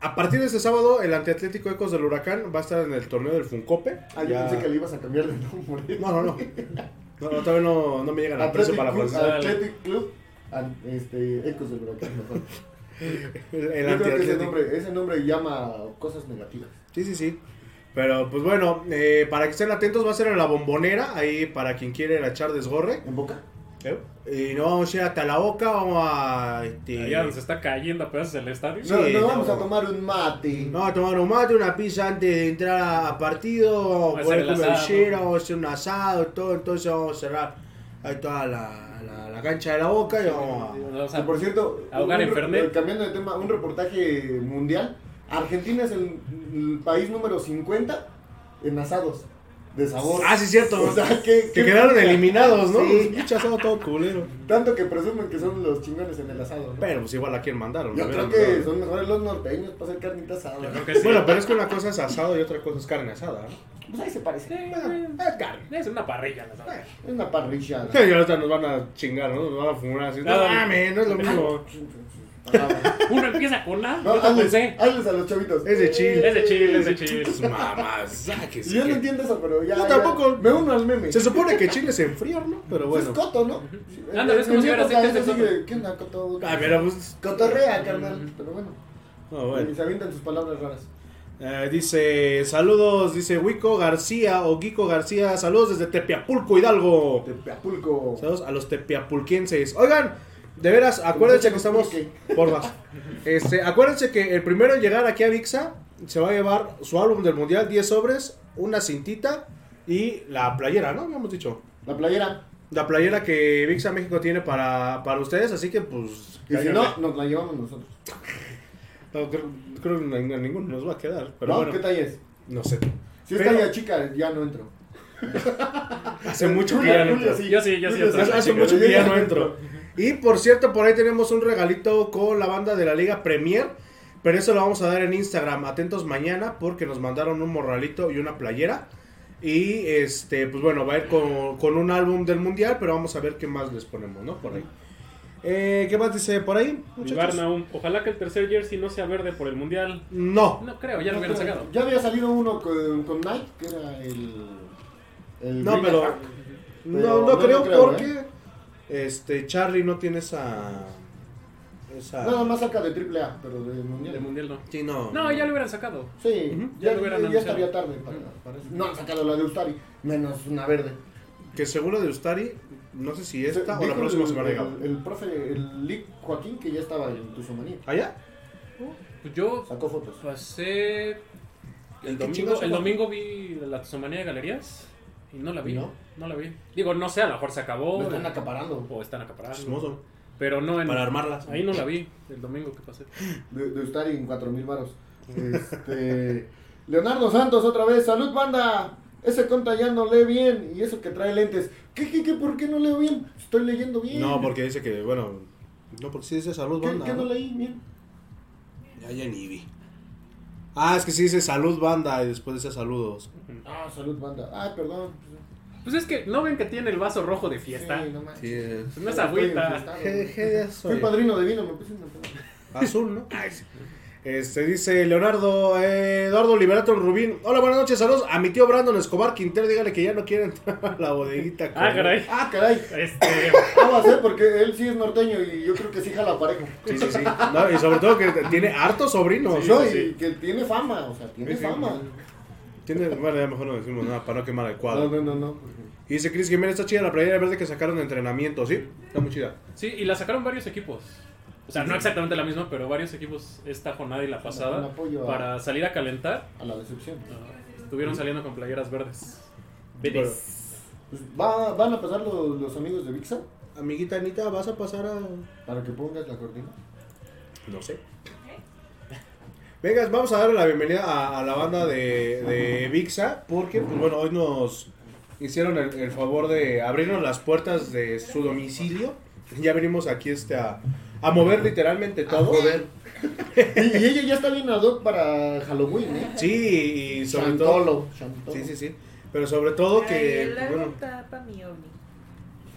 [SPEAKER 1] A partir de este sábado, el antiatlético Ecos del Huracán va a estar en el torneo del Funcope.
[SPEAKER 2] Ah, yo
[SPEAKER 1] Ya-
[SPEAKER 2] pensé que le ibas a cambiar de nombre.
[SPEAKER 1] No, no, no. No, no, todavía no, no me llegan al precio
[SPEAKER 2] Athletic,
[SPEAKER 1] para
[SPEAKER 2] Club,
[SPEAKER 1] Francisco.
[SPEAKER 2] Athletic Club, an- este, Ecos del Huracán. mejor.
[SPEAKER 1] El, el
[SPEAKER 2] Yo creo que ese
[SPEAKER 1] antiatlético.
[SPEAKER 2] nombre, ese nombre llama cosas negativas.
[SPEAKER 1] Sí, sí, sí. Pero pues bueno, eh, para que estén atentos va a ser en la bombonera, ahí para quien quiere ir a echar desgorre.
[SPEAKER 2] ¿En boca?
[SPEAKER 1] ¿Eh? Y no vamos a ir hasta la boca, vamos a... este,
[SPEAKER 3] Allá donde se está cayendo a pedazos el estadio.
[SPEAKER 1] Sí,
[SPEAKER 2] no, no
[SPEAKER 1] no.
[SPEAKER 2] vamos a tomar un mate.
[SPEAKER 1] vamos a tomar un mate, una pizza antes de entrar a, a partido, vamos
[SPEAKER 3] a
[SPEAKER 1] a
[SPEAKER 3] hacer
[SPEAKER 1] poder
[SPEAKER 3] el
[SPEAKER 1] comer
[SPEAKER 3] asado.
[SPEAKER 1] chera, vamos a hacer un asado, todo, entonces vamos a cerrar ahí toda la, la- la cancha de la boca y vamos a...
[SPEAKER 3] O sea,
[SPEAKER 2] Que, por cierto,
[SPEAKER 3] ahogar
[SPEAKER 2] un
[SPEAKER 3] en
[SPEAKER 2] re-
[SPEAKER 3] Fernet.
[SPEAKER 2] cambiando de tema, un reportaje mundial. Argentina es el, el país número 50 en asados de sabor.
[SPEAKER 1] Ah, sí, cierto.
[SPEAKER 2] O sea, que,
[SPEAKER 1] Que quedaron eliminados, ¿no? Sí, pinche asado todo culero.
[SPEAKER 2] Tanto que presumen que son los chingones en el asado. ¿no?
[SPEAKER 1] Pero pues igual a quién mandaron.
[SPEAKER 2] Yo
[SPEAKER 1] ¿no?
[SPEAKER 2] creo que son mejores los norteños para hacer carnita asada.
[SPEAKER 3] yo creo que sí.
[SPEAKER 1] Bueno, pero es que una cosa es asado y otra cosa es carne asada. ¿no?
[SPEAKER 2] Pues ahí se parece.
[SPEAKER 1] Bueno, es carne.
[SPEAKER 3] Es una parrilla, la
[SPEAKER 1] Bueno.
[SPEAKER 3] sabes.
[SPEAKER 2] Es una parrilla.
[SPEAKER 1] Y ahorita nos van a chingar, ¿no? Nos van a fumar así. No
[SPEAKER 3] Nada.
[SPEAKER 1] mames, no es lo mismo.
[SPEAKER 3] Uno empieza con A,
[SPEAKER 2] No,
[SPEAKER 3] yo te
[SPEAKER 2] hazles,
[SPEAKER 3] pensé.
[SPEAKER 2] hazles a los chavitos.
[SPEAKER 1] Es de chill.
[SPEAKER 3] Es de chill, es de chill.
[SPEAKER 1] Mamás,
[SPEAKER 2] Y yo no entiendo eso, pero ya.
[SPEAKER 1] Yo
[SPEAKER 2] ya-
[SPEAKER 1] tampoco.
[SPEAKER 2] me uno al meme.
[SPEAKER 1] Se supone que chile es enfriar, ¿no? Pero
[SPEAKER 2] Pues
[SPEAKER 1] bueno.
[SPEAKER 2] es coto, ¿no?
[SPEAKER 3] Ándale, es como
[SPEAKER 2] Mi
[SPEAKER 3] si
[SPEAKER 2] viejo
[SPEAKER 3] fuera aceite
[SPEAKER 2] también
[SPEAKER 3] de
[SPEAKER 2] así de, ¿Qué onda, coto?
[SPEAKER 1] Ah, pero pues.
[SPEAKER 2] Cotorrea, carnal. Pero bueno,
[SPEAKER 1] No,
[SPEAKER 2] y
[SPEAKER 1] bueno.
[SPEAKER 2] se avientan sus palabras raras.
[SPEAKER 1] Eh, dice, saludos, dice Wico García o Guico García, saludos desde Tepiapulco, Hidalgo.
[SPEAKER 2] Tepeapulco.
[SPEAKER 1] Saludos a los tepiapulquenses. Oigan, de veras, acuérdense que estamos.
[SPEAKER 2] Tepiapulque.
[SPEAKER 1] Porfa. Este, acuérdense que el primero en llegar aquí a Vixa se va a llevar su álbum del mundial, 10 sobres, una cintita y la playera, ¿no? Habíamos dicho.
[SPEAKER 2] La playera.
[SPEAKER 1] La playera que Vixa México tiene para, para ustedes, así que pues.
[SPEAKER 2] Y si
[SPEAKER 1] cáiganle.
[SPEAKER 2] no, nos la llevamos nosotros.
[SPEAKER 1] No, creo, creo que a ninguno nos va a quedar. Pero
[SPEAKER 2] ¿No?
[SPEAKER 1] bueno,
[SPEAKER 2] ¿Qué talla es?
[SPEAKER 1] no sé.
[SPEAKER 2] Si
[SPEAKER 1] Pero-
[SPEAKER 2] es talla chica, ya no entro.
[SPEAKER 1] Hace mucho que
[SPEAKER 2] Julia,
[SPEAKER 1] ya no
[SPEAKER 2] Julia,
[SPEAKER 1] entro.
[SPEAKER 3] Yo sí, yo sí,
[SPEAKER 2] Julia,
[SPEAKER 3] otra
[SPEAKER 1] Hace,
[SPEAKER 3] vez,
[SPEAKER 1] hace
[SPEAKER 3] chicos.
[SPEAKER 1] mucho que ya no entro. Y por cierto, por ahí tenemos un regalito con la banda de la Liga Premier. Pero eso lo vamos a dar en Instagram. Atentos mañana porque nos mandaron un morralito y una playera. Y este, pues bueno, va a ir con, con un álbum del mundial. Pero vamos a ver qué más les ponemos, ¿no? Por ahí. Eh, ¿Qué más dice por ahí? muchachos?
[SPEAKER 3] Barnaum, ojalá que el tercer jersey no sea verde por el mundial.
[SPEAKER 1] No.
[SPEAKER 3] No creo, ya lo hubieran sacado.
[SPEAKER 2] Ya había salido uno con, con Nike, que era el. el
[SPEAKER 1] No,
[SPEAKER 2] Green
[SPEAKER 1] pero.
[SPEAKER 2] Attack.
[SPEAKER 1] No,
[SPEAKER 2] Pero
[SPEAKER 1] no,
[SPEAKER 2] no lo
[SPEAKER 1] creo,
[SPEAKER 2] creo,
[SPEAKER 1] porque. Este, Charlie no tiene esa. Esa.
[SPEAKER 2] Nada más saca de triple A, pero de mundial.
[SPEAKER 3] El mundial no.
[SPEAKER 1] Sí, no.
[SPEAKER 3] No, ya lo hubieran sacado.
[SPEAKER 2] Sí,
[SPEAKER 1] Ujú.
[SPEAKER 2] ya,
[SPEAKER 3] Ya lo hubieran
[SPEAKER 2] ya
[SPEAKER 3] anunciado.
[SPEAKER 2] estaría tarde para, para eso. No han sacado la de Ustari, menos una verde.
[SPEAKER 1] Que seguro de Ustari, no sé si esta o
[SPEAKER 2] Dijo
[SPEAKER 1] la próxima
[SPEAKER 2] el,
[SPEAKER 1] semana llega.
[SPEAKER 2] el, el profe, el Lick Joaquín, que ya estaba en Tuzomanía.
[SPEAKER 1] ¿Allá?
[SPEAKER 3] Pues yo
[SPEAKER 2] Sacó fotos.
[SPEAKER 3] pasé.
[SPEAKER 1] ¿Qué
[SPEAKER 3] El domingo,
[SPEAKER 1] chingados
[SPEAKER 3] el
[SPEAKER 1] fue?
[SPEAKER 3] domingo vi la Tusomanía de Galerías y no la vi.
[SPEAKER 2] ¿No?
[SPEAKER 3] ¿No? la vi. Digo, no sé, a lo mejor se acabó.
[SPEAKER 2] Lo están acaparando.
[SPEAKER 3] O están acaparados.
[SPEAKER 1] Chismoso.
[SPEAKER 3] Pero no en.
[SPEAKER 1] Para armarlas.
[SPEAKER 3] Ahí no la vi el domingo que pasé.
[SPEAKER 2] De, de Ustari en 4000 varos. Este, Leonardo Santos otra vez. ¡Salud, banda! Ese conta ya no lee bien. Y eso que trae lentes. ¿Qué, qué, qué? ¿Por qué no leo bien? Estoy leyendo bien.
[SPEAKER 1] No, porque dice que, bueno. No, porque sí dice salud
[SPEAKER 2] ¿Qué,
[SPEAKER 1] banda.
[SPEAKER 2] qué no
[SPEAKER 1] ¿no?
[SPEAKER 2] leí bien?
[SPEAKER 1] Ya, ya ni vi. Ah, es que sí dice salud banda y después dice saludos.
[SPEAKER 2] Ah, salud, banda. Ah, perdón.
[SPEAKER 3] Pues es que no ven que tiene el vaso rojo de fiesta.
[SPEAKER 2] Sí, no manches.
[SPEAKER 1] Sí. eh.
[SPEAKER 3] Pues no es
[SPEAKER 2] Estoy
[SPEAKER 3] agüita.
[SPEAKER 2] enfiestado.
[SPEAKER 1] Je- je de
[SPEAKER 2] Fui
[SPEAKER 1] soy.
[SPEAKER 2] padrino de vino, me puse una peda.
[SPEAKER 1] Azul, ¿no? Este dice Leonardo, eh, Eduardo Liberato Rubín. Hola, buenas noches, saludos a mi tío Brandon Escobar Quintero. Dígale que ya no quiere entrar a la bodeguita.
[SPEAKER 3] Ah, caray.
[SPEAKER 2] Ah, caray.
[SPEAKER 3] Este.
[SPEAKER 2] Ah, va a ser porque él sí es norteño y yo creo que sí jala parejo.
[SPEAKER 1] Sí, sí, sí. No, y sobre todo que tiene hartos sobrinos.
[SPEAKER 2] no,
[SPEAKER 1] ¿no?
[SPEAKER 2] y que tiene fama, o sea, tiene
[SPEAKER 1] Sí, sí.
[SPEAKER 2] fama.
[SPEAKER 1] Tiene, bueno, ya mejor no decimos nada para no quemar el cuadro.
[SPEAKER 2] No, no, no, no.
[SPEAKER 1] Y dice Chris Jiménez, está chida la playera verde que sacaron de entrenamiento, ¿sí? Está muy chida.
[SPEAKER 3] Sí, y la sacaron varios equipos. O sea, no exactamente la misma, pero varios equipos esta jornada y la
[SPEAKER 2] Un
[SPEAKER 3] pasada
[SPEAKER 1] ¿ah?
[SPEAKER 2] apoyo a-
[SPEAKER 3] para salir a calentar.
[SPEAKER 2] A la decepción.
[SPEAKER 3] Estuvieron saliendo con playeras verdes.
[SPEAKER 1] Verdes.
[SPEAKER 2] Pues va, van a pasar los, los amigos de Vixa
[SPEAKER 1] Amiguita Anita, ¿vas a pasar a...?
[SPEAKER 2] para que pongas la cortina.
[SPEAKER 1] No sé. Venga, vamos a darle la bienvenida a, a la banda de, de Vixa, porque, pues bueno, hoy nos hicieron el, el favor de abrirnos las puertas de su domicilio. Ya venimos aquí este a, a mover literalmente todo.
[SPEAKER 2] Y, y ella ya está bien ad hoc para Halloween, ¿eh?
[SPEAKER 1] Sí, y sobre todo...
[SPEAKER 2] Chantolo. Chantolo.
[SPEAKER 1] Sí, sí, sí. Pero sobre todo que... pues
[SPEAKER 4] El
[SPEAKER 1] bueno,
[SPEAKER 4] árbol tapa mi ovni.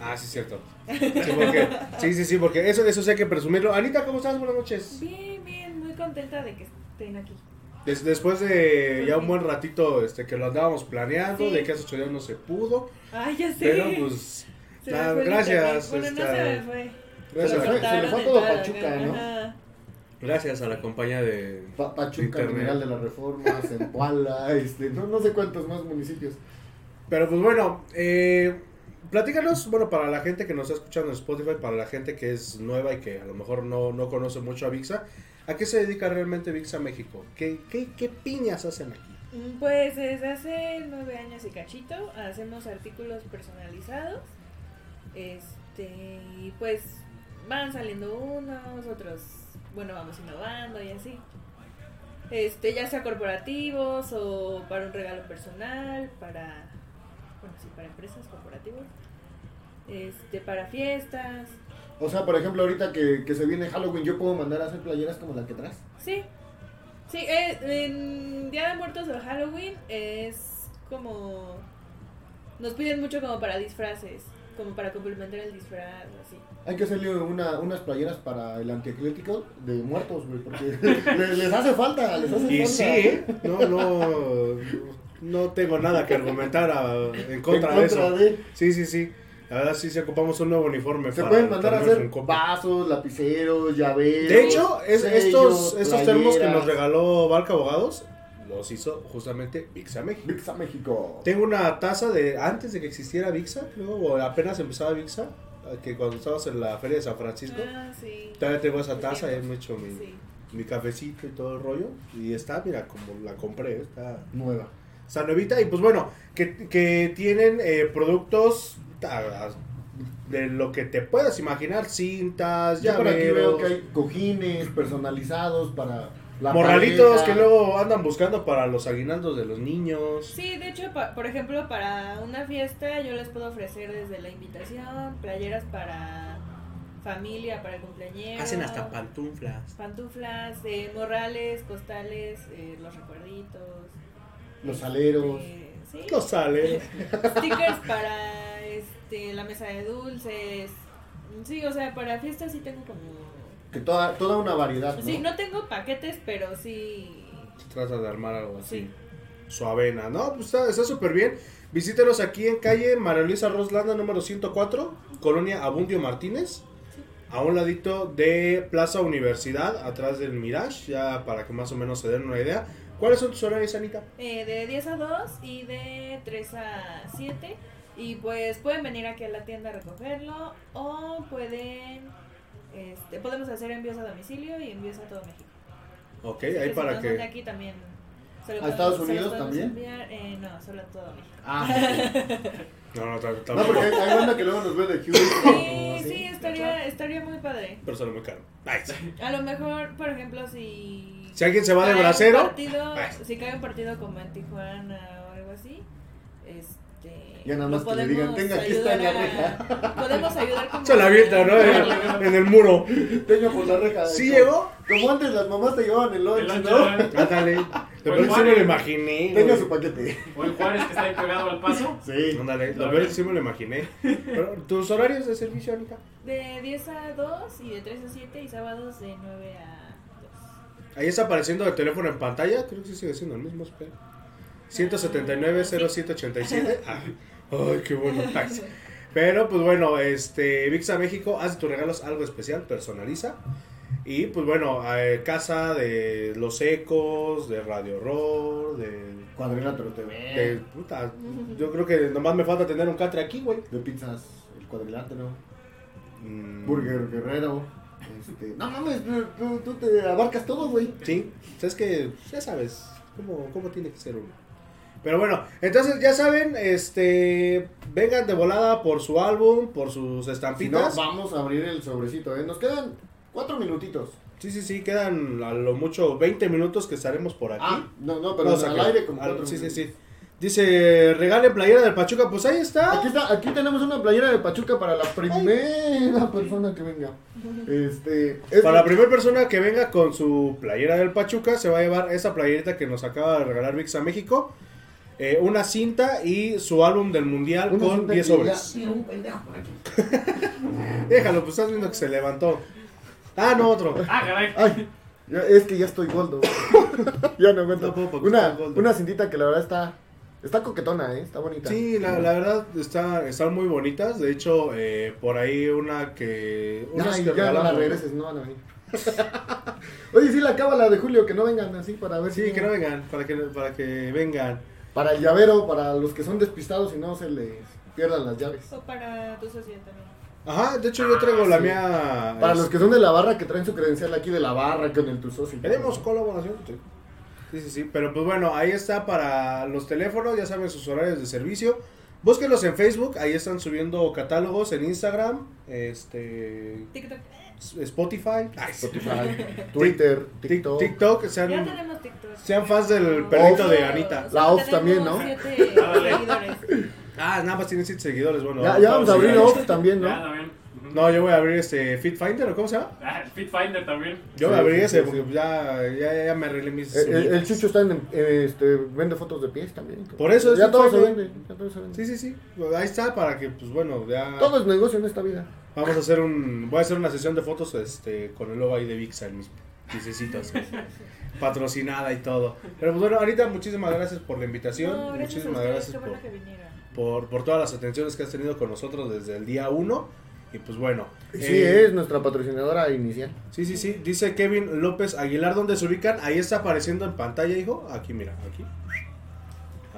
[SPEAKER 1] Ah, sí, cierto. Sí, porque, sí, sí, sí, porque eso, eso sí hay que presumirlo. Anita, ¿cómo estás? Buenas noches.
[SPEAKER 4] Bien, bien, muy contenta de que estén aquí.
[SPEAKER 1] Des- después de ya un buen ratito este, que lo andábamos planeando,
[SPEAKER 4] Sí.
[SPEAKER 1] de que hace ocho días no se pudo,
[SPEAKER 4] Ay, ya sé.
[SPEAKER 1] pero pues,
[SPEAKER 4] Se me
[SPEAKER 1] nada,
[SPEAKER 4] fue el
[SPEAKER 1] gracias,
[SPEAKER 4] internet. Bueno, no
[SPEAKER 1] esta-
[SPEAKER 4] se me fue.
[SPEAKER 1] gracias,
[SPEAKER 2] este, Se
[SPEAKER 1] a
[SPEAKER 2] le
[SPEAKER 1] la,
[SPEAKER 2] fue-
[SPEAKER 4] cortaron
[SPEAKER 2] todo
[SPEAKER 4] el
[SPEAKER 2] Pachuca,
[SPEAKER 4] tarot,
[SPEAKER 2] ¿no?
[SPEAKER 4] ajá.
[SPEAKER 1] gracias a la compañía de...
[SPEAKER 2] Pa- Pachuca,
[SPEAKER 1] Internet.
[SPEAKER 2] Mineral de la Reforma, Zempoala, este, no, no sé cuántos más municipios.
[SPEAKER 1] Pero pues bueno, eh, platícanos, bueno, para la gente que nos está escuchando en Spotify, para la gente que es nueva y que a lo mejor no, no conoce mucho a VIXA, ¿a qué se dedica realmente VIXA México? ¿Qué, qué, qué piñas hacen aquí?
[SPEAKER 4] Mm, Pues desde hace nueve años y cachito hacemos artículos personalizados. Este, y pues van saliendo unos, otros, bueno, vamos innovando y así. Este, ya sea corporativos o para un regalo personal, para, bueno, sí, para empresas corporativos. Este, para fiestas.
[SPEAKER 2] O sea, por ejemplo, ahorita que, que se viene Halloween, yo puedo mandar a hacer playeras como la que traes.
[SPEAKER 4] Sí. Sí, eh, en Día de Muertos o Halloween es como... Nos piden mucho como para disfraces, como para complementar el disfraz, así.
[SPEAKER 2] Hay que hacerle una, unas playeras para el antieclético de muertos, güey, porque les, les hace falta, les hace
[SPEAKER 1] Y
[SPEAKER 2] falta.
[SPEAKER 1] sí, ¿eh? no, no, no tengo nada que argumentar a- en,
[SPEAKER 2] En
[SPEAKER 1] contra de eso.
[SPEAKER 2] de-
[SPEAKER 1] Sí, sí, sí. La verdad sí, sí ocupamos un nuevo uniforme.
[SPEAKER 2] Se
[SPEAKER 1] para
[SPEAKER 2] pueden mandar a
[SPEAKER 1] torneos
[SPEAKER 2] hacer
[SPEAKER 1] en copa.
[SPEAKER 2] vasos, lapiceros, llaveros.
[SPEAKER 1] De hecho, es-
[SPEAKER 2] sellos,
[SPEAKER 1] estos, estos termos que
[SPEAKER 2] playeras.
[SPEAKER 1] nos regaló Barca Abogados, los hizo justamente Vixa México.
[SPEAKER 2] Vixa México.
[SPEAKER 1] Tengo una taza de antes de que existiera Vixa, creo, o apenas empezaba Vixa, que cuando estabas en la feria de San Francisco,
[SPEAKER 4] Ah, sí.
[SPEAKER 1] todavía tengo esa taza, he hecho mi,
[SPEAKER 4] Sí.
[SPEAKER 1] mi cafecito y todo el rollo, y está, mira, como la compré, está,
[SPEAKER 2] Nueva.
[SPEAKER 1] está nuevita, y pues bueno, que, que tienen eh, productos ta- de lo que te puedas imaginar, cintas,
[SPEAKER 2] Yo por aquí veo que
[SPEAKER 1] llaveros,
[SPEAKER 2] hay cojines personalizados para la
[SPEAKER 1] morralitos
[SPEAKER 2] pareja.
[SPEAKER 1] que luego andan buscando para los aguinaldos de los niños.
[SPEAKER 4] Sí, de hecho, pa- por ejemplo, para una fiesta yo les puedo ofrecer desde la invitación, playeras para familia, para cumpleaños.
[SPEAKER 1] pantuflas.
[SPEAKER 4] Pantuflas, eh, morrales, costales, eh, los recuerditos.
[SPEAKER 2] Los aleros.
[SPEAKER 4] eh, sí.
[SPEAKER 1] No sale.
[SPEAKER 4] Stickers para este, la mesa de dulces. Sí, o sea, para fiestas sí tengo como... pues
[SPEAKER 2] Que toda, toda una variedad, ¿no?
[SPEAKER 4] Sí, no tengo paquetes, pero sí...
[SPEAKER 1] Trata de armar algo así.
[SPEAKER 4] Sí.
[SPEAKER 1] su avena. No, pues está está súper bien. Visítenos aquí en calle María Luisa Roslanda, número 104, Colonia Abundio Martínez. A un ladito de Plaza Universidad, atrás del Mirage, ya para que más o menos se den una idea. ¿Cuáles son tus horarios, Anita?
[SPEAKER 4] eh, de 10 a 2 y de 3 a 7. Y pues pueden venir aquí a la tienda a recogerlo o pueden... Este, podemos hacer envíos a domicilio y envíos a todo México.
[SPEAKER 1] Ok,
[SPEAKER 4] Así
[SPEAKER 1] ahí
[SPEAKER 4] que
[SPEAKER 1] para
[SPEAKER 4] si no son de
[SPEAKER 1] que...
[SPEAKER 4] aquí también. se lo
[SPEAKER 2] ¿A Estados
[SPEAKER 4] podemos- se lo
[SPEAKER 2] Unidos
[SPEAKER 4] podemos
[SPEAKER 2] también?
[SPEAKER 4] enviar, eh, no, solo a todo México.
[SPEAKER 2] Ah,
[SPEAKER 1] No, no, tam-
[SPEAKER 2] no,
[SPEAKER 1] tampoco.
[SPEAKER 2] porque hay, hay banda que luego nos ve de Hughes. Oh,
[SPEAKER 4] Sí, sí, estaría, estaría muy padre.
[SPEAKER 1] Pero sale muy caro. Ay, sí.
[SPEAKER 4] A lo mejor, por ejemplo, si...
[SPEAKER 1] Si alguien se va de
[SPEAKER 4] cae un
[SPEAKER 1] bracero,
[SPEAKER 4] partido-
[SPEAKER 1] Ay.
[SPEAKER 4] si cae un partido como en Tijuana o algo así, este...
[SPEAKER 2] Ya nada
[SPEAKER 4] lo
[SPEAKER 2] más que le digan,
[SPEAKER 4] podemos
[SPEAKER 2] "Tenga, aquí está
[SPEAKER 4] ayudar
[SPEAKER 2] en la
[SPEAKER 4] a- Podemos ayudar con...
[SPEAKER 1] se la avienta, ¿no? En, en el muro.
[SPEAKER 2] Tengo por la reja.
[SPEAKER 1] ¿Sí
[SPEAKER 2] Como-
[SPEAKER 1] llegó?
[SPEAKER 2] Como antes las mamás te llevaban el
[SPEAKER 5] El
[SPEAKER 2] lunch,
[SPEAKER 5] ancho
[SPEAKER 2] ¿no?
[SPEAKER 5] era-
[SPEAKER 1] Ándale. De
[SPEAKER 5] Pues,
[SPEAKER 1] pronto sí
[SPEAKER 5] Juan.
[SPEAKER 1] me lo imaginé.
[SPEAKER 2] Tenga
[SPEAKER 1] güey.
[SPEAKER 2] su paquete.
[SPEAKER 5] O el Juárez que está ahí pegado al paso.
[SPEAKER 2] Sí.
[SPEAKER 1] Ándale, la verdad sí me lo imaginé. Pero, ¿Tus horarios de servicio, Anita?
[SPEAKER 4] De 10 a 2 y de 3 a 7 y sábados de 9 a 2.
[SPEAKER 1] Ahí está apareciendo el teléfono en pantalla. Creo que sí sigue siendo el mismo, espera. 179-0787. Ah, ay, qué bueno. Ay. Pero, pues bueno, este, Vixa México hace tus regalos algo especial, personaliza. Y, pues bueno, eh, casa de Los Ecos, de Radio Horror, de...
[SPEAKER 2] Cuadrilátero TV.
[SPEAKER 1] de-
[SPEAKER 2] De,
[SPEAKER 1] puta, yo creo que nomás me falta tener un catre aquí, güey.
[SPEAKER 2] pizzas, el cuadrilátero.
[SPEAKER 1] Mm,
[SPEAKER 2] Burger Guerrero. Este, no mames, tú, tú- tú te abarcas todo, güey.
[SPEAKER 1] Sí, es que ya sabes cómo, cómo tiene que ser uno. Pero bueno, entonces ya saben, este vengan de volada por su álbum, por sus
[SPEAKER 2] Si no,
[SPEAKER 1] estampitas.
[SPEAKER 2] vamos a abrir el sobrecito, ¿eh? Nos quedan cuatro minutitos.
[SPEAKER 1] sí, sí, sí, quedan a lo mucho 20 minutos que estaremos por aquí.
[SPEAKER 2] Ah, no, no, pero
[SPEAKER 1] No, o sea
[SPEAKER 2] al
[SPEAKER 1] que-
[SPEAKER 2] aire como
[SPEAKER 1] al-
[SPEAKER 2] cuatro
[SPEAKER 1] Sí, sí,
[SPEAKER 2] minutos.
[SPEAKER 1] sí. Dice, regale playera del Pachuca, pues ahí está.
[SPEAKER 2] Aquí está, aquí tenemos una playera de Pachuca para la primera persona que venga. Este, es-
[SPEAKER 1] Para la primera persona que venga con su playera del Pachuca, se va a llevar esa playerita que nos acaba de regalar Vix a México, eh, una cinta y su álbum del Mundial
[SPEAKER 2] una
[SPEAKER 1] con
[SPEAKER 2] cinta
[SPEAKER 1] 10
[SPEAKER 2] que
[SPEAKER 1] sobres.
[SPEAKER 2] ya tiene un pendejo por aquí.
[SPEAKER 1] Déjalo, pues estás viendo que se levantó. Ah, no, otro.
[SPEAKER 5] Ah, caray.
[SPEAKER 2] Ay, ya- es que ya estoy gordo. ya no aguanto.
[SPEAKER 1] No puedo porque
[SPEAKER 2] una,
[SPEAKER 1] estoy gordo.
[SPEAKER 2] una cintita que la verdad está está coquetona, ¿eh? Está bonita.
[SPEAKER 1] Sí, la, la verdad está, están muy bonitas. De hecho, eh, por ahí una que. Unas
[SPEAKER 2] Ay,
[SPEAKER 1] que
[SPEAKER 2] ya no la
[SPEAKER 1] regalamos.
[SPEAKER 2] regreses, no van a venir. Oye, sí, la acaba la de Julio, que no vengan así para ver
[SPEAKER 1] Sí, que no vengan, para que, para que vengan.
[SPEAKER 2] Para el llavero, para los que son despistados y no se les pierdan las llaves.
[SPEAKER 4] O para tu sociedad también.
[SPEAKER 1] Ajá, de hecho yo traigo la
[SPEAKER 2] sí.
[SPEAKER 1] mía. este,
[SPEAKER 2] Para
[SPEAKER 1] es-
[SPEAKER 2] los que son de la barra, que traen su credencial aquí de la barra con el tu socio.
[SPEAKER 1] Tenemos colaboración. sí. Sí, sí, sí. Pero pues bueno, ahí está para los teléfonos, ya saben sus horarios de servicio. Búsquenlos en Facebook, ahí están subiendo catálogos, en Instagram, este
[SPEAKER 4] TikTok.
[SPEAKER 1] Spotify, ay,
[SPEAKER 2] Spotify, Twitter, TikTok.
[SPEAKER 1] TikTok, se han-
[SPEAKER 4] Ya tenemos TikTok.
[SPEAKER 1] Sean fans del perrito
[SPEAKER 2] Off.
[SPEAKER 1] de Anita.
[SPEAKER 2] La off también, ¿no?
[SPEAKER 4] Siete
[SPEAKER 5] Ah, vale.
[SPEAKER 4] seguidores.
[SPEAKER 1] Ah, nada más tienen 7 seguidores. Bueno,
[SPEAKER 2] Ya, ya vamos a abrir
[SPEAKER 1] sí,
[SPEAKER 2] off también,
[SPEAKER 5] Ya,
[SPEAKER 3] Ah,
[SPEAKER 2] ¿no?
[SPEAKER 5] también. Ujú.
[SPEAKER 1] No, yo voy a abrir este Fit Finder o cómo se llama.
[SPEAKER 5] Ah, Fit Finder también.
[SPEAKER 1] Yo
[SPEAKER 2] Sí,
[SPEAKER 1] voy a abrir
[SPEAKER 2] sí,
[SPEAKER 1] ese
[SPEAKER 2] sí,
[SPEAKER 1] porque
[SPEAKER 2] sí.
[SPEAKER 1] ya, ya, ya me arreglé mis.
[SPEAKER 2] El, el- el
[SPEAKER 1] uñitas.
[SPEAKER 2] Chucho está en, eh, este, vende fotos de pies también.
[SPEAKER 1] Por eso es
[SPEAKER 2] ya
[SPEAKER 1] un
[SPEAKER 2] todo se
[SPEAKER 1] juego.
[SPEAKER 2] vende. Ya todo se vende.
[SPEAKER 1] Sí, sí, sí. Pues Ahí está para que, pues bueno, ya.
[SPEAKER 2] Todo es negocio en esta vida.
[SPEAKER 1] Vamos a hacer un. Voy a hacer una sesión de fotos este, con el logo ahí de Vixa en mis piececitos. patrocinada y todo. Pero pues bueno, ahorita muchísimas gracias por la invitación.
[SPEAKER 4] No, gracias a
[SPEAKER 1] muchísimas
[SPEAKER 4] ustedes,
[SPEAKER 1] gracias
[SPEAKER 4] qué
[SPEAKER 1] por,
[SPEAKER 4] bueno que vinieron.
[SPEAKER 1] por, por todas las atenciones que has tenido con nosotros desde el día 1. Y pues bueno.
[SPEAKER 2] Sí,
[SPEAKER 1] eh,
[SPEAKER 2] es nuestra patrocinadora inicial.
[SPEAKER 1] Sí, sí, sí. Dice Kevin López Aguilar, ¿dónde se ubican? Ahí está apareciendo en pantalla, hijo. Aquí, mira, aquí.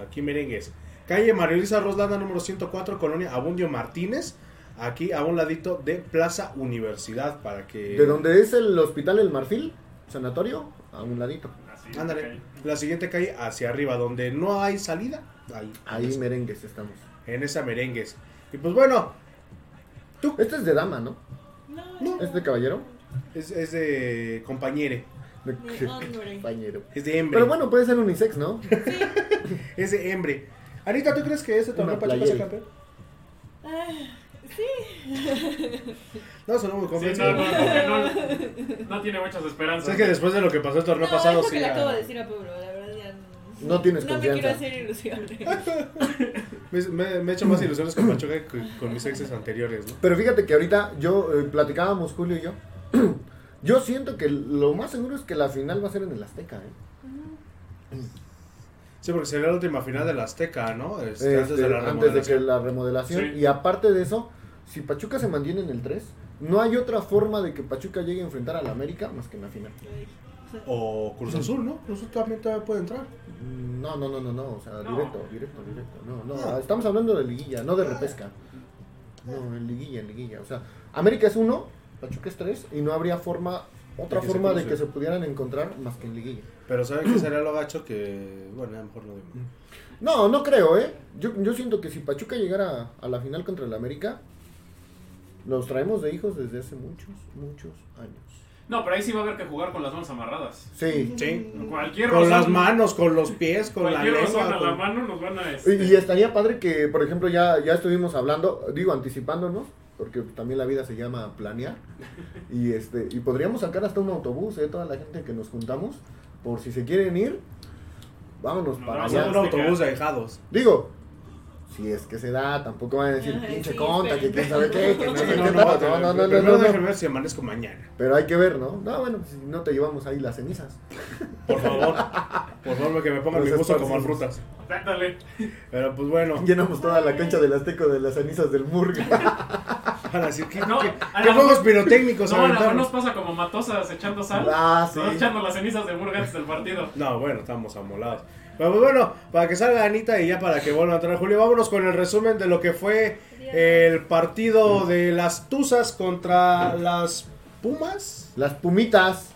[SPEAKER 1] Aquí, merengues. Calle Marielisa Roslanda, número 104, Colonia Abundio Martínez. Aquí, a un ladito de Plaza Universidad, para que...
[SPEAKER 2] De donde es el hospital El Marfil, sanatorio, a un ladito.
[SPEAKER 5] Así,
[SPEAKER 1] Ándale.
[SPEAKER 5] ok.
[SPEAKER 1] La siguiente calle, hacia arriba, donde no hay salida. Ahí.
[SPEAKER 2] Ahí merengues estamos.
[SPEAKER 1] En esa merengues. Y pues bueno,
[SPEAKER 2] Este es de dama, ¿no? Este
[SPEAKER 4] No,
[SPEAKER 1] No.
[SPEAKER 2] ¿Es de caballero?
[SPEAKER 1] es, es de compañere.
[SPEAKER 2] De
[SPEAKER 4] De hombre.
[SPEAKER 2] compañero.
[SPEAKER 1] Es de hembre.
[SPEAKER 2] Pero bueno, puede ser unisex, ¿no?
[SPEAKER 4] Sí.
[SPEAKER 1] Es de hembre. Anita, ¿tú crees que ese torneo
[SPEAKER 2] Una
[SPEAKER 1] Pachuca sea
[SPEAKER 2] playera.
[SPEAKER 1] campeón?
[SPEAKER 4] Ah,
[SPEAKER 1] No, sonó muy
[SPEAKER 5] Sí,
[SPEAKER 1] convencido.
[SPEAKER 5] no, no, como que no, no tiene muchas
[SPEAKER 1] O sea,
[SPEAKER 5] esperanzas.
[SPEAKER 1] es que después de lo que pasó el torneo pasado,
[SPEAKER 4] es lo
[SPEAKER 1] sí.
[SPEAKER 4] que le
[SPEAKER 1] ya-
[SPEAKER 4] acabo de decir a Pablo, la verdad ya no.
[SPEAKER 2] No tienes
[SPEAKER 4] No me
[SPEAKER 2] confianza.
[SPEAKER 4] quiero hacer ilusiones.
[SPEAKER 1] Me, me- me he hecho más ilusiones con Pachuca que con, con mis exes anteriores, ¿no?
[SPEAKER 2] Pero fíjate que ahorita yo eh, platicábamos, Julio y yo. yo siento que lo más seguro es que la final va a ser en el Azteca, ¿eh?
[SPEAKER 1] Sí, porque sería la última final del Azteca, ¿no? Este,
[SPEAKER 2] Este,
[SPEAKER 1] antes de la
[SPEAKER 2] que
[SPEAKER 1] remodelación.
[SPEAKER 2] la remodelación.
[SPEAKER 5] Sí.
[SPEAKER 2] Y aparte de eso, si Pachuca se mantiene en el 3, no hay otra forma de que Pachuca llegue a enfrentar al América más que en la final.
[SPEAKER 1] O Cruz Azul, ¿no? Cruz Azul también todavía puede entrar.
[SPEAKER 2] Mm, No, no, no, no, no, o sea,
[SPEAKER 5] No.
[SPEAKER 2] directo, directo, directo. No, no,
[SPEAKER 1] No.
[SPEAKER 2] estamos hablando de liguilla, no de repesca. No, en liguilla, en liguilla. O sea, América es uno, Pachuca es tres, y no habría forma, otra
[SPEAKER 1] De que se
[SPEAKER 2] forma de
[SPEAKER 1] crucen.
[SPEAKER 2] que se pudieran encontrar más que en liguilla.
[SPEAKER 1] Pero ¿saben qué sería lo gacho? Que, bueno, a lo mejor no digo.
[SPEAKER 4] Mm.
[SPEAKER 2] No, no creo, ¿eh? Yo, yo siento que si Pachuca llegara a la final contra el América, los traemos de hijos desde hace muchos, muchos años.
[SPEAKER 5] No, pero ahí sí va a haber que jugar con las manos amarradas.
[SPEAKER 2] Sí.
[SPEAKER 1] Sí.
[SPEAKER 5] Cualquier
[SPEAKER 1] Mm. Con
[SPEAKER 5] rozón-
[SPEAKER 1] las manos, con los pies, con la
[SPEAKER 5] cualquier rozón
[SPEAKER 1] lengua.
[SPEAKER 5] a la
[SPEAKER 1] con-
[SPEAKER 5] mano nos van a.
[SPEAKER 2] Y,
[SPEAKER 5] este,
[SPEAKER 2] y estaría padre que, por ejemplo, ya, ya estuvimos hablando, digo, anticipándonos, porque también la vida se llama planear. Y este y podríamos sacar hasta un autobús, ¿eh? Toda la gente que nos juntamos, por si se quieren ir, vámonos
[SPEAKER 5] Nos
[SPEAKER 2] para
[SPEAKER 5] vamos
[SPEAKER 1] Allá
[SPEAKER 2] allá.
[SPEAKER 1] en un autobús de ahijados.
[SPEAKER 2] Digo, si es que se da, tampoco van a decir,
[SPEAKER 4] Ay,
[SPEAKER 2] pinche
[SPEAKER 4] sí,
[SPEAKER 2] conta, que
[SPEAKER 4] esperen.
[SPEAKER 2] quién sabe qué, que no sé
[SPEAKER 1] Sí,
[SPEAKER 2] qué
[SPEAKER 1] no, no,
[SPEAKER 2] tanto". no, no, no, no,
[SPEAKER 1] primero
[SPEAKER 2] no, no.
[SPEAKER 1] déjenme ver si amanezco mañana.
[SPEAKER 2] Pero hay que ver, ¿no? No, bueno, pues, si no te llevamos ahí las cenizas.
[SPEAKER 1] Por favor. Por favor, que me pongan
[SPEAKER 2] Los
[SPEAKER 1] mi gusto como
[SPEAKER 2] esparcimos.
[SPEAKER 1] frutas.
[SPEAKER 5] Ándale.
[SPEAKER 1] Pero pues bueno,
[SPEAKER 2] Llenamos toda la cancha del Azteco de las cenizas del Murga.
[SPEAKER 1] para decir que.
[SPEAKER 5] No,
[SPEAKER 1] que-
[SPEAKER 5] a
[SPEAKER 1] ¿Qué
[SPEAKER 5] lo
[SPEAKER 1] juegos
[SPEAKER 5] mejor-
[SPEAKER 1] pirotécnicos
[SPEAKER 5] No, a lo mejor
[SPEAKER 1] aventaron?
[SPEAKER 5] nos pasa como matosas echando sal.
[SPEAKER 2] ah,
[SPEAKER 5] Se
[SPEAKER 2] sí.
[SPEAKER 5] van echando las cenizas de burgers del partido.
[SPEAKER 1] No, bueno, estamos amolados. Pero pues bueno, para que salga Anita y ya para que vuelva a entrar Julio, vámonos con el resumen de lo que fue el partido de las Tuzas contra las Pumas.
[SPEAKER 2] Las pumitas.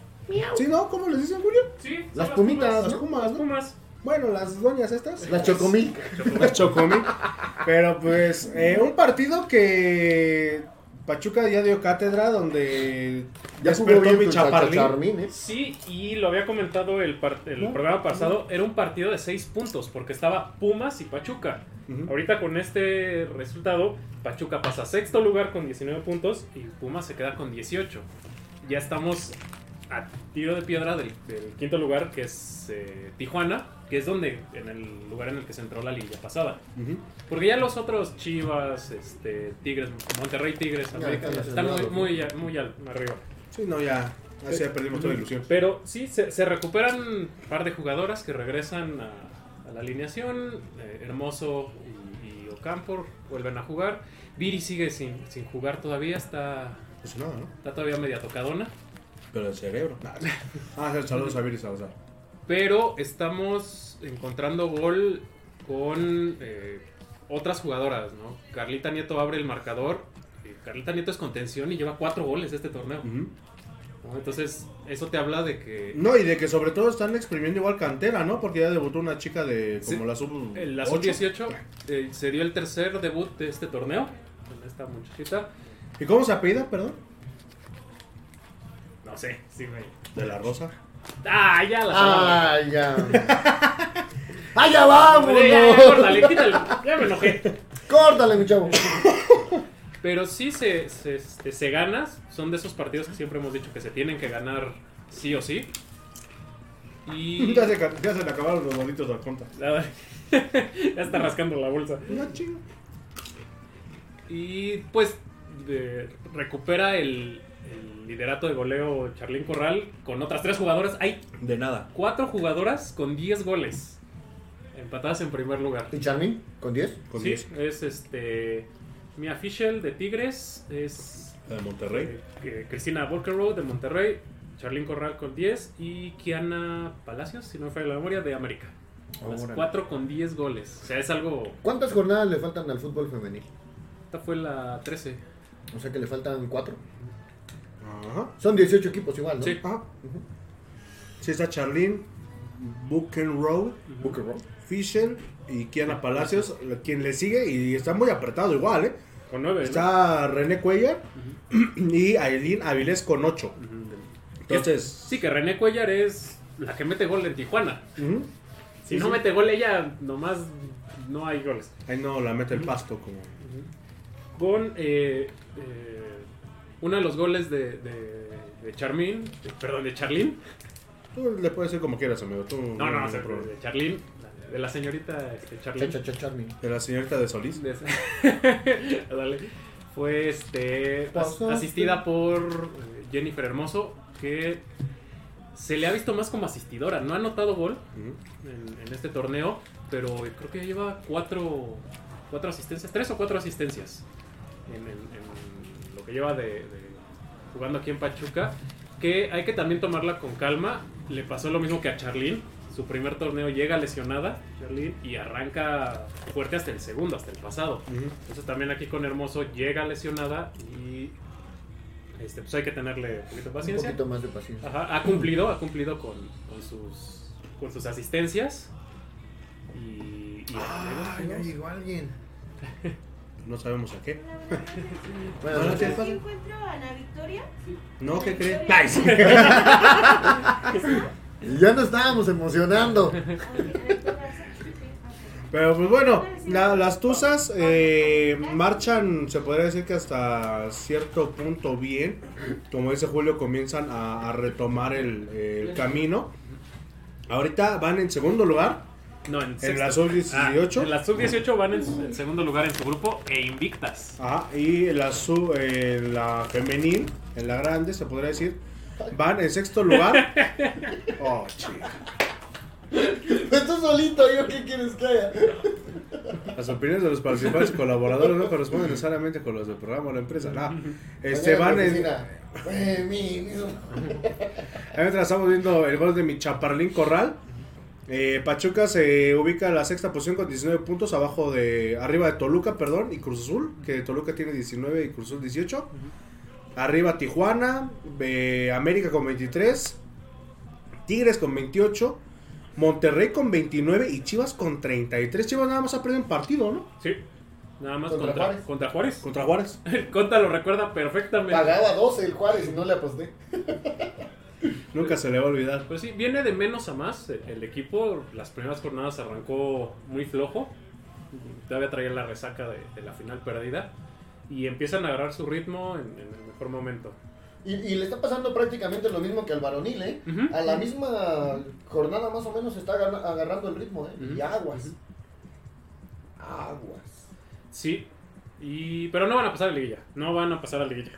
[SPEAKER 1] ¿Sí, no? ¿Cómo les dicen, Julio?
[SPEAKER 5] Sí, son
[SPEAKER 2] Las pumitas,
[SPEAKER 1] Las
[SPEAKER 2] ¿no?
[SPEAKER 1] Pumas,
[SPEAKER 5] Las
[SPEAKER 1] ¿no?
[SPEAKER 5] pumas.
[SPEAKER 1] Bueno, las doñas estas.
[SPEAKER 2] Las chocomil.
[SPEAKER 1] Las Chocomil. Pero pues, eh, un partido que Pachuca ya dio cátedra, donde
[SPEAKER 2] Ya jugó
[SPEAKER 1] despertó
[SPEAKER 2] bien
[SPEAKER 1] mi
[SPEAKER 2] tu chacha
[SPEAKER 1] chaparlín.
[SPEAKER 2] Charmín, ¿eh?
[SPEAKER 3] Sí, y lo había comentado el, par- el programa pasado, era un partido de seis puntos, porque estaba Pumas y Pachuca.
[SPEAKER 1] Ujú.
[SPEAKER 3] Ahorita con este resultado, Pachuca pasa a sexto lugar con 19 puntos y Pumas se queda con 18. Ya estamos a tiro de piedra del, del quinto lugar, que es eh, Tijuana, que es donde en el lugar en el que se entró la liga pasada.
[SPEAKER 1] Ujú.
[SPEAKER 3] Porque ya los otros Chivas, este, Tigres, Monterrey Tigres,
[SPEAKER 2] Ya,
[SPEAKER 3] América,
[SPEAKER 2] están
[SPEAKER 3] están muy,
[SPEAKER 2] lesionados,
[SPEAKER 3] muy, a- muy al- arriba.
[SPEAKER 1] Sí, no, ya. Así ya perdimos toda ilusión.
[SPEAKER 3] Pero sí, se, se recuperan un par de jugadoras que regresan a, a la alineación. eh, Hermoso y, y Ocampo vuelven a jugar. Viri sigue sin, sin jugar todavía, está,
[SPEAKER 1] Pues nada, ¿no?
[SPEAKER 3] está todavía media tocadona.
[SPEAKER 1] Pero el cerebro. Nada. Ah, saludos a Viri Salazar.
[SPEAKER 3] Pero estamos encontrando gol con eh, otras jugadoras, ¿no? Carlita Nieto abre el marcador. eh, Carlita Nieto es contención y lleva cuatro goles este torneo.
[SPEAKER 1] Ujú.
[SPEAKER 3] ¿no? Entonces, eso te habla de que
[SPEAKER 1] No, y de que sobre todo están exprimiendo igual cantera, ¿no? Porque ya debutó una chica de como
[SPEAKER 3] Sí.
[SPEAKER 1] la sub.
[SPEAKER 3] En la
[SPEAKER 1] ocho.
[SPEAKER 3] sub-18 eh, se dio el tercer debut de este torneo con esta muchachita.
[SPEAKER 1] ¿Y cómo se apellida, perdón?
[SPEAKER 3] No sé, sí me.
[SPEAKER 1] De la Rosa.
[SPEAKER 3] ¡Ah, ya la sabía!
[SPEAKER 2] ¡Ay, ya! ¡Ay, ya vámonos!
[SPEAKER 3] Hombre, ya, ya, córtale, quítale, ya me enojé.
[SPEAKER 2] ¡Córtale, mi chavo!
[SPEAKER 3] Pero sí se, se, este, se gana. Son de esos partidos que siempre hemos dicho que se tienen que ganar sí o sí. Y.
[SPEAKER 1] Ya se, ca- ya se le acabaron los bonitos al conta.
[SPEAKER 3] La- ya está rascando la bolsa.
[SPEAKER 1] No chingo.
[SPEAKER 3] Y pues de- recupera el, el liderato de goleo Charlín Corral con otras tres jugadoras. Hay
[SPEAKER 1] De nada.
[SPEAKER 3] cuatro jugadoras con 10 goles. Empatadas en primer lugar.
[SPEAKER 2] ¿Y Charmin? ¿Con 10?
[SPEAKER 1] Con
[SPEAKER 3] sí,
[SPEAKER 1] 10.
[SPEAKER 3] es este. Mia Fischel de Tigres. Es
[SPEAKER 1] La de Monterrey.
[SPEAKER 3] eh, Cristina Volkerro de Monterrey. Charlín Corral con 10. Y Kiana Palacios, si no me falla la memoria, de América. Las
[SPEAKER 2] Órale.
[SPEAKER 3] cuatro con 10 goles. O sea, es algo.
[SPEAKER 2] ¿Cuántas jornadas le faltan al fútbol femenil?
[SPEAKER 3] Esta fue la 13.
[SPEAKER 2] O sea que le faltan 4.
[SPEAKER 1] Ajá.
[SPEAKER 2] Son 18 equipos igual, ¿no?
[SPEAKER 3] Sí.
[SPEAKER 1] Ajá. Sí, está Charlene, Buchenroad,
[SPEAKER 2] Booker Road.
[SPEAKER 1] Fischer y Kiana Palacios, la- quien le sigue y está muy apretado igual, ¿eh?
[SPEAKER 3] Con 9.
[SPEAKER 1] Está René Cuellar y Aileen Avilés con 8. Entonces,
[SPEAKER 3] Sí, que René Cuellar es la que mete gol en Tijuana.
[SPEAKER 1] ujú,
[SPEAKER 3] Si no mete gol ella, nomás no hay goles.
[SPEAKER 1] ahí no la mete el pasto como...
[SPEAKER 3] Con eh, eh, uno de los goles de, de, de Charmín, de- perdón, de Charlín.
[SPEAKER 1] Tú le puedes decir como quieras, amigo. Tú,
[SPEAKER 3] No, no, o
[SPEAKER 1] hay
[SPEAKER 3] sea,
[SPEAKER 1] problema.
[SPEAKER 3] de Charlín, de la señorita este, Charlín.
[SPEAKER 2] Cha, cha, cha, Charmin.
[SPEAKER 1] De la señorita de Solís.
[SPEAKER 3] De esa- Dale. Fue este, as-
[SPEAKER 2] Pasaste.
[SPEAKER 3] asistida por eh, Jennifer Hermoso, que se le ha visto más como asistidora. No ha anotado gol,
[SPEAKER 1] Ujú.
[SPEAKER 3] en, en este torneo, pero creo que ya lleva cuatro, cuatro asistencias, tres o cuatro asistencias en, en- en lo que lleva de, de jugando aquí en Pachuca, que hay que también tomarla con calma. Le pasó lo mismo que a Charlín, su primer torneo llega lesionada, Charlín, y arranca fuerte hasta el segundo, hasta el pasado.
[SPEAKER 1] Ujú.
[SPEAKER 3] Entonces también aquí con Hermoso llega lesionada y este, pues hay que tenerle un poquito de
[SPEAKER 2] Un
[SPEAKER 3] paciencia.
[SPEAKER 2] poquito más de paciencia.
[SPEAKER 3] Ajá, ha cumplido, ha cumplido con, con sus con sus asistencias. Y. y-
[SPEAKER 2] Ah, ya llegó alguien.
[SPEAKER 1] No sabemos a qué.
[SPEAKER 2] Buenas
[SPEAKER 1] Buenas
[SPEAKER 2] noches.
[SPEAKER 1] noches.
[SPEAKER 6] ¿Sí encuentro a Ana Victoria?
[SPEAKER 1] No, ¿qué cree?
[SPEAKER 6] Nice.
[SPEAKER 2] Y Ya nos estábamos emocionando.
[SPEAKER 1] Pero pues bueno, la- las Tuzas eh, marchan, se podría decir que hasta cierto punto bien. Como dice Julio, comienzan a, a retomar el, el camino. Ahorita van en segundo lugar.
[SPEAKER 3] No, en, sexto.
[SPEAKER 1] la sub-18.
[SPEAKER 3] Ah, en la sub-18 van en, en segundo lugar en su grupo e invictas.
[SPEAKER 1] Ajá, Ah, y la, su- eh, la femenil, en la grande, se podría decir. Van en sexto lugar. Oh, chica.
[SPEAKER 2] Pues tú solito, ¿yo qué quieres que haga?
[SPEAKER 1] Las opiniones de los participantes y colaboradores no corresponden necesariamente con las del programa o la empresa. No. Este,
[SPEAKER 2] Mañana
[SPEAKER 1] van
[SPEAKER 2] Eh, en
[SPEAKER 1] en,
[SPEAKER 2] la oficina. Eh, mi, mi-
[SPEAKER 1] Ahí mientras estamos viendo el gol de mi chaparlín Corral. Eh, Pachuca se ubica en la sexta posición con 19 puntos abajo de arriba de Toluca, perdón, y Cruz Azul, que Toluca tiene 19 y Cruz Azul 18. Arriba Tijuana, eh, América con 23, Tigres con 28, Monterrey con 29 y Chivas con 33. Chivas nada más ha perdido un partido, ¿no?
[SPEAKER 3] Sí. Nada más
[SPEAKER 2] Contra
[SPEAKER 3] contra,
[SPEAKER 2] Juárez.
[SPEAKER 3] contra Juárez.
[SPEAKER 1] Contra Juárez.
[SPEAKER 3] Conta lo recuerda perfectamente.
[SPEAKER 2] Pagaba 12 el Juárez y no le aposté.
[SPEAKER 1] Nunca se le va a olvidar.
[SPEAKER 3] Pero Pues sí, viene de menos a más el- el equipo. Las primeras jornadas arrancó muy flojo. Todavía traía la resaca de, de la final perdida. Y empiezan a agarrar su ritmo en, en el mejor momento.
[SPEAKER 2] Y, y le está pasando prácticamente lo mismo que al varonil, ¿eh?
[SPEAKER 3] Ujú.
[SPEAKER 2] A la misma jornada más o menos está agarra- agarrando el ritmo, ¿eh?
[SPEAKER 3] Ujú.
[SPEAKER 2] Y aguas. Aguas.
[SPEAKER 3] Sí. Y, pero no van a pasar a liguilla. No van a pasar a liguilla.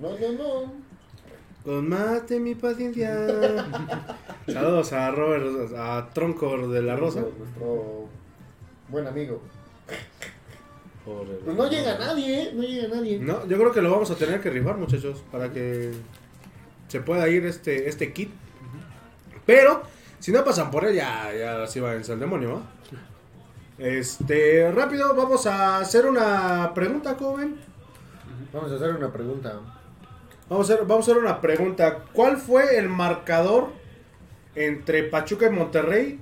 [SPEAKER 2] No, no, no.
[SPEAKER 1] Con más de mi paciencia. Saludos a Robert, a Tronco de la Rosa.
[SPEAKER 2] Nuestro buen amigo.
[SPEAKER 1] Por el-
[SPEAKER 2] Pues no llega nadie, ¿eh? No llega nadie.
[SPEAKER 1] No, yo creo que lo vamos a tener que rifar, muchachos, para que se pueda ir este, este kit. Pero, si no pasan por él, ya, ya se va el demonio, ¿va? Este, rápido, vamos a hacer una pregunta, joven.
[SPEAKER 2] Vamos a hacer una pregunta.
[SPEAKER 1] Vamos a hacer, vamos a hacer una pregunta. ¿Cuál fue el marcador entre Pachuca y Monterrey?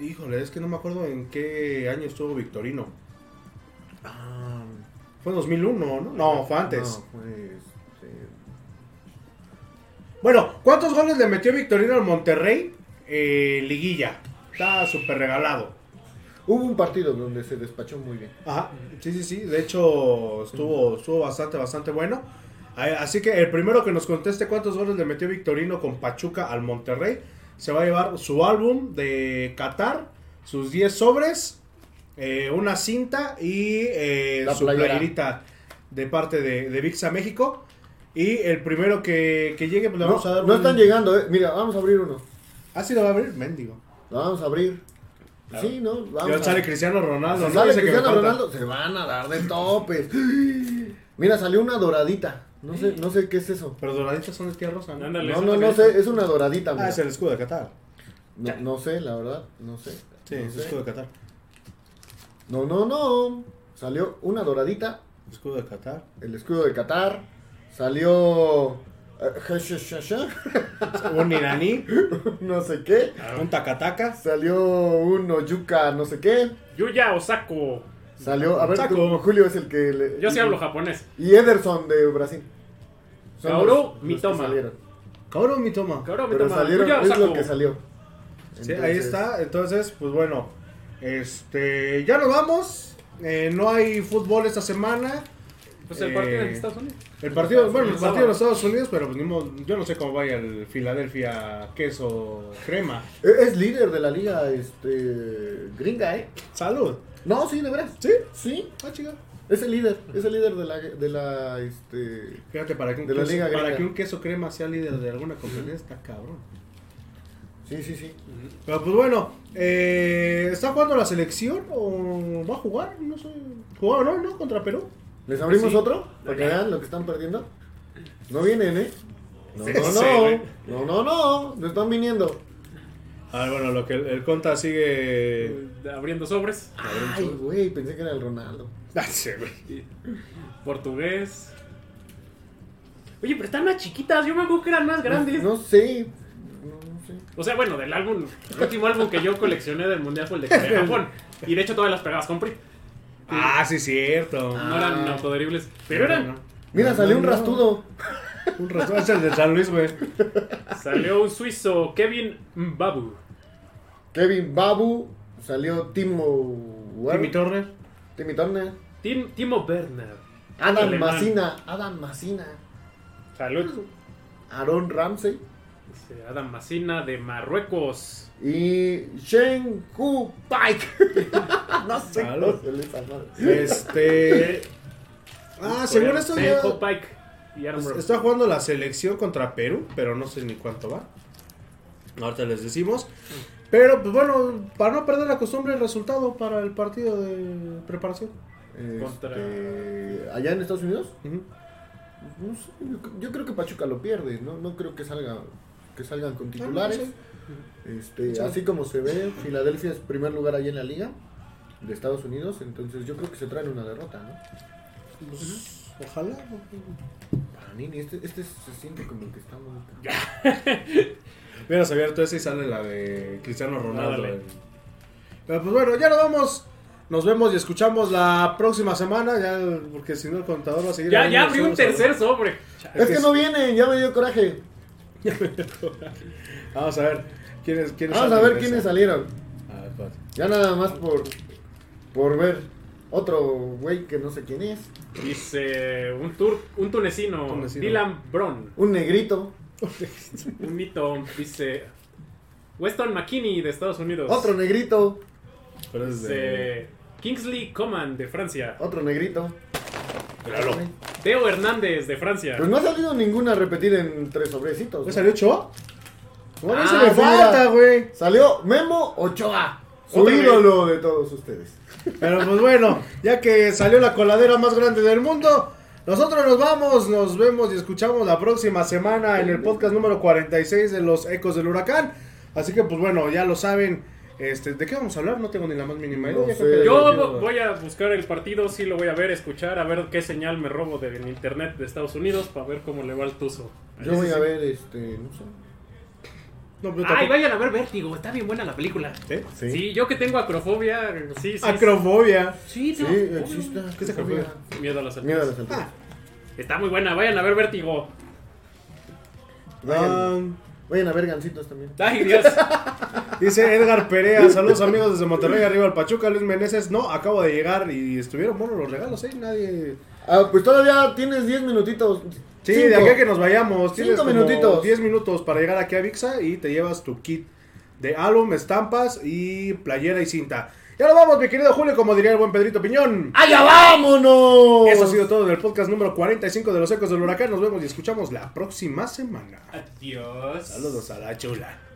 [SPEAKER 1] Híjole, es que no me acuerdo en qué año estuvo Victorino.
[SPEAKER 2] Ah,
[SPEAKER 1] Fue en 2001, ¿no? No, fue antes.
[SPEAKER 2] no, pues, eh,
[SPEAKER 1] Bueno, ¿cuántos goles le metió Victorino al Monterrey? Eh, liguilla. Está súper regalado.
[SPEAKER 2] Hubo un partido donde se despachó muy bien.
[SPEAKER 1] Ajá, sí, sí, sí. De hecho, estuvo, estuvo bastante, bastante bueno. A- Así que el primero que nos conteste cuántos goles le metió Victorino con Pachuca al Monterrey se va a llevar su álbum de Qatar, sus 10 sobres, eh, una cinta y eh,
[SPEAKER 2] La
[SPEAKER 1] su
[SPEAKER 2] playera.
[SPEAKER 1] playerita de parte de, de Vixa México. Y el primero que, que llegue, pues le
[SPEAKER 2] No,
[SPEAKER 1] vamos a dar.
[SPEAKER 2] no
[SPEAKER 1] un-
[SPEAKER 2] están llegando, eh. Mira, vamos a abrir uno.
[SPEAKER 1] Ah, sí, lo va a abrir, mendigo.
[SPEAKER 2] Lo vamos a abrir.
[SPEAKER 3] Claro.
[SPEAKER 2] Sí, no,
[SPEAKER 1] Y ahora
[SPEAKER 2] vamos a
[SPEAKER 1] sale Cristiano Ronaldo.
[SPEAKER 2] Si
[SPEAKER 1] ¿no?
[SPEAKER 2] sale
[SPEAKER 1] Dice que me
[SPEAKER 2] Cristiano
[SPEAKER 1] falta.
[SPEAKER 2] Ronaldo, se van a dar de topes. Mira, salió una doradita. No sé, no sé qué es eso.
[SPEAKER 1] Pero doraditas son de tía rosa. ¿no?
[SPEAKER 7] Ándale,
[SPEAKER 2] No,
[SPEAKER 7] eso
[SPEAKER 2] no, no
[SPEAKER 7] también.
[SPEAKER 2] sé, es una doradita.
[SPEAKER 1] Ah,
[SPEAKER 2] mira.
[SPEAKER 1] es el escudo de Qatar.
[SPEAKER 2] No, no sé, la verdad, no sé.
[SPEAKER 1] Sí,
[SPEAKER 2] no,
[SPEAKER 1] es el
[SPEAKER 2] sé.
[SPEAKER 1] escudo de Qatar.
[SPEAKER 2] no, no, no. Salió una doradita,
[SPEAKER 1] Escudo de Qatar.
[SPEAKER 2] el escudo de Qatar. Salió. eh,
[SPEAKER 1] Un iraní.
[SPEAKER 2] no sé qué.
[SPEAKER 1] Un tacataca.
[SPEAKER 2] Salió un Oyuka, no sé qué.
[SPEAKER 3] Yuya Osako.
[SPEAKER 2] Salió, a ver,
[SPEAKER 1] Saco.
[SPEAKER 2] tú, Julio es el que le.
[SPEAKER 3] Yo sí hablo japonés.
[SPEAKER 2] Y Ederson de Brasil. Son
[SPEAKER 3] Kaoru
[SPEAKER 2] los- los que
[SPEAKER 3] Mitoma.
[SPEAKER 2] salieron.
[SPEAKER 1] Cabrón, mi toma.
[SPEAKER 3] Ahora me
[SPEAKER 2] Pero
[SPEAKER 3] toma
[SPEAKER 2] salieron,
[SPEAKER 3] Yuya
[SPEAKER 2] es lo
[SPEAKER 3] Osako.
[SPEAKER 2] que salió.
[SPEAKER 1] Sí, ahí está. Entonces, pues bueno. Este, ya nos vamos. Eh, no hay fútbol esta semana.
[SPEAKER 3] Pues el partido
[SPEAKER 1] Eh,
[SPEAKER 3] de Estados Unidos.
[SPEAKER 1] El partido, bueno, el partido de los Estados Unidos, pero pues, ni modo, yo no sé cómo vaya el Filadelfia queso crema.
[SPEAKER 2] E- Es líder de la liga este, gringa, ¿eh?
[SPEAKER 1] Salud.
[SPEAKER 2] No, sí, de veras.
[SPEAKER 1] ¿Sí?
[SPEAKER 2] Sí,
[SPEAKER 1] Ah, chica.
[SPEAKER 2] es el líder. Es el líder de la. De la este...
[SPEAKER 1] Fíjate, para que, un
[SPEAKER 2] De la
[SPEAKER 1] queso,
[SPEAKER 2] liga
[SPEAKER 1] para
[SPEAKER 2] griega.
[SPEAKER 1] que un queso crema sea líder de alguna competencia, está cabrón.
[SPEAKER 2] Sí, sí, sí.
[SPEAKER 1] Pero pues bueno, eh, ¿está jugando la selección o va a jugar? No sé. ¿Jugó o no? ¿No? ¿Contra Perú?
[SPEAKER 2] ¿Les abrimos
[SPEAKER 3] Sí.
[SPEAKER 2] otro? Para que vean lo que están perdiendo. No vienen, ¿eh? No,
[SPEAKER 3] Sí,
[SPEAKER 2] no,
[SPEAKER 3] sí,
[SPEAKER 2] no.
[SPEAKER 3] güey.
[SPEAKER 2] No, no, no. No están viniendo.
[SPEAKER 1] A ver, Ah, bueno, lo que el, el Conta sigue.
[SPEAKER 3] Eh, Abriendo sobres.
[SPEAKER 2] Ay, güey, pensé que era el Ronaldo.
[SPEAKER 1] Ah, sí, güey.
[SPEAKER 3] Y- Portugués. Oye, pero están más chiquitas. Yo me acuerdo que eran más grandes.
[SPEAKER 2] No, no sé. No, no sé.
[SPEAKER 3] O sea, bueno, del álbum, el último álbum que yo coleccioné del mundial fue el de Corea Japón. Y de hecho, todas las pegabas con PRI.
[SPEAKER 1] Ah, sí, cierto.
[SPEAKER 3] No eran
[SPEAKER 2] Ah.
[SPEAKER 3] autoderibles. Pero eran.
[SPEAKER 2] Mira,
[SPEAKER 1] No,
[SPEAKER 2] salió
[SPEAKER 1] no,
[SPEAKER 2] un
[SPEAKER 1] no.
[SPEAKER 2] rastudo.
[SPEAKER 1] Un rato. Es el de San Luis, güey.
[SPEAKER 3] Salió un suizo, Kevin Mbabu.
[SPEAKER 2] Kevin Babu. Salió Timo.
[SPEAKER 1] Timmy Torres.
[SPEAKER 2] Timmy Turner.
[SPEAKER 3] Tim- Timo Werner.
[SPEAKER 2] Adam
[SPEAKER 3] Alemán.
[SPEAKER 2] Masina. Adam Masina.
[SPEAKER 3] Salud.
[SPEAKER 2] Aaron Ramsey
[SPEAKER 3] Dice Este, Adam Massina de Marruecos.
[SPEAKER 2] y Shen Hu Pike. no sé
[SPEAKER 1] Salud.
[SPEAKER 2] cómo se le esa madre.
[SPEAKER 1] Este. Ah, según
[SPEAKER 3] Coreano.
[SPEAKER 1] esto ya.
[SPEAKER 3] Seiko Pike. Y Aaron Brown.
[SPEAKER 1] Está jugando la selección contra Perú, pero no sé ni cuánto va. Ahorita les decimos. Pero, pues bueno, para no perder la costumbre, el resultado para el partido de preparación.
[SPEAKER 2] Este,
[SPEAKER 3] Contra-
[SPEAKER 2] allá en Estados Unidos,
[SPEAKER 1] Ujú.
[SPEAKER 2] no sé, yo, yo creo que Pachuca lo pierde, no, no creo que salga que salgan con titulares.
[SPEAKER 1] Ah, no
[SPEAKER 2] Este, así como se ve, Filadelfia es primer lugar allá en la liga de Estados Unidos, entonces yo creo que se traen una derrota, ¿no?
[SPEAKER 1] Pues, ojalá.
[SPEAKER 2] Panini, este, este se siente como que está muy-
[SPEAKER 1] Hubieras abierto ese y sale la de Cristiano Ronaldo.
[SPEAKER 3] Ándale.
[SPEAKER 1] eh. Pero pues bueno, ya nos vamos. Nos vemos y escuchamos la próxima semana. Ya, porque si no, el contador va a seguir.
[SPEAKER 3] Ya,
[SPEAKER 1] abriendo
[SPEAKER 3] ya abrí un
[SPEAKER 1] sobres,
[SPEAKER 3] tercer sobre.
[SPEAKER 1] Es
[SPEAKER 2] Es que
[SPEAKER 1] que
[SPEAKER 2] no vienen, ya me dio coraje.
[SPEAKER 1] a ver. Vamos a ver quiénes quiénes
[SPEAKER 2] Vamos a
[SPEAKER 1] salen
[SPEAKER 2] ver
[SPEAKER 1] de
[SPEAKER 2] quiénes
[SPEAKER 1] esa. Ah,
[SPEAKER 2] salieron.
[SPEAKER 1] A ver, espérate.
[SPEAKER 2] Ya nada más por, por ver otro güey que no sé quién es.
[SPEAKER 3] Dice un, tur un tunecino,
[SPEAKER 1] Tunecino.
[SPEAKER 3] Dylan Bron.
[SPEAKER 2] Un negrito.
[SPEAKER 3] Un mito. Dice Weston McKinney de Estados Unidos.
[SPEAKER 2] Otro negrito.
[SPEAKER 1] Pero es de-
[SPEAKER 3] Dice Kingsley Coman de Francia.
[SPEAKER 2] Otro negrito.
[SPEAKER 3] Teo Hernández de Francia.
[SPEAKER 2] Pues no ha salido ninguna a repetir en tres sobrecitos.
[SPEAKER 1] ¿No
[SPEAKER 2] ¿no?
[SPEAKER 1] salió Ochoa? Bueno,
[SPEAKER 2] Ah,
[SPEAKER 1] se le
[SPEAKER 2] sí,
[SPEAKER 1] falta,
[SPEAKER 2] Ah, ya.
[SPEAKER 1] güey.
[SPEAKER 2] Salió Memo Ochoa. Su
[SPEAKER 3] Otra vez.
[SPEAKER 2] ídolo de todos ustedes.
[SPEAKER 1] Pero pues bueno, ya que salió la coladera más grande del mundo, nosotros nos vamos, nos vemos y escuchamos la próxima semana en el podcast número 46 de los Ecos del Huracán. Así que pues bueno, ya lo saben. Este, ¿De qué vamos a hablar? No tengo ni la más mínima idea.
[SPEAKER 2] No
[SPEAKER 1] ya
[SPEAKER 2] sé.
[SPEAKER 1] creo que-
[SPEAKER 3] Yo vo- voy a buscar el partido, sí lo voy a ver, escuchar, a ver qué señal me robo del internet de Estados Unidos para ver cómo le va al Tuzo.
[SPEAKER 2] Yo voy a ver este. No sé.
[SPEAKER 1] No, pero
[SPEAKER 3] Ay,
[SPEAKER 1] tampoco-
[SPEAKER 3] vayan a ver Vértigo, está bien buena la película.
[SPEAKER 1] ¿Eh?
[SPEAKER 3] Sí, yo que tengo acrofobia, sí, sí.
[SPEAKER 1] Acrofobia.
[SPEAKER 3] Sí,
[SPEAKER 2] Sí,
[SPEAKER 3] tengo
[SPEAKER 2] existe.
[SPEAKER 1] ¿Qué se Ah, confía?
[SPEAKER 3] Miedo a las alturas.
[SPEAKER 2] Miedo a las alturas.
[SPEAKER 3] Está muy buena, vayan a ver Vértigo.
[SPEAKER 2] Vayan.
[SPEAKER 1] Um,
[SPEAKER 2] Vayan a ver Gancitos también.
[SPEAKER 3] Ay, Dios.
[SPEAKER 1] Dice Edgar Perea, saludos amigos desde Monterrey, arriba al Pachuca, Luis Meneses, no, acabo de llegar y estuvieron buenos los regalos, ¿eh? Nadie...
[SPEAKER 2] Ah, pues todavía tienes 10 minutitos.
[SPEAKER 1] Sí,
[SPEAKER 2] Cinco.
[SPEAKER 1] de aquí a que nos vayamos, tienes
[SPEAKER 2] Cinco
[SPEAKER 1] como
[SPEAKER 2] minutitos.
[SPEAKER 1] 10 minutos para llegar aquí a Vixa y te llevas tu kit de álbum, estampas y playera y cinta. Ya lo vamos, mi querido Julio, como diría el buen Pedrito Piñón.
[SPEAKER 2] ¡Allá vámonos!
[SPEAKER 1] Eso ha sido todo en el podcast número 45 de Los Ecos del Huracán. Nos vemos y escuchamos la próxima semana.
[SPEAKER 8] Adiós.
[SPEAKER 1] Saludos a la chula.